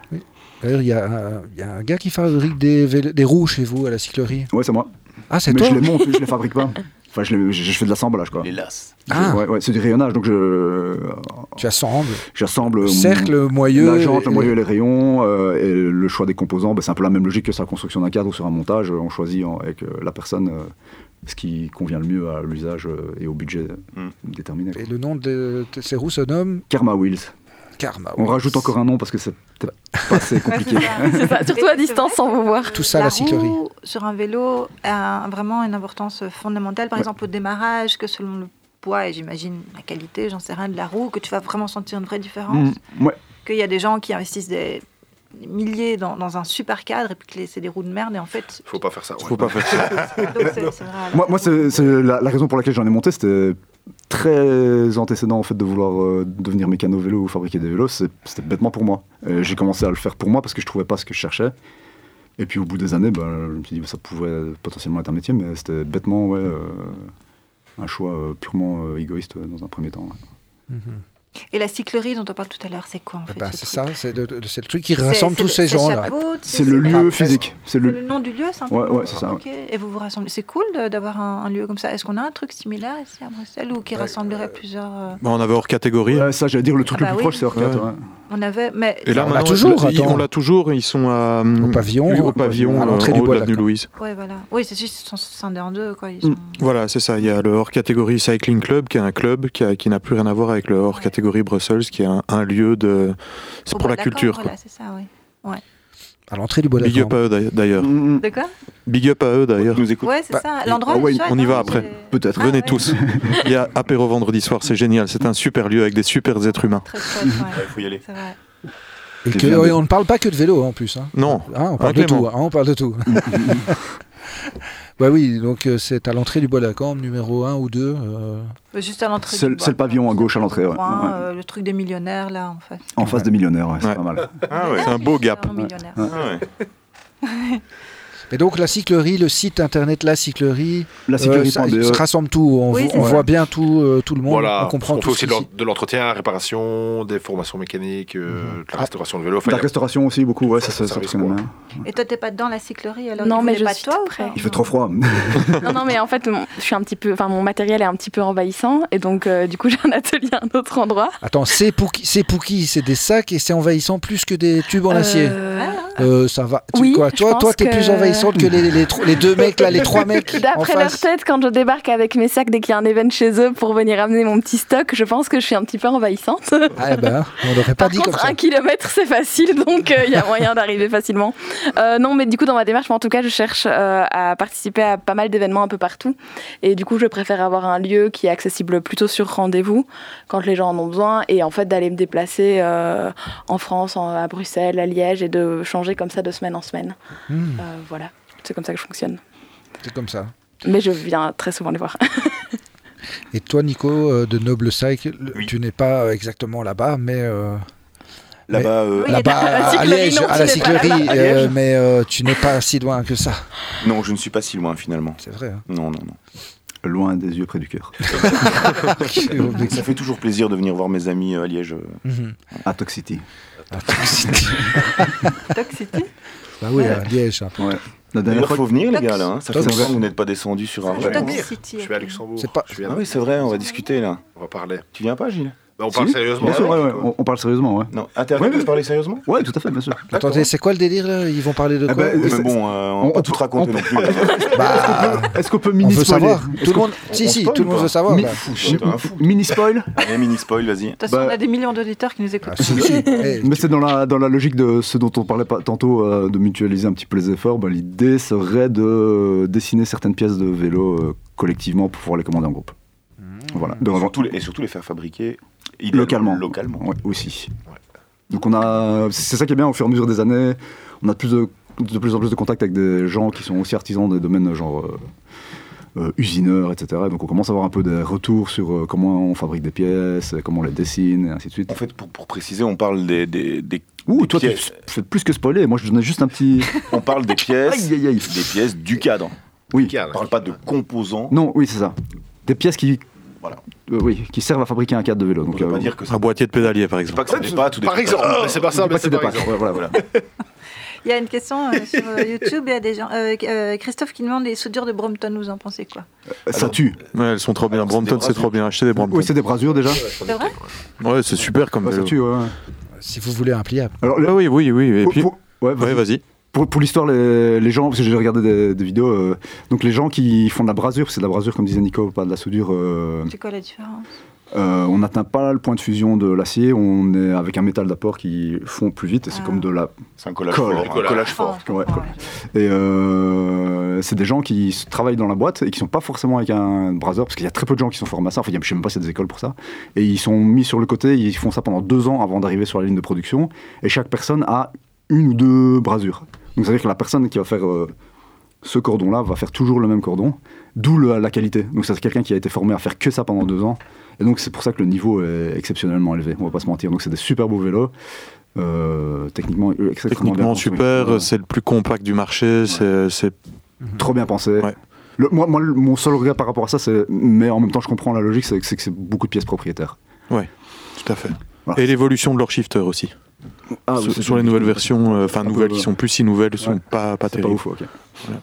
B: D'ailleurs, il y, a un- il y a un gars qui fabrique des, vélo- des roues chez vous à la cyclerie.
C: Ouais, c'est moi.
B: Ah, c'est
C: mais
B: toi
C: je les monte, je les fabrique pas. Enfin, je, les- je- je fais de l'assemblage, quoi.
F: Les lasses.
B: Ah,
C: Ouais, ouais, c'est du rayonnage, donc je. euh,
B: tu assembles.
C: J'assemble.
B: Le
C: Euh, mon-
B: cercle, moyeu.
C: La jante,
B: et-
C: le moyeu, les rayons, euh, et le choix des composants, ben, c'est un peu la même logique que sur la construction d'un cadre ou sur un montage. euh, On choisit en- avec euh, la personne euh, ce qui convient le mieux à l'usage euh, et au budget euh, déterminé.
B: Et le nom de de ces roues se nomme
C: Karma Wheels.
B: Karma.
C: On
B: oui.
C: rajoute encore un nom parce que c'est peut-être pas assez compliqué.
A: C'est ça, surtout à distance sans vous voir.
B: Tout ça, la, cyclerie.
D: roue sur un vélo a vraiment une importance fondamentale, par
C: Ouais.
D: exemple au démarrage, que selon le poids et j'imagine la qualité, j'en sais rien, de la roue, que tu vas vraiment sentir une vraie différence.
C: Mm, ouais.
D: Qu'il y a des gens qui investissent des des milliers dans, dans un super cadre et puis que les- c'est des roues de merde et en fait
E: Faut pas faire ça. ouais.
G: Faut pas faire ça.
D: donc c'est- c'est vrai,
C: Moi, moi, c'est c'est la, la raison pour laquelle j'en ai monté, c'était très antécédent en fait de vouloir euh, devenir mécano vélo ou fabriquer des vélos, c'est- c'était bêtement pour moi. Euh, J'ai commencé à le faire pour moi parce que je trouvais pas ce que je cherchais. Et puis au bout des années, ben, je me suis dit bah, ça pouvait potentiellement être un métier, mais c'était bêtement ouais, euh, un choix euh, purement euh, égoïste ouais, dans un premier temps. ouais.
D: et la cyclerie dont on parle tout à l'heure c'est quoi en fait
B: Bah,
D: ce
B: c'est ça,
D: truc
B: c'est le, le- c'est le truc qui
D: C'est-
B: rassemble
D: c'est
B: tous
D: le-
B: ces
D: c'est le
B: gens-là.
D: chapeau, tu sais,
C: C'est le
D: pas-
C: lieu
D: c'est-
C: physique. C'est
D: c'est
C: le...
D: le nom du lieu simplement
C: Ouais, ouais, c'est ça.
D: Ok. et vous vous rassemblez c'est cool de- d'avoir un, un lieu comme ça est-ce qu'on a un truc similaire ici à Bruxelles ou qui rassemblerait plusieurs euh,
G: Bah, on avait hors catégorie.
C: Ouais, ça, j'allais dire le truc
D: Ah
C: le
D: bah
C: plus
D: oui.
C: proche, c'est Orcat.
G: Ouais.
C: ouais.
D: On avait, mais
G: Et là,
B: On l'a
G: maintenant,
B: toujours,
G: ils-
B: attends.
G: on l'a toujours. Ils sont à,
B: Au
F: Mm.
B: pavillon,
G: au
B: hein,
G: pavillon,
B: à
G: euh,
B: l'entrée
G: en
B: du
G: haut de
B: bois,
G: l'avenue
B: là.
G: Louise.
D: ouais, voilà. Oui, c'est juste qu'ils sont scindés en deux, quoi.
C: Mm.
D: Ils sont-
G: Voilà, c'est ça. Il y a le hors catégorie Cycling Club, qui est un club qui, a- qui n'a plus rien à voir avec le hors
D: Ouais.
G: catégorie Brussels, qui est un, un lieu de. C'est
D: au
G: pour la
D: bas de Cambre,
G: culture, quoi.
D: Voilà, c'est ça, oui.
B: À l'entrée du bois
G: Big up
B: d'accord.
G: à eux d'ailleurs- d'ailleurs.
C: Mm, mm.
D: De quoi
G: Big up à eux d'ailleurs.
F: Nous écoute.
D: Ouais, c'est
B: Bah,
D: ça. L'endroit.
G: ah
D: est
G: ouais,
D: chouette,
G: on y va
D: hein,
G: après.
D: c'est-
C: Peut-être.
D: Ah
G: Venez
D: ouais.
G: tous. Il y a apéro vendredi soir, c'est génial. C'est un super lieu avec des super êtres humains.
D: Très chouette, ouais.
F: Il faut y aller.
D: C'est vrai.
B: Et
C: C'est
B: que-
C: bien.
B: et on ne parle pas que de vélo en plus. hein.
G: Non,
B: Hein, on, parle
G: Ah,
B: de tout,
G: Clément.
B: hein, on parle de tout. Ouais, oui, donc euh, c'est à l'entrée du bois d'accord, numéro 1 ou 2. euh,
D: Juste à l'entrée.
C: C'est
D: du
C: le-
D: bois,
C: c'est le pavillon à gauche à l'entrée, ouais.
D: Coin,
C: Ouais.
D: euh, le truc des millionnaires, là, en fait.
C: En face des millionnaires, ouais, c'est
G: Ah Ouais.
C: pas mal.
D: Ah,
G: c'est un beau gap.
D: Vraiment millionnaire.
F: Ah ouais.
B: Et donc la cyclerie, le site internet La Cyclerie,
C: La
B: euh,
C: sécurité E.
B: ça, il se rassemble tout, on,
D: Oui,
B: vo-
D: c'est
B: on
D: ça.
B: voit bien tout, euh, tout le monde,
E: Voilà,
B: on comprend
E: fait
B: tout. ce
E: aussi de
B: qui
E: l'en- de l'entretien, la réparation, des formations mécaniques, euh,
C: Mhm.
E: de la
B: Ah.
E: restauration de vélo. Enfin,
C: La
E: il y a-
C: restauration aussi, beaucoup, ouais, ça, ça, ça,
E: Service,
C: ça, ça,
E: quoi.
C: ça.
D: Et toi, t'es pas dedans la cyclerie, alors
A: Non,
D: il
A: mais
D: voulait
A: je
D: pas
A: suis
D: toi,
A: tout
D: ou
A: près.
D: pas
C: Il fait trop froid.
A: Non, non, mais en fait, mon- je suis un petit peu, enfin, mon matériel est un petit peu envahissant, et donc euh, du coup, j'ai un atelier à un autre endroit.
B: Attends, c'est pour qui C'est pour qui C'est des sacs et c'est envahissant plus que des tubes en acier.
A: Euh,
D: Ah,
B: Euh, ça va. Tu-
A: oui,
B: quoi,
A: je
B: toi,
A: pense
B: toi, t'es
A: que-
B: plus envahissante que les, les, tro- les deux mecs là, les trois mecs en
A: D'après leur
B: face.
A: tête, quand je débarque avec mes sacs dès qu'il y a un event chez eux pour venir amener mon petit stock, je pense que je suis un petit peu envahissante.
B: Ah eh ben, on n'aurait pas
A: Par
B: dit comme
A: contre,
B: ça.
A: un kilomètre, c'est facile, donc euh, il y a moyen d'arriver facilement. Euh, non, mais du coup, dans ma démarche, moi, en tout cas, je cherche euh, à participer à pas mal d'événements un peu partout. Et du coup, je préfère avoir un lieu qui est accessible plutôt sur rendez-vous, quand les gens en ont besoin, et en fait, d'aller me déplacer euh, en France, en- à Bruxelles, à Liège, et de changer comme ça de semaine en semaine.
B: Hmm,
A: Euh, voilà, c'est comme ça que je fonctionne.
B: c'est comme ça.
A: Mais je viens très souvent les voir.
B: Et toi, Nico, euh, de Noble Cycle,
F: Oui.
B: tu n'es pas euh, exactement là-bas, mais euh,
F: Là-bas, euh,
D: Oui.
B: Là-bas,
D: à la
B: à
A: cyclerie,
B: Liège, à
A: non, tu
B: la
A: n'es pas
B: cyclerie,
F: là-bas.
B: euh,
F: Liège.
B: mais euh, tu n'es pas si loin que ça.
F: non, je ne suis pas si loin finalement.
B: C'est vrai. hein.
F: Non, non, non.
C: Loin des yeux, près du cœur.
A: Ah,
D: Ah.
F: Ça fait toujours plaisir de venir voir mes amis euh, à Liège. euh.
B: Mhm.
C: À Toxity.
B: Ah,
D: hein, Toxicity.
B: Bah oui, à Liège. hein.
C: Ouais. La dernière
F: D'ailleurs,
C: fois,
F: faut venir, les
D: Tox.
F: gars, là. hein. Ça fait
B: Tox.
F: longtemps que vous n'êtes pas descendu sur
E: Je vais à
F: Arles.
E: Luxembourg.
D: City,
E: Je vais à
D: ok.
E: Luxembourg.
B: C'est pas-
E: Je vais à
F: Ah oui, c'est vrai, on va discuter, là.
E: On va parler.
F: Tu viens pas, Gilles
E: Bah, on parle
C: Si,
E: sérieusement.
C: Bien sûr,
E: avec,
C: ouais, ouais,
E: quoi.
C: On, on parle sérieusement, ouais.
F: Non. Ah, t'es arrêté
C: Oui, oui.
F: de parler sérieusement
C: Ouais, tout à fait, bien sûr.
B: Attendez, c'est quoi le délire là Ils vont parler de
E: Eh
C: Ah
B: quoi
E: ben,
C: bah,
F: Mais bon, euh, on va
C: on-
F: pas tout raconter non plus. là.
E: euh,
B: Bah,
C: Est-ce qu'on peut
B: on
C: mini
B: veut
C: spoiler
B: savoir. Tout le monde. Si, si, tout le monde veut savoir. bah. là.
C: Mini spoil
F: Allez, mini spoil, vas-y.
D: De toute façon,
C: Bah-
D: on a des millions d'auditeurs qui nous écoutent.
B: Ah, si, si. Eh,
C: Mais c'est dans la, dans la logique de ce dont on parlait pas tantôt, euh, de mutualiser un petit peu les efforts. Ben, L'idée serait de euh, dessiner certaines pièces de vélo euh, collectivement pour pouvoir les commander en groupe. Voilà. Donc, avant-
F: Surtout les- et surtout les faire fabriquer idéalement,
C: localement.
F: localement.
C: Ouais, aussi.
E: Ouais.
C: Donc on a, c'est ça qui est bien au fur et à mesure des années, on a de plus de, de plus en plus de contacts avec des gens qui sont aussi artisans des domaines genre euh, euh, usineurs, etc. Donc on commence à avoir un peu des retours sur euh, comment on fabrique des pièces, euh, comment on les dessine, et ainsi de suite.
F: En fait, pour, pour préciser, on parle des, des- des-
C: Ouh,
F: des
C: toi, tu
F: pièces.
C: fais plus que spoiler. Moi, je donnais juste un petit.
F: on parle des pièces,
C: Aïe, aïe, aïe.
F: des pièces du cadre.
C: Oui.
E: Cadre.
F: On parle pas de composants.
C: Non, oui, c'est ça. Des pièces qui,
F: Voilà.
C: euh, oui, qui servent à fabriquer un cadre de vélo.
F: On ne
C: Donc,
F: peut
C: euh,
F: pas dire ah, que ça.
G: Un boîtier de pédalier, par exemple.
F: Pas que ça n'est pas tout des
E: Par exemple, mais c'est pas ça,
C: on dit pas
E: mais
C: que
E: c'est
C: des
E: par
C: packs.
E: exemple.
C: Ouais, voilà, voilà.
D: Il y a une question euh, sur euh, YouTube, il y a des gens. euh, euh, Christophe qui demande les soudures de Brompton, vous en pensez quoi
C: Ça tue.
G: Ouais, elles sont trop bien.
F: Alors, c'est des
G: Brompton, Ah c'est
F: brasures.
G: trop bien. Achetez des Brompton.
C: Oui, c'est des brasures déjà.
D: C'est vrai
G: Ouais, c'est super comme
C: Ouais, ça
G: vélo.
C: tue. ouais, ouais.
B: Si vous voulez un pliable.
C: Alors, le-
G: Ah oui, oui, oui. Et
C: pour-
G: puis,
C: pour- ouais, vas-y.
G: ouais, vas-y.
C: Pour, pour l'histoire, les, les gens, parce que j'ai regardé des, des vidéos, euh, donc les gens qui font de la brasure, c'est de la brasure comme disait Nico, pas de la soudure, euh,
D: C'est quoi la différence
C: euh, on n'atteint pas le point de fusion de l'acier, on est avec un métal d'apport qui fond plus vite, et c'est
D: Ah.
C: comme de la...
F: C'est un collage
C: Colle.
G: hein.
F: fort.
E: Collage.
F: Un collage fort.
D: Enfin, je comprends,
C: ouais.
D: ouais.
C: Et euh, c'est des gens qui s- travaillent dans la boîte et qui sont pas forcément avec un braseur, parce qu'il y a très peu de gens qui sont formés à ça, enfin il y a- je sais même pas s'il y a des écoles pour ça, et ils sont mis sur le côté, ils font ça pendant deux ans avant d'arriver sur la ligne de production, et chaque personne a une ou deux brasures. Donc c'est-à-dire que la personne qui va faire euh, ce cordon-là va faire toujours le même cordon, d'où le- la qualité. Donc c'est quelqu'un qui a été formé à faire que ça pendant deux ans, et donc c'est pour ça que le niveau est exceptionnellement élevé, on va pas se mentir. Donc c'est des super beaux vélos. euh, techniquement, euh, extrêmement bien
G: Techniquement
C: construits.
G: super,
C: Voilà.
G: c'est le plus compact du marché, c'est- c'est
C: Trop bien pensé.
G: Ouais.
C: Le- moi, moi, le- mon seul regret par rapport à ça, c'est. Mais en même temps, je comprends la logique, c'est que c'est que c'est beaucoup de pièces propriétaires.
G: tout à fait.
C: Voilà.
G: Et l'évolution de leur shifter aussi.
C: Ah
G: sur, sur les nouvelles versions, euh, enfin
C: peu,
G: nouvelles
C: ouais.
G: qui sont plus si nouvelles, sont
C: Ouais.
G: pas, pas
C: C'est pas
G: terribles.
C: ouf, ok.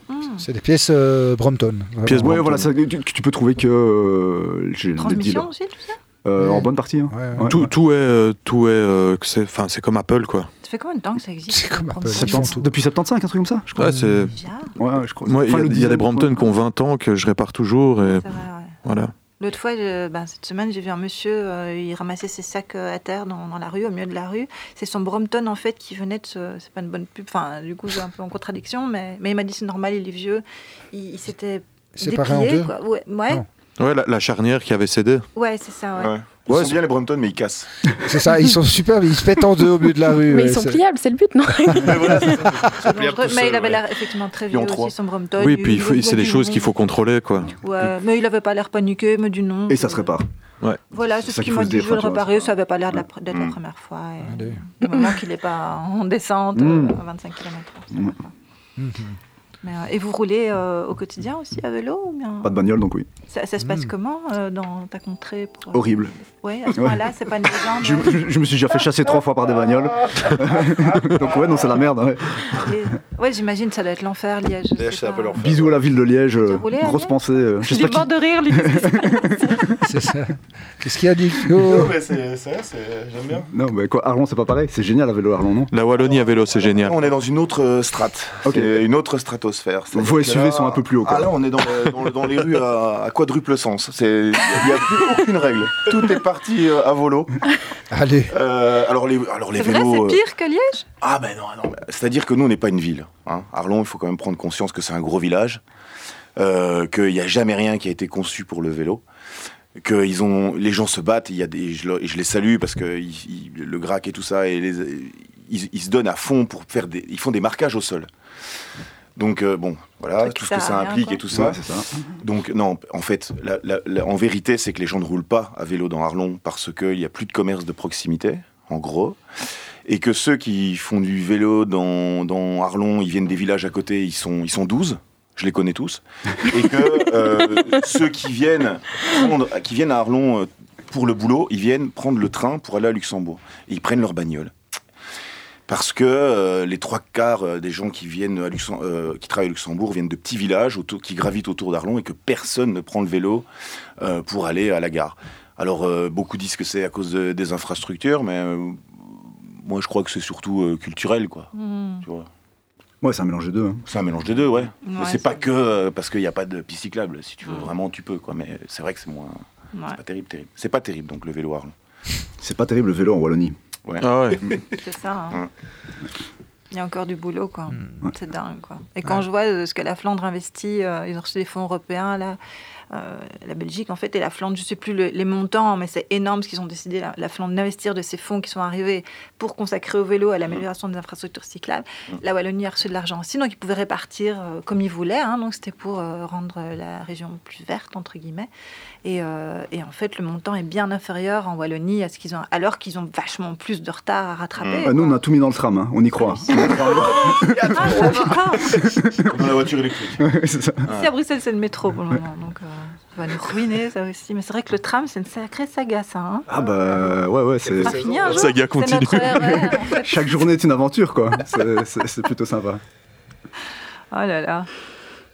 D: Hmm.
B: C'est des pièces euh, Brompton. vraiment.
G: Pièces
C: Ouais,
G: Brompton.
C: voilà, ça, tu, tu peux trouver que. euh, j'ai les
D: Transmission
C: dealers.
D: aussi, tout ça
C: Euh, En bonne partie, hein.
B: Ouais, ouais.
C: Ouais.
G: Tout, tout est, euh, tout est, euh, que c'est, enfin c'est comme Apple quoi.
D: Ça fait combien de temps que ça existe
B: C'est comme un peu-
D: Brompton
B: Ils font tout.
C: Depuis 75, un truc comme ça, je crois.
G: Ouais, c'est,
D: Déjà
C: Ouais, je crois.
G: moi il y a-
C: Enfin, le
G: il y, a
C: design,
G: des Brompton
C: ouais.
G: qui ont 20 ans que je répare toujours et
D: C'est vrai, ouais.
G: voilà.
D: L'autre fois, je- ben, cette semaine, j'ai vu un monsieur, euh, il ramassait ses sacs euh, à terre dans, dans la rue, au milieu de la rue. C'est son Brompton, en fait, qui venait de ce... C'est pas une bonne pub, enfin, du coup, c'est un peu en contradiction, mais, mais il m'a dit c'est normal, il est vieux. Il, il s'était
B: Séparé en
D: déplié,
B: deux
D: quoi. Ouais, ouais,
B: Non.
G: Ouais, la, la charnière qui avait cédé.
D: ouais, c'est ça, ouais.
F: Ouais. Ils
G: Ouais,
F: sont bien les Brompton, mais ils cassent.
B: C'est ça, ils sont superbes, ils se pètent en deux au milieu de la rue.
A: Mais ils
B: ouais,
A: sont
B: c'est-
A: pliables, c'est le but, non
D: C'est dangereux,
E: pliable Ah, tout
D: mais
E: seul,
D: il avait
E: ouais.
D: l'air effectivement très
F: Puis en
D: vieux
F: trois.
D: aussi, son Brompton.
G: oui,
D: Il-
G: puis il faut-
D: il-
G: c'est des
D: du
G: choses
D: nom.
G: qu'il faut contrôler quoi.
D: Ouais, mais il n'avait pas l'air paniqué, mais du nom.
C: Et ça se répare.
D: Voilà,
C: C'est
D: c'est
C: ça
D: ce qu'il
C: qu'il
D: m'a
C: faut se
D: dit.
C: dire,
D: Je veux le
C: tu vois,
D: réparer,
C: c'est-
D: ça n'avait pas l'air de la- d'être la
F: Mm.
D: première fois. et-
B: Allez.
D: Du moment qu'il n'est pas en descente
C: Mm.
D: euh, à 25 km/h.
B: Mm.
D: Mais, euh, et vous roulez euh, au quotidien aussi à vélo ou bien
C: Pas de bagnole, donc oui.
D: ça, ça se passe
B: Mm.
D: comment euh, dans ta contrée pour, euh,
C: Horrible.
D: Ouais, à ce point-là, c'est pas une légende. hein,
C: Je,
D: ouais.
C: je- je me suis déjà fait chasser trois fois par des bagnoles. donc, ouais, non, c'est la merde. ouais.
D: Et- Ouais, j'imagine ça doit être l'enfer, Liège. je
E: Liège,
D: sais
E: c'est un
D: pas.
E: peu l'enfer.
C: Bisous à la ville de Liège. euh,
D: T'as roulé à
C: grosse
D: Liège
C: pensée. euh,
D: Il est
C: J'espère
D: mort de rire, lui.
B: C'est ça. Qu'est-ce qu'il y a dit Oh.
F: c'est c'est j'aime bien.
C: qu'il- Non, mais quoi, Arlon, c'est pas pareil. C'est génial à vélo, Arlon, non
G: La Wallonie à vélo, c'est génial.
F: On est dans une autre euh, strate,
C: Ok.
F: C'est une autre stratosphère.
C: Vos
F: C'est-à-dire que
C: SUV sont un peu plus hauts, quoi.
F: Ah là, on est dans, euh, dans, le- dans les rues à, à quadruple sens. C'est- Il n'y a plus aucune règle. Tout est parti euh, à volo.
B: Allez,
F: Euh, alors les, alors les
D: C'est vrai,
F: vélos.
D: c'est
F: euh,
D: pire que Liège
F: Ah ben non, non. ben, C'est-à-dire que nous, on n'est pas une ville. hein. Arlon, il faut quand même prendre conscience que c'est un gros village, euh, qu'il n'y a jamais rien qui a été conçu pour le vélo, que ils ont, les gens se battent, il y a des, je, le- et je les salue parce que ils- ils- le grac et tout ça, et les- ils, ils se donnent à fond pour faire des, ils font des marquages au sol. Donc euh, bon, voilà,
D: Truc qui
F: tout ce que
D: sert à
F: ça
D: rien,
F: implique
D: quoi.
F: et tout ça.
C: Ouais, c'est ça.
F: Donc non, en fait, la- la- la- en vérité, c'est que les gens ne roulent pas à vélo dans Arlon parce qu'il n'y a plus de commerce de proximité. en gros. Et que ceux qui font du vélo dans, dans Arlon, ils viennent des villages à côté, ils sont, ils sont 12. Je les connais tous. Et que euh, ceux qui viennent, prendre- qui viennent à Arlon euh, pour le boulot, ils viennent prendre le train pour aller à Luxembourg. Et ils prennent leur bagnole. Parce que euh, les trois quarts euh, des gens qui viennent à Luxem- euh, qui travaillent à Luxembourg viennent de petits villages autour, qui gravitent autour d'Arlon et que personne ne prend le vélo euh, pour aller à la gare. Alors euh, beaucoup disent que c'est à cause de- des infrastructures, mais euh, moi je crois que c'est surtout euh, culturel, quoi.
D: Hmm.
F: Tu vois.
C: Ouais, c'est un mélange des deux. hein.
F: C'est un mélange des deux, ouais. Mais
D: Ouais,
F: c'est pas
D: c'est-
F: que euh, parce qu'il n'y a pas de piste cyclable. Si tu veux
D: Ouais.
F: vraiment, tu peux, quoi. Mais c'est vrai que c'est moins.
D: Ouais,
F: C'est pas terrible, terrible. C'est pas terrible donc le vélo Arlon.
C: C'est pas terrible le vélo en Wallonie.
G: Ah ouais.
D: c'est ça. hein.
F: Hum.
D: Il y a encore du boulot, quoi. C'est dingue, quoi. Et quand
B: Ouais.
D: je vois euh, ce que la Flandre investit, euh, ils ont reçu des fonds européens, là, euh, la Belgique, en fait, et la Flandre, je ne sais plus le- les montants, mais c'est énorme ce qu'ils ont décidé, la, la Flandre, d'investir de ces fonds qui sont arrivés pour consacrer au vélo
C: Hmm.
D: à l'amélioration des infrastructures cyclables. La Wallonie a reçu de l'argent aussi, donc ils pouvaient répartir euh, comme ils voulaient, hein, donc c'était pour euh, rendre la région plus verte, entre guillemets. Et, euh, et en fait, le montant est bien inférieur en Wallonie à ce qu'ils ont, alors qu'ils ont vachement plus de retard à rattraper.
C: Ah, nous, on a tout mis dans le tram, hein, on y croit.
D: Ah, bah, putain
F: Dans la voiture électrique.
C: c'est ça.
D: Ici à Bruxelles, c'est le métro pour le moment, donc euh, ça va nous ruiner ça aussi. Mais c'est vrai que le tram, c'est une sacrée saga, ça. Hein
C: Ah bah ouais, ouais, c'est...
D: ça finit un
G: La
D: jour.
G: saga
D: C'est notre
G: continue.
D: RER, en fait.
C: Chaque journée est une aventure, quoi. C'est- C'est c'est plutôt sympa.
D: Oh là là,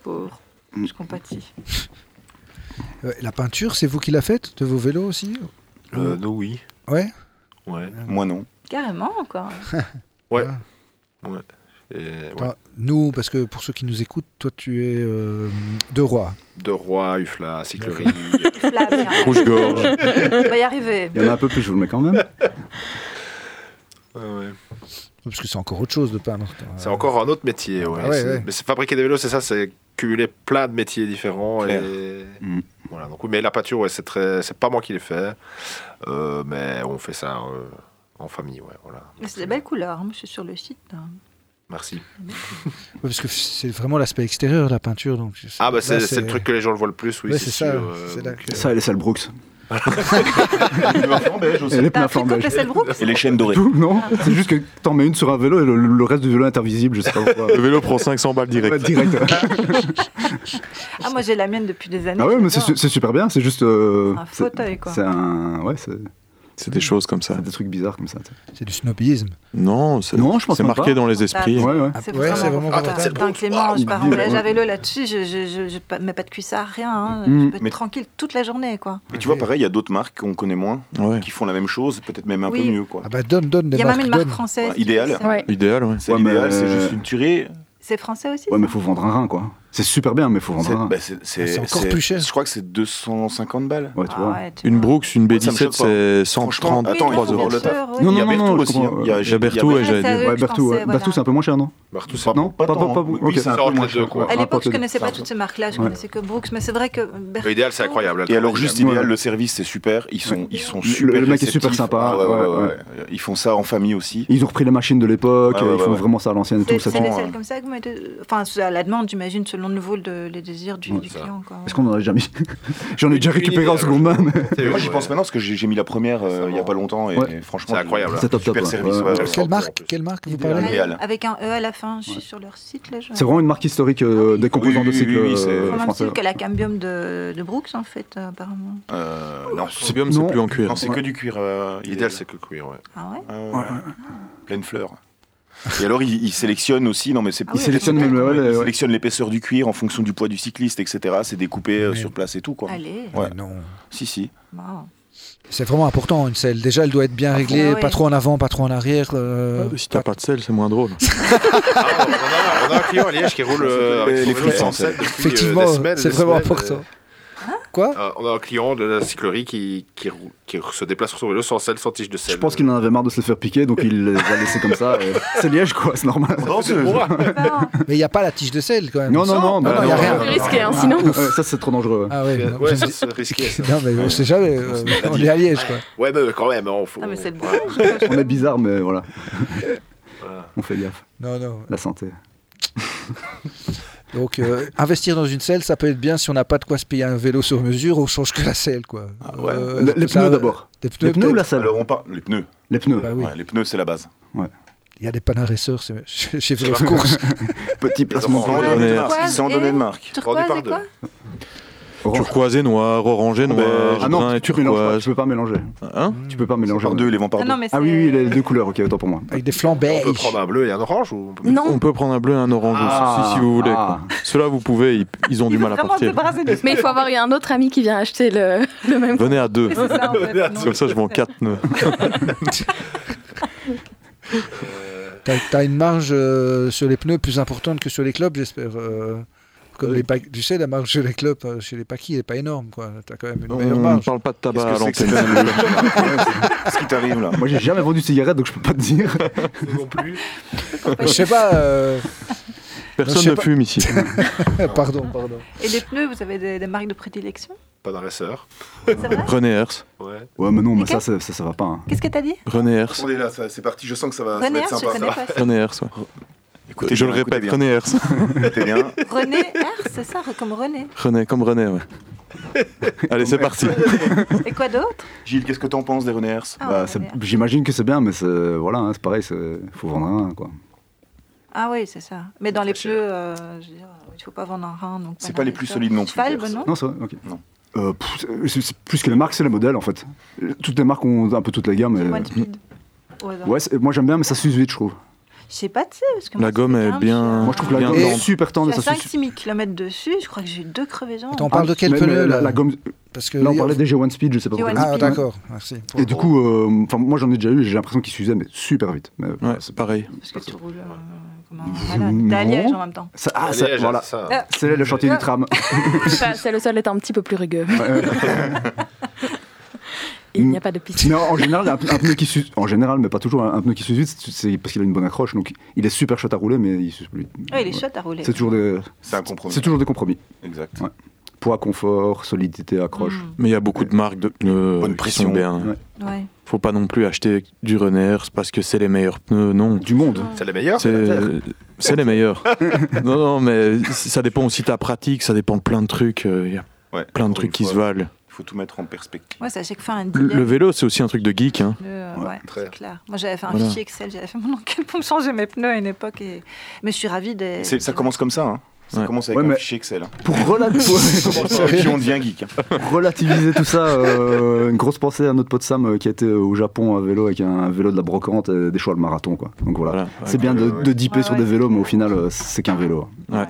D: pauvre.
C: Mm.
D: Je compatis.
B: Ouais, Euh, La peinture, c'est vous qui la faites de vos vélos aussi
E: Euh, nous, oui.
B: Ouais.
E: Ouais.
F: Moi non.
D: Carrément, quoi.
E: Ouais. ouais. Et, ouais.
B: Toi, Nous, parce que pour ceux qui nous écoutent, toi tu es euh, de roi.
E: De Roi, Ufla, Cyclerie.
D: Là, bien.
G: Rouge-gorge.
D: On va y arriver.
C: Il y en a un peu plus, je vous le mets quand même.
E: Ouais, ouais.
B: Parce que c'est encore autre chose de peindre.
E: C'est encore un autre métier, ouais.
B: Ah ouais,
E: C'est-
B: ouais.
E: Mais c'est fabriquer des vélos, c'est ça, c'est cumuler plein de métiers différents.
F: Clair.
E: Et...
C: Mm.
E: Voilà, donc oui, mais la peinture, ouais, c'est très... c'est pas moi qui l'ai fait, Euh, mais on fait ça euh, en famille, ouais, voilà.
D: Mais C'est des belles couleurs, hein. je suis sur le site. hein.
E: Merci.
B: Ouais, parce que c'est vraiment l'aspect extérieur, la peinture. Donc,
E: Ah bah c'est
B: là,
E: c'est le truc que les gens le voient le plus, oui,
B: Ouais,
E: c'est
B: c'est ça,
E: sûr. euh,
B: c'est là
E: donc,
B: que-
E: euh,
C: Ça et les salles Brooks. Et
F: Et
D: T'as
C: les
D: appris
C: pleins
D: contre
C: flambeaux.
D: les Selbrook
F: les chaînes dorées.
C: Tout, non C'est juste que t'en mets une sur un vélo et le, le reste du vélo est invisible, je sais pas pourquoi.
G: Le vélo prend 500 balles
C: Ouais,
G: direct.
C: direct.
D: Ah, moi j'ai la mienne depuis des années.
C: Ah ouais, mais c'est
D: j'adore.
C: su- c'est super bien, c'est juste. euh,
D: Un
C: c'est-
D: fauteuil, quoi.
C: C'est un. Ouais, c'est
G: C'est des choses comme ça.
C: des trucs bizarres comme ça. tu sais.
B: C'est du snobisme.
G: Non, c'est
C: Non, je pense
G: c'est
C: même
G: marqué
C: pas.
G: dans les esprits.
C: Ouais, ouais.
D: C'est
B: Ah, ouais, c'est vraiment
D: vraiment
B: Ah,
E: c'est le
D: Putain,
E: bon.
D: Clément,
E: Ah,
D: je pars en
C: il dit,
D: voyage
C: ouais.
D: à vélo là-dessus, je, je, je, je pa- mets pas de cuissard, rien. hein.
C: Mm.
D: Je peux être
F: Mais-
D: tranquille toute la journée, quoi.
F: Et tu vois, pareil, il y a d'autres marques qu'on connaît moins,
G: Ouais.
F: qui font la même chose, peut-être même un
D: Oui.
F: peu mieux, quoi.
B: Ah bah donne, donne des
D: Il y a
B: marques.
D: même une marque
B: donne.
D: française.
F: Ouais, idéal.
D: qui-
A: Ouais.
G: Idéal, ouais.
F: C'est
C: Ouais,
F: l'idéal,
C: mais-
F: c'est juste une tuerie.
D: C'est français aussi
C: Ouais, mais
D: ça
C: faut vendre un rein, quoi. C'est super bien, mais faut vendre
F: C'est
C: un rein.
F: bah, c'est- c'est-
B: Ah, c'est encore
F: c'est-
B: plus cher.
F: Je crois que c'est 250 balles.
C: Ouais, tu
D: Ah
C: vois.
D: ouais, tu
G: Une
D: vois.
G: Brooks, une
F: Ça me choque
G: B17,
F: pas.
G: c'est
F: Franchement,
G: 133
D: Oui,
F: Attends,
D: mais
F: trois
D: bien
F: euros le
D: sûr,
F: taf.
D: oui.
C: Non,
F: il y a
C: non, non,
F: Berthoud
C: je
F: aussi.
C: comprends.
F: hein. Il y a-
G: Il y a Berthoud,
F: il y a
G: ouais, j'allais
D: c'est à
G: dire.
D: eux
C: Ouais,
D: que je
C: Berthoud,
D: pensais,
C: ouais.
D: voilà.
C: Berthoud, c'est un peu moins cher, non
E: Bartou, ça
C: Non, pas, pas,
F: tant,
C: pas,
F: hein.
C: ok.
E: Oui, c'est entre les deux, quoi.
D: À
E: Ouais,
D: l'époque, je connaissais pas
C: Enfin,
D: toutes ces marques-là, je
C: Ouais.
D: connaissais que Brooks, mais c'est vrai que. Berthaud-
E: L'idéal, euh, c'est incroyable.
F: Et alors juste
E: incroyable.
F: idéal, le service c'est super, ils sont ils sont
C: Le-
F: super
C: le mec est
F: réceptifs.
C: super sympa,
F: Ah ouais, ouais, ouais,
C: ouais,
F: ouais. Ils font ça en famille aussi.
C: Ils ont repris les machines de l'époque,
F: Ouais, ouais,
C: euh, ils font
F: ouais.
C: vraiment ça à l'ancienne et
D: C'est
C: tout. ça
D: c'est
C: tient.
D: des
F: tend,
D: selles
F: ouais.
D: comme ça que vous mettez. Enfin, c'est à la demande, j'imagine, selon le niveau, de- les désirs du,
C: Ouais,
D: du
E: ça.
D: client. Quoi.
C: Est-ce qu'on en a déjà mis J'en ai déjà
E: Une
C: récupéré
E: idée,
C: en seconde main. mais-
E: Théo,
F: Moi j'y
E: euh, ouais.
F: pense maintenant parce que j'ai j'ai mis la première euh,
E: Récemment.
F: il y a pas longtemps et,
C: Ouais.
F: et franchement
E: C'est incroyable.
C: C'est top, top,
F: Super
C: ouais.
F: service.
C: Ouais,
F: ouais,
C: ouais.
F: ouais.
B: Quelle
E: en
B: marque,
E: plus.
B: quelle marque vous
F: Idéal.
B: parlez
F: idéal.
D: Avec un E à la fin, je suis sur leur site là. je-
C: C'est vraiment une marque historique euh, des composants
F: oui,
C: de
F: oui,
C: cycle
F: oui, c'est-
C: euh,
D: Au même
C: français.
D: style que la cambium de, de Brooks, en fait, euh, apparemment.
F: Euh, non,
G: C'est
F: c'est
G: bien, mais c'est
C: Non.
G: plus en cuir.
F: non, c'est que du cuir. euh,
E: L'idéal, c'est que cuir, ouais.
D: Ah ouais
F: Ah ouais, ouais. pleine fleur. Et alors ils, ils sélectionnent aussi non mais c'est
D: Ah
C: Ils
D: oui,
C: sélectionnent
D: ouais,
C: même ouais,
F: ils
C: ouais.
F: sélectionnent l'épaisseur du cuir en fonction du poids du cycliste etc. C'est découpé euh,
B: Mais-
F: sur place et tout quoi.
D: Allez,
F: Ouais.
B: Mais Non.
F: Si si.
D: wow.
B: C'est vraiment important une selle. Déjà, elle doit être bien réglée,
D: Ah, ouais.
B: pas trop en avant, pas trop en arrière.
F: Ah,
B: euh,
G: Si t'as pas de sel, c'est moins drôle.
E: Ah, on, a, on a un client à Liège qui roule euh, avec son
F: Les
E: vélo
F: fruits
E: sans
F: sans
E: selle
F: sel.
E: depuis, euh,
B: Effectivement,
E: des semaines et
B: c'est
E: des
B: vraiment
E: semaines,
B: important.
D: hein
B: Quoi
E: Euh, on a un client de la cyclerie qui, qui, roule- qui se déplace sur son vélo sans selle, sans tige de selle.
C: Je pense qu'il en avait marre de se le faire piquer, donc il les a laissés comme ça. et- C'est Liège, quoi, c'est normal.
E: Non, c'est moi.
B: Mais il n'y a pas la tige de selle quand même.
C: Non, non, non, bah,
B: non, y a
C: non,
B: rien.
C: non, non,
A: Risqué, hein,
C: non.
A: sinon.
C: Ouais, Ça, c'est trop dangereux.
B: Ah ouais. non,
E: Ouais,
B: je-
E: ça, c'est risqué. ça.
B: Non, mais on sait jamais. euh, on est à Liège, quoi.
E: Ouais, mais quand même, hein, faut-
D: Ah, mais c'est le
E: voilà.
D: Brooks.
C: On est bizarre, mais voilà.
E: Voilà.
C: On fait gaffe.
B: Non, non.
C: La santé.
B: Donc, euh, investir dans une selle, ça peut être bien si on n'a pas de quoi se payer un vélo sur mesure, on change que la selle, quoi.
I: Ah ouais.
B: Euh,
C: Les- les
B: ça-
C: pneus d'abord.
B: Les pneus,
J: Les pneus ou
B: peut-être.
J: la selle
I: Alors on parle les pneus.
C: Les pneus.
B: Bah oui.
I: Ouais, les pneus c'est la base.
B: Il y a des panaresseurs chez chez Vélo Course.
I: Petit
E: placement
I: placement. Sans
E: vendeur.
I: donner de marque.
D: Turquoise
I: Sans
D: et-
I: donner de marque.
D: Turquoise
E: par
D: et
E: deux.
D: quoi
C: Orange.
F: Turquoise et noir, orange et
I: ben,
C: euh,
F: noir,
I: ah
F: brun et
C: tu mélanges pas, tu
F: turquoise.
C: peux pas mélanger.
F: Hein
C: Tu peux pas
I: C'est
C: mélanger.
I: Par deux, les vend par
D: Ah
I: deux.
D: non, mais
C: Ah oui,
D: c'est-
C: oui, les deux couleurs, ok, autant pour moi.
B: Avec des flancs
E: On peut
B: beige.
E: prendre un bleu et un orange ou on peut-
A: Non.
F: On peut prendre un bleu et un orange
C: Ah,
F: aussi, si vous voulez. quoi. Ceux-là, vous pouvez, ils, ils ont
D: Ils
F: du mal à
D: veulent vraiment se
F: partir.
D: débarrasser de ce
A: Mais il faut avoir eu un autre ami qui vient acheter le, le même.
F: Venez à deux.
D: Mais c'est ça, en fait, non.
F: Comme ça, je vends quatre nœuds.
B: T'as t'as une marge euh, sur les pneus plus importante que sur les clubs, j'espère. euh, comme les pa- tu sais, la marge sur les clubs, euh, chez les paquis, elle n'est pas énorme. quoi. T'as quand même une
F: On
B: meilleure
F: ne
B: marge.
F: parle pas de
I: Qu'est-ce
F: tabac
I: que
F: à
I: c'est que
F: l'antenne.
I: cette année Qu'est-ce qui t'arrive là
C: Moi, j'ai jamais vendu de cigarette, donc je peux pas te dire.
E: non plus.
B: Je sais pas. euh, Je sais
F: Personne ne
B: pas.
F: fume ici.
B: pardon, pardon.
D: Et les pneus, vous avez des, des marques de prédilection
E: Pas d'arresseur.
D: C'est vrai
F: René Hers.
E: Ouais.
C: Ouais, mais non, mais
D: Nickel.
C: ça, ça, ça, ça va pas. hein.
D: Qu'est-ce que t'as dit
F: René Hers.
I: est là, ça- c'est parti, je sens que ça va, ça va
D: René, Hertz, je connais pas.
F: René Hers, ouais.
I: Écoutez
F: je le
I: bien, écoutez
F: répète,
I: bien.
F: René Hers.
I: Écoutez bien.
D: René R, c'est ça, comme René.
F: René, comme René, ouais. Allez, c'est parti.
D: Et quoi d'autre
I: Gilles, qu'est-ce que t'en penses des René Hers
D: Ah,
C: Bah,
D: ouais,
C: c'est-
D: René R.
C: J'imagine que c'est bien, mais c'est- voilà, hein, c'est pareil, c'est- faut vendre un, quoi.
D: Ah oui, c'est ça. Mais dans les
E: cher.
D: pneus, euh, je veux dire, il faut pas vendre un rein. donc
I: C'est
D: voilà,
I: pas les
D: mais
I: plus
D: ça.
I: solides non plus,
D: Cheval,
I: Hers.
D: ben non
C: Non, c'est vrai, ok.
I: Non.
C: Euh, pff, c'est- c'est- c'est plus que les marques, c'est les modèles en fait. Euh, Toutes les marques ont un peu toutes les gammes.
D: C'est
C: et-
D: One Speed. Au hasard.
C: euh, Ouais, c'est- moi j'aime bien, mais ça s'use vite, je trouve.
D: Je sais pas, tu sais, parce que
F: La
D: moi,
F: gomme
D: c'était
F: est
D: quand même
F: bien-
D: chez-
C: Moi je trouve que la
F: Bien
C: gomme est
B: dense.
C: super tendre.
D: Je
C: et
D: suis
C: ça
D: à
C: s'use-
D: 5-6 000 km dessus, je crois que j'ai eu deux crevaisons.
B: Attends, On parle de quel
C: Ah, mais- mais
B: pneu,
C: la,
B: là
C: la gomme.
B: Parce que
C: Là on
B: il y a-
C: parlait des G1 Speed, je sais pas.
D: G1
C: pourquoi.
B: Ah,
D: Speed.
B: d'accord, merci.
C: Et du coup, euh, enfin, moi j'en ai déjà eu, j'ai l'impression qu'ils s'usaient, mais super vite. Mais,
F: Ouais,
C: voilà, c'est-
F: pareil.
D: Parce que tu roules euh, comme un
C: Non.
D: malade. T'es à Liège en même temps.
C: Ça- ah,
E: Allez,
C: ça-
E: j'ai-
C: voilà.
E: ça.
D: Ah.
C: C'est le chantier du
D: Ah.
C: tram.
A: Enfin, c'est le sol est un petit peu plus rugueux. Il
C: Mm.
A: n'y a pas de piste.
C: Mais en général, un, un pneu qui s'use, en général, mais pas toujours, hein. un, un pneu qui s'use vite, c'est- c'est parce qu'il a une bonne accroche. Donc il est super chouette à rouler, mais il s'use plus. vite.
D: Ouais, il est
C: Ouais.
D: chouette à rouler.
C: C'est toujours des,
I: C'est un compromis.
C: c'est toujours des compromis.
I: Exact.
C: Ouais. Poids, confort, solidité, accroche.
D: Mm.
F: Mais il y a beaucoup de marques de pneus
I: Bonne
F: qui sont
I: pression.
F: bien.
C: Ouais.
D: Ouais.
F: Faut pas non plus acheter du René Hers parce que c'est les meilleurs pneus, non.
C: Du monde.
E: C'est les meilleurs.
F: C'est c'est les meilleurs. non, non, mais ça dépend aussi de ta pratique, ça dépend de plein de trucs. euh, Il y a
I: Ouais.
F: plein de
I: Encore
F: trucs
I: une
F: qui se
I: fois,
F: valent.
I: Il faut tout mettre en perspective.
D: Ouais, c'est à chaque fois un
F: Le,
D: dilemme.
F: le vélo, c'est aussi un truc de geek. hein.
D: Euh,
C: Ouais,
D: ouais,
E: très.
D: c'est clair. Moi, j'avais fait un
F: Voilà.
D: fichier Excel, j'avais fait mon enquête pour me changer mes pneus à une époque. Et... Mais je suis ravie des.
I: C'est- Ça commence comme ça. Hein. Ça
F: Ouais.
I: commence avec
C: Ouais,
I: un
C: mais-
I: fichier Excel. hein.
C: Pour, rela- pour-
I: Et puis on devient geek. hein.
C: pour relativiser tout ça, euh, une grosse pensée à notre pote Sam euh, qui était au Japon à vélo avec un vélo de la brocante et des choix de marathon. Quoi. Donc voilà.
F: Voilà.
C: C'est bien de, de dipper
D: Ouais,
C: sur
D: ouais.
C: des vélos, mais au final, euh, c'est qu'un vélo.
F: Ouais.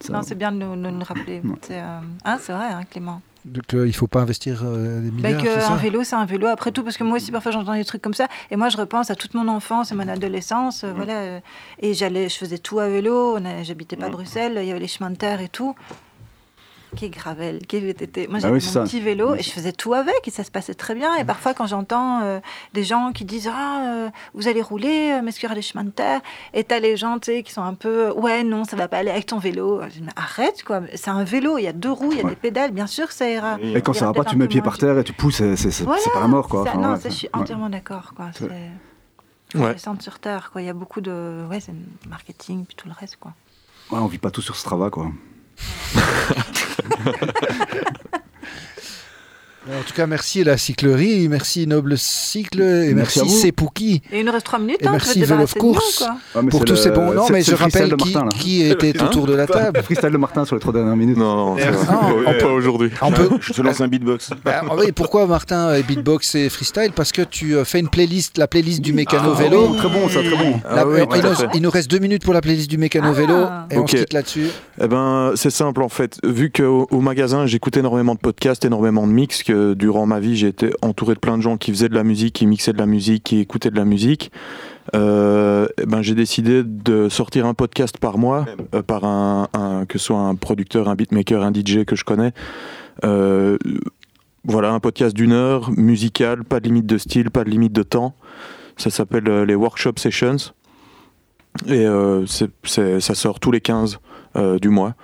C: Ça-
D: Non, c'est bien de nous, nous le rappeler. C'est euh, hein, c'est vrai, hein, Clément.
B: Donc, euh, il faut pas investir euh, des
D: Bah,
B: milliards,
D: que
B: c'est ça
D: un vélo, c'est un vélo après tout, parce que moi aussi, parfois, j'entends des trucs comme ça. Et moi, je repense à toute mon enfance et mon adolescence.
C: Mm.
D: euh, voilà, euh, et j'allais, je faisais tout à vélo. on a- J'habitais
C: Mm.
D: pas à Bruxelles, il y avait les chemins de terre et tout. Quel gravel, quel VTT. Moi,
C: Bah
D: j'avais
C: oui,
D: mon
C: c'est Mm. ça.
D: petit vélo
C: Oui,
D: et je faisais tout avec et ça se passait très bien. Et parfois, quand j'entends euh, des gens qui disent Ah, euh, vous allez rouler, euh, mais est-ce qu'il y aura des chemins de terre Et t'as les gens, tu sais, qui sont un peu euh, Ouais, non, ça va pas aller avec ton vélo. Je dis, Mais arrête, quoi. C'est un vélo, il y a deux roues, il y a
C: Ouais.
D: des pédales, bien sûr, ça ira.
I: Et
C: Et quand
D: Il y
C: ça
D: aura
C: va pas,
D: peut-être
C: tu
D: un
C: mets
D: peu
C: pied
D: moins
C: par
D: de-
C: terre et tu pousses, et c'est c'est-
D: Voilà,
C: c'est pas la mort. Quoi.
D: Ça,
C: Enfin,
D: non,
C: ouais,
D: ça, je suis
C: ouais.
D: entièrement d'accord. Quoi. C'est
F: Ouais.
D: descendre sur terre. Quoi. Il y a beaucoup de ouais, c'est marketing puis tout le reste. Quoi.
C: Ouais, on vit pas tout sur Strava. Quoi.
B: En tout cas, merci la cyclerie, merci Noble Cycle et
C: Merci
B: merci,
C: à vous.
B: Sepouki
D: Et il nous reste trois minutes.
C: Eh
B: Et
C: ben,
D: hein,
B: merci,
D: tu veux te
B: vélo de
D: débarrasser de nous,
B: course.
D: quoi.
C: Ouais, mais
B: pour
C: c'est
B: tous
C: le-
B: ces bons. Non,
C: c'est-
B: mais
C: c'est
B: je
C: le freestyle
B: rappelle
C: de
B: qui,
C: Martin, là.
B: qui était
F: Hein
B: autour de la table.
C: Le freestyle de Martin sur les trois dernières minutes.
F: Non, non, ça va.
B: Ah,
F: Oh,
B: on
F: pas aujourd'hui.
B: On peut,
I: Je te lance un beatbox.
B: Bah, en vrai, pourquoi Martin euh, beatbox et freestyle Parce que tu euh, fais une playlist, la playlist du mécano
C: Ah,
B: vélo.
C: oui, Très bon, ça, très bon.
B: La-
F: Ah oui,
B: euh,
F: tout à
B: il, nous,
F: fait.
B: il nous reste deux minutes pour la playlist du mécano
D: Ah.
B: vélo et on
F: Ok.
B: se quitte là-dessus.
F: Eh ben, c'est simple en fait. Vu qu'au au magasin, j'écoutais énormément de podcasts, énormément de mix, que durant ma vie, j'ai été entouré de plein de gens qui faisaient de la musique, qui mixaient de la musique, qui écoutaient de la musique. euh, eh ben, j'ai décidé de sortir un podcast par mois, euh, par un, un- que ce soit un producteur, un beatmaker, un DJ que je connais. Euh, voilà, un podcast d'une heure, musical, pas de limite de style, pas de limite de temps. Ça s'appelle euh, les Workshop Sessions. Et euh, c'est- c'est- ça sort tous les 15 euh, du mois.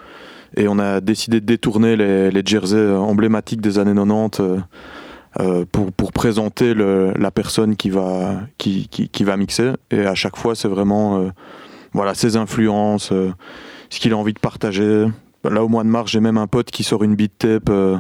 F: Et on a décidé de détourner les, les jerseys euh, emblématiques des années 90 euh, euh, pour, pour présenter le- la personne qui va, qui, qui- qui va mixer. Et à chaque fois, c'est vraiment euh, voilà, ses influences, euh, ce qu'il a envie de partager. Là, au mois de mars, j'ai même un pote qui sort une beat tape euh,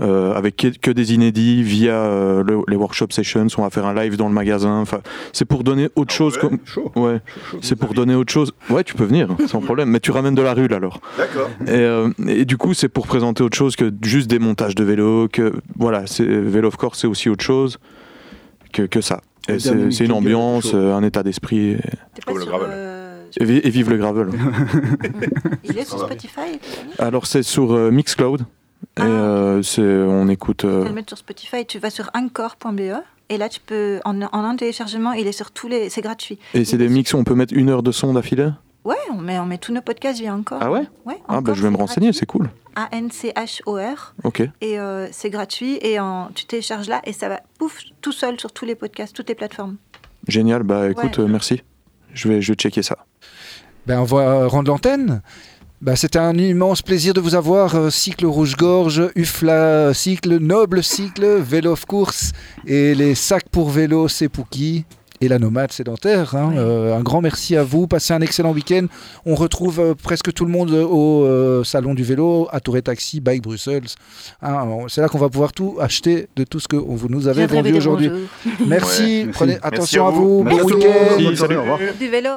F: euh, avec que, que des inédits via euh, le- les workshop sessions. On va faire un live dans le magasin. Enfin, c'est pour donner autre chose. comme-
G: Chaud.
F: Ouais, c'est pour donner autre chose. Ouais, tu peux venir, sans problème. Mais tu ramènes de la rue, là, alors.
E: D'accord.
F: Et, euh, et du coup, c'est pour présenter autre chose que juste des montages de vélo. Que voilà, c'est- vélo of course, c'est aussi autre chose que, que ça. Et
E: Le
F: C'est
E: dernier
F: c'est une
E: jingle,
F: ambiance,
E: chaud.
F: euh, un état d'esprit.
D: T'es pas
C: Comme le
D: sur,
C: gravel.
D: euh,
F: Et, vi- et vive le gravel.
D: il est sur
E: va.
D: Spotify. tout ça, non
F: Alors c'est sur euh, Mixcloud. Et
D: Ah.
F: euh, c'est- on écoute.
D: Tu
F: euh,
D: peux le mettre sur Spotify. Tu vas sur encore.be et là tu peux en, en un téléchargement. Il est sur tous les. C'est gratuit.
F: et c'est des mix où on peut mettre une heure de son d'affilée.
D: Ouais, on met, on met tous nos podcasts via encore.
F: Ah ouais
D: Ouais,
F: Ah bah
D: Encore,
F: je vais me
D: c'est
F: renseigner,
D: gratuit.
F: c'est cool.
D: A-N-C-H-O-R.
F: Ok.
D: Et euh, c'est gratuit. Et en, tu télécharges là et ça va pouf tout seul sur tous les podcasts, toutes les plateformes.
F: Génial. Bah écoute, euh, merci. Je vais, je vais checker ça.
B: Ben, on va euh, rendre l'antenne. Ben, C'était un immense plaisir de vous avoir. Euh, Cycle Rouge-Gorge, UFLA, Cycle, Noble Cycle, Vélo of Course et les sacs pour vélo, c'est Pouki. Et la nomade sédentaire. hein.
D: Oui.
B: Euh, un grand merci à vous. Passez un excellent week-end. On retrouve euh, presque tout le monde euh, au euh, salon du vélo, à Touré Taxi, Bike Brussels. Hein, on- c'est là qu'on va pouvoir tout acheter de tout ce que on vous nous avez
D: Viens te
B: vendu
D: réveiller,
B: aujourd'hui.
D: bonjour.
B: Merci.
G: Ouais.
B: Prenez
C: Merci
B: attention
C: à
B: à
C: vous.
B: vous.
C: Merci
B: Bon
C: à tout le
B: week-end.
C: monde.
G: Bonne soirée, au revoir.
D: Du vélo.